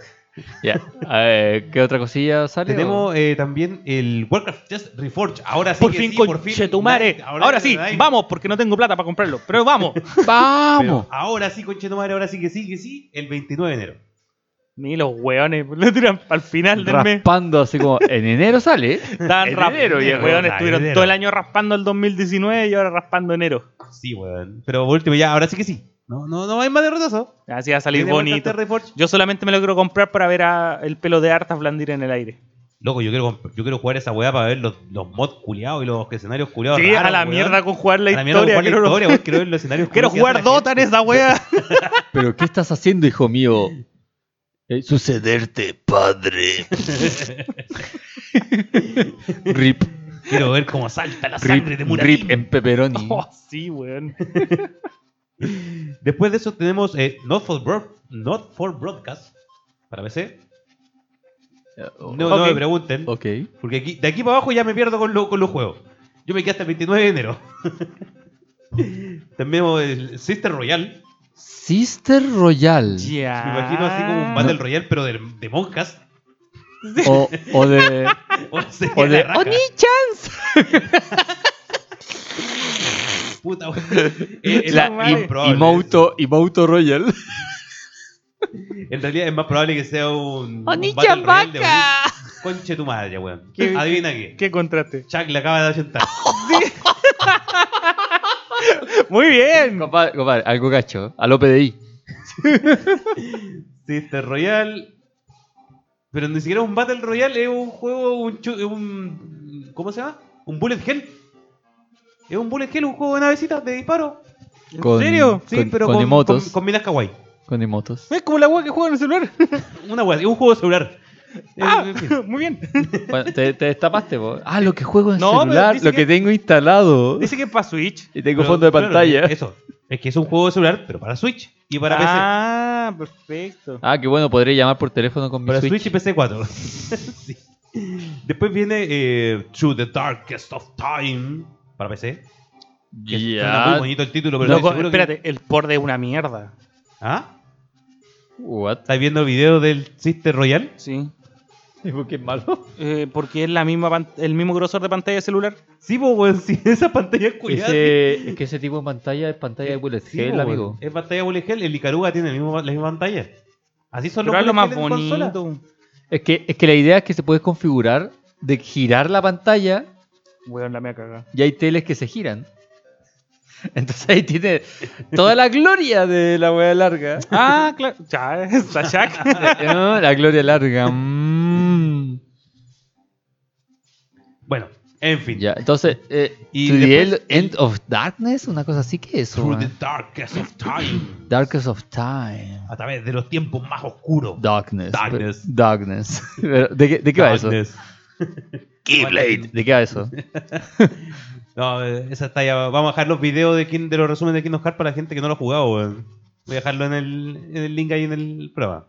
Ya. A ver, ¿qué otra cosilla sale?
Tenemos eh, también el Warcraft Just Reforged. Ahora sí,
por
que
fin,
sí,
con
por fin.
Chetumare.
Nadie-
Ahora, sí,
nadie-
vamos, porque no tengo plata para comprarlo. Pero vamos.
o- ¡Vamos!
Ahora sí, conchetumare, ahora sí que sí, que sí, el 29 de enero.
Ni los weones, lo tiran al final del mes.
Raspando así como. En enero sale.
Estaban
En
raspando.
enero, viejo.
Weón,
Ah,
estuvieron
enero.
todo el año raspando el 2019 y ahora raspando enero.
Sí, weón. Pero por último, ya, ahora sí que sí. No, no, no hay más de retraso.
Así va a salir
Tiene Warcraft
bonito.
Just Reforged.
Yo solamente me lo quiero comprar para ver a el pelo de Artas blandir en el aire.
Loco, yo quiero, comp- yo quiero jugar esa weá para ver los, los mods culiados y los escenarios culiados.
sí,
raros,
a la
weón.
mierda con jugar la
A la mierda
historia.
jugar la
Quiero,
historia, weón. Quiero ver los escenarios
quiero
culiados que
jugar
hace la
Dota en esa wea.
¿Pero qué estás haciendo, hijo mío? Eh, sus
Sucederte, padre.
rip.
gente. Quiero ver cómo salta la
Rip,
sangre de
rip
Murakami.
en pepperoni.
Oh, sí, weón.
Después de eso tenemos eh, Not, for Broad- Not for Broadcast para PC. No, no
Ok.
me pregunten.
Ok.
Porque aquí- de aquí para abajo ya me pierdo con, lo- con los juegos. Yo me quedé hasta el 29 de enero. También eh, el Sister Royal.
Sister Royal.
Ya.
Me imagino así como
Ah.
un Battle Royale, pero de, de monjas.
O, o de.
O, sea,
O de.
la raja.
¡Oni-chans!
Puta, weón. Eh, es
La
más
im-
probable.
Imoto, Imoto Royal.
En realidad es más probable que sea un.
Oni-chan
Battle Royale de
vaca.
Oni- Conche tu madre, weón.
¿Qué-
Adivina qué.
¿Qué contraste?
Chuck le acaba de asentar.
Muy bien.
Compadre, compadre, algo gacho. ¿eh? Al OPDI.
Sister Royal. este Pero ni siquiera es un Battle Royale, es un juego, un, chu- es un- ¿Cómo se llama? Un Bullet Hell. Es un Bullet Hell, un juego de navecitas de disparo.
Con-
¿En serio?
Sí,
con-
pero
con
con,
emotos.
con- con minas kawaii.
Con emotos.
Es como la wea que juega en el celular.
Una wea, es un juego de celular. Eh,
Ah,
en fin.
muy bien.
Bueno, te, te destapaste, vos. Ah, lo que juego en
No, pero
celular,
dice
lo que,
que-
tengo instalado.
Dice que es para Switch.
Y tengo
Pero,
fondo de
claro,
pantalla.
eso. Es que es un juego de celular, pero para Switch y para PC.
ah, perfecto.
Ah, qué bueno, podré llamar por teléfono con mi
Para Switch,
Switch.
y PC 4. Sí. Después viene eh, Through the Darkest of Time para PC. Que suena muy
Ya. pues,
bonito el título, pero
Loco,
estoy seguro que-
espérate, el por de una mierda.
¿Ah?
What?
¿Estás viendo el video del Sister Royal?
Sí.
¿Y por qué es malo?
Eh, porque es la misma pan- el mismo grosor de pantalla de celular.
Sí, pues, weón, sí, esa pantalla es culiada.
Ese, es que ese tipo de pantalla es pantalla de bullet
Sí,
hell,
po,
amigo.
weón. Es pantalla bullet hell. El Icaruga tiene el mismo, la misma pantalla. Así son
Pero es lo
bullet
más
hell en consola.
bonito.
Es que, es que la idea es que se puede configurar de girar la pantalla
Weón, la mea cagada.
y hay teles que se giran. Entonces ahí tiene toda la gloria de la wea larga.
Ah, claro. Ya, está Shaq.
No, Ah, la gloria larga. mm.
Bueno, en fin.
Ya, entonces, eh,
Y
to the
después-
end, end of Darkness, una cosa así que eso.
Through the darkest of time.
Darkness of Time.
A través de los tiempos más oscuros.
Darkness.
Darkness.
pero- Darkness. Pero, ¿De qué, de qué va eso?
Darkness.
Keyblade.
¿De qué va eso?
No, eh, esa está ya. Vamos a dejar los videos de, Kin- de los resúmenes de Kingdom Hearts para la gente que no lo ha jugado, weón. Voy a dejarlo en el, en el link ahí en el programa.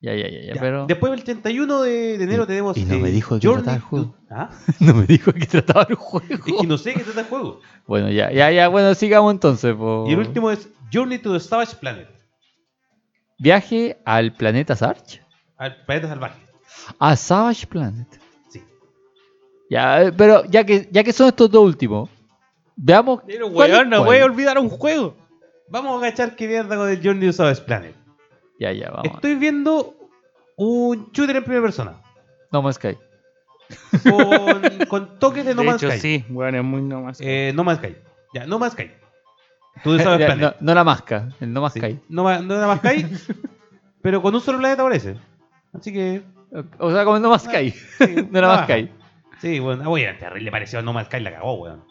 Ya, ya, ya, ya,
Ya.
pero.
Después del 31 de, de enero
Y-
tenemos. eh,
y no me dijo de qué
Journey
trataba el
to-
juego.
¿Ah?
No me dijo de qué trataba el
Es que
juego.
no sé qué trata el juego.
Bueno, ya, ya, ya, bueno, sigamos entonces. po.
Y el último es Journey to the Savage Planet.
Viaje al planeta Sarch.
Al planeta salvaje.
A Savage Planet.
Sí.
Ya, eh, pero ya que, ya que son estos dos últimos, veamos.
Pero,
cuál es
weón, no
cuál.
voy a olvidar un juego.
Vamos a agachar qué mierda con el Journey to the Savage Planet.
Ya, ya, vamos.
Estoy viendo un shooter en primera persona.
No más Sky.
Con, con toques de No
de
Man's
hecho,
Sky.
sí, weón, es muy no más.
Eh, no Man's Sky. Ya, No Man's Sky. Tú
Ya,
sabes
no,
planet.
no la masca, el no más
Sí.
Sky.
No, ma- no, No Man's Sky, pero con un solo planeta aparece. Así que.
O o sea, como el no más Sky.
sí,
No la
baja.
más Sky.
Sí, bueno. Ah, oye, terrible parecido a No Man's Sky, la cagó, weón.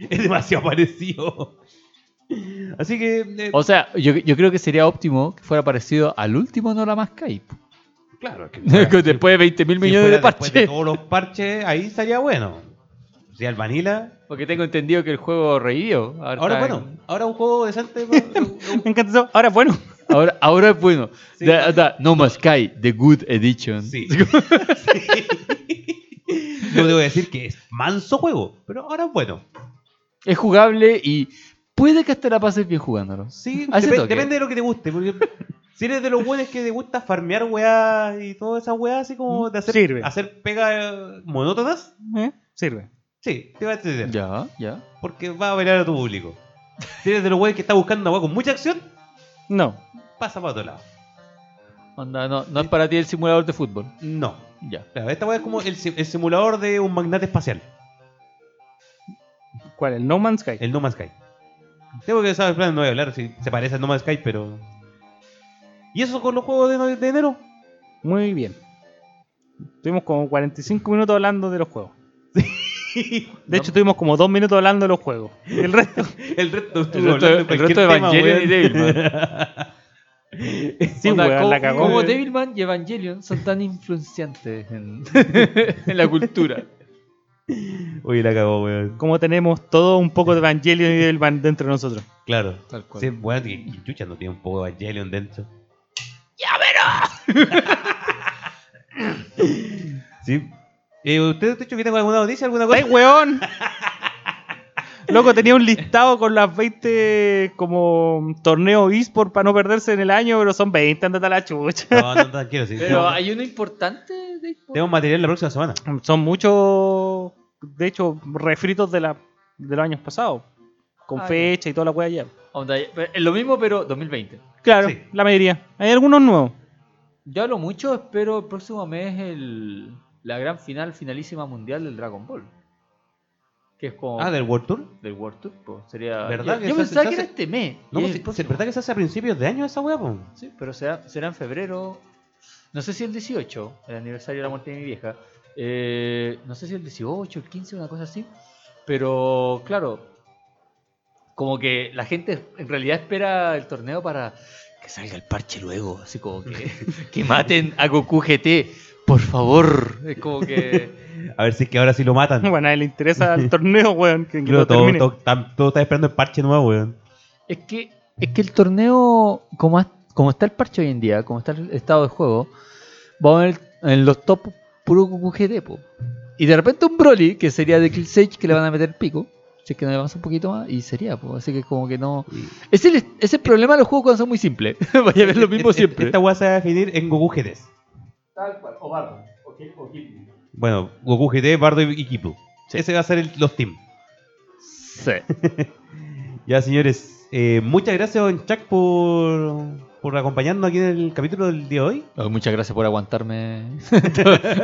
es demasiado parecido. Así que. eh,
O sea, yo, yo creo que sería óptimo que fuera parecido al último no la más Sky. po.
claro, es que.
Después de 20 mil
si
millones de
fuera después
parches.
de todos los parches, ahí estaría bueno. O sea, el Vanilla.
Porque tengo entendido que el juego revivió.
Ahora,
está en-
bueno, ahora un juego decente. pues, un-
Me encanta eso. Ahora es bueno.
Ahora, ahora es bueno.
Sí.
Da- da- no más Sky, The Good Edition.
Sí. Yo debo decir que es manso juego, pero ahora es bueno.
Es jugable y puede que hasta la pases bien jugándolo.
Sí,
A ese
depe-
toque.
depende de lo que te guste. Porque si eres de los buenos que te gusta farmear weá y todas esas weá, así como
Mm,
de hacer,
Sirve.
hacer pega eh, monótonas,
¿Eh? Sirve.
sí, te va a entender.
Ya, ya.
Porque va a bailar a tu público. Si eres de los buenos que está buscando una weá con mucha acción,
No.
pasa para otro lado.
Onda, no, no es para ti el simulador de fútbol.
No.
Ya.
Claro, esta weá es como el, si- el simulador de un magnate espacial,
¿Cuál? El No Man's Sky.
el No Man's Sky. Tengo que saber el plan, no voy a hablar si se parece al No Man's Sky, pero. ¿Y eso con los juegos de, no- de enero?
Muy bien. Tuvimos como 45 minutos hablando de los juegos. De hecho, tuvimos como 2 minutos hablando de los juegos. El resto.
El resto, estuvo
El resto-
hablando de
el
cualquier
resto de
tema,
Evangelion
weón.
y Devilman.
Sí,
Onda,
weón,
¿cómo-
la cagó.
cómo Devilman y Evangelion son tan influenciantes en, en la cultura.
Uy, la cagó, weón.
Como tenemos todo un poco de Evangelion y del Van dentro de nosotros.
Claro.
Tal cual.
Sí, weón, que que chucha no tiene un poco de Evangelion dentro. ¡Ya verás! sí. Eh, ¿Usted, de hecho, que tengo alguna noticia, alguna cosa?
¡Ay, weón! Loco, tenía un listado con las 20 como torneos eSport para no perderse en el año, pero son 20, andate a la chucha.
No, no, tranquilo, sí.
Pero
Tenemos-
hay uno importante de
Tenemos material la próxima semana.
Son muchos, de hecho, refritos de, la, de los años pasados. Con
Ah, ya.
fecha y toda la wea ya.
Onda, es lo mismo, pero 2020.
Claro,
Sí.
la mayoría. Hay algunos nuevos.
Yo a lo mucho espero el próximo mes el, la gran final, finalísima mundial del Dragon Ball. Que es como
Ah, del World Tour.
del World Tour. po. Sería,
¿Verdad
yo
que
yo
se hace-
pensaba
se
que era
hace-
este mes.
No,
y
pues,
es el
sí,
próximo.
¿verdad que se hace a principios de año esa weá, po?
Sí, pero será, será en febrero. No sé si el 18, el aniversario de la muerte de mi vieja. eh, no sé si el 18, el 15, una cosa así. Pero claro, como que la gente en realidad espera el torneo para que salga el parche luego. Así como que, que maten a Goku GT, por favor. Es como que.
A ver si es que ahora sí lo matan.
Bueno, a él le interesa el torneo, weón. Que, que
Creo
lo
todo,
termine.
todo, tam- todo está esperando el parche nuevo, weón.
Es que, es que el torneo, como, ha- como está el parche hoy en día, como está el estado de juego, vamos en, el- en los top puro QQGT, po. Y de repente un Broly, que sería de Kill Sage, que le van a meter pico. Si es que no le avanza un poquito más, y sería, po. Así que como que no. Es el, es el problema de los juegos cuando son muy simples. Vaya a ver lo mismo
Es- es-
siempre.
Esta weá se va a definir en Goku GTs.
Tal cual, o Bardock. Ok,
Bueno, Goku GT, Bardo y Kipu. Ese va a ser el- los teams.
Sí.
Ya, señores, eh, muchas gracias, Don Chuck, por, por acompañarnos aquí en el capítulo del día de hoy.
Oh, muchas gracias por aguantarme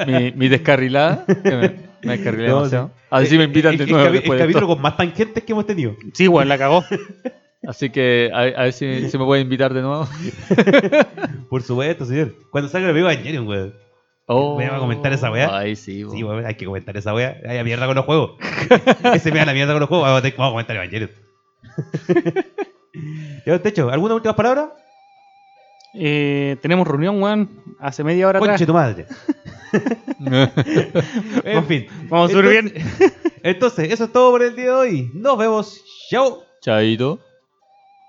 mi, mi descarrilada. que me, me descarrilé
No,
demasiado.
sí.
A ver si Ah, me
Eh,
invitan
el,
de
el
nuevo.
capi-
después
el
de esto.
capítulo con más tangentes que hemos tenido.
Sí, weón, la cagó.
Así que a, a ver si, si me pueden invitar de nuevo.
Por supuesto, señor. Cuando salga el video de Evangelion, weón.
Oh,
Voy a comentar esa weá.
Ay, sí,
Sí,
weón.
weón, hay que comentar esa wea. Hay a mierda con los juegos. Ese me da la mierda con los juegos. Vamos a, tener- vamos a comentar Evangelion. ya, don Techo, ¿alguna última palabra?
Eh, tenemos reunión, weón, hace media hora
Conche
atrás.
tu madre. En fin.
Vamos a subir bien.
Entonces, eso es todo por el día de hoy. Nos vemos. Chao.
Chaito.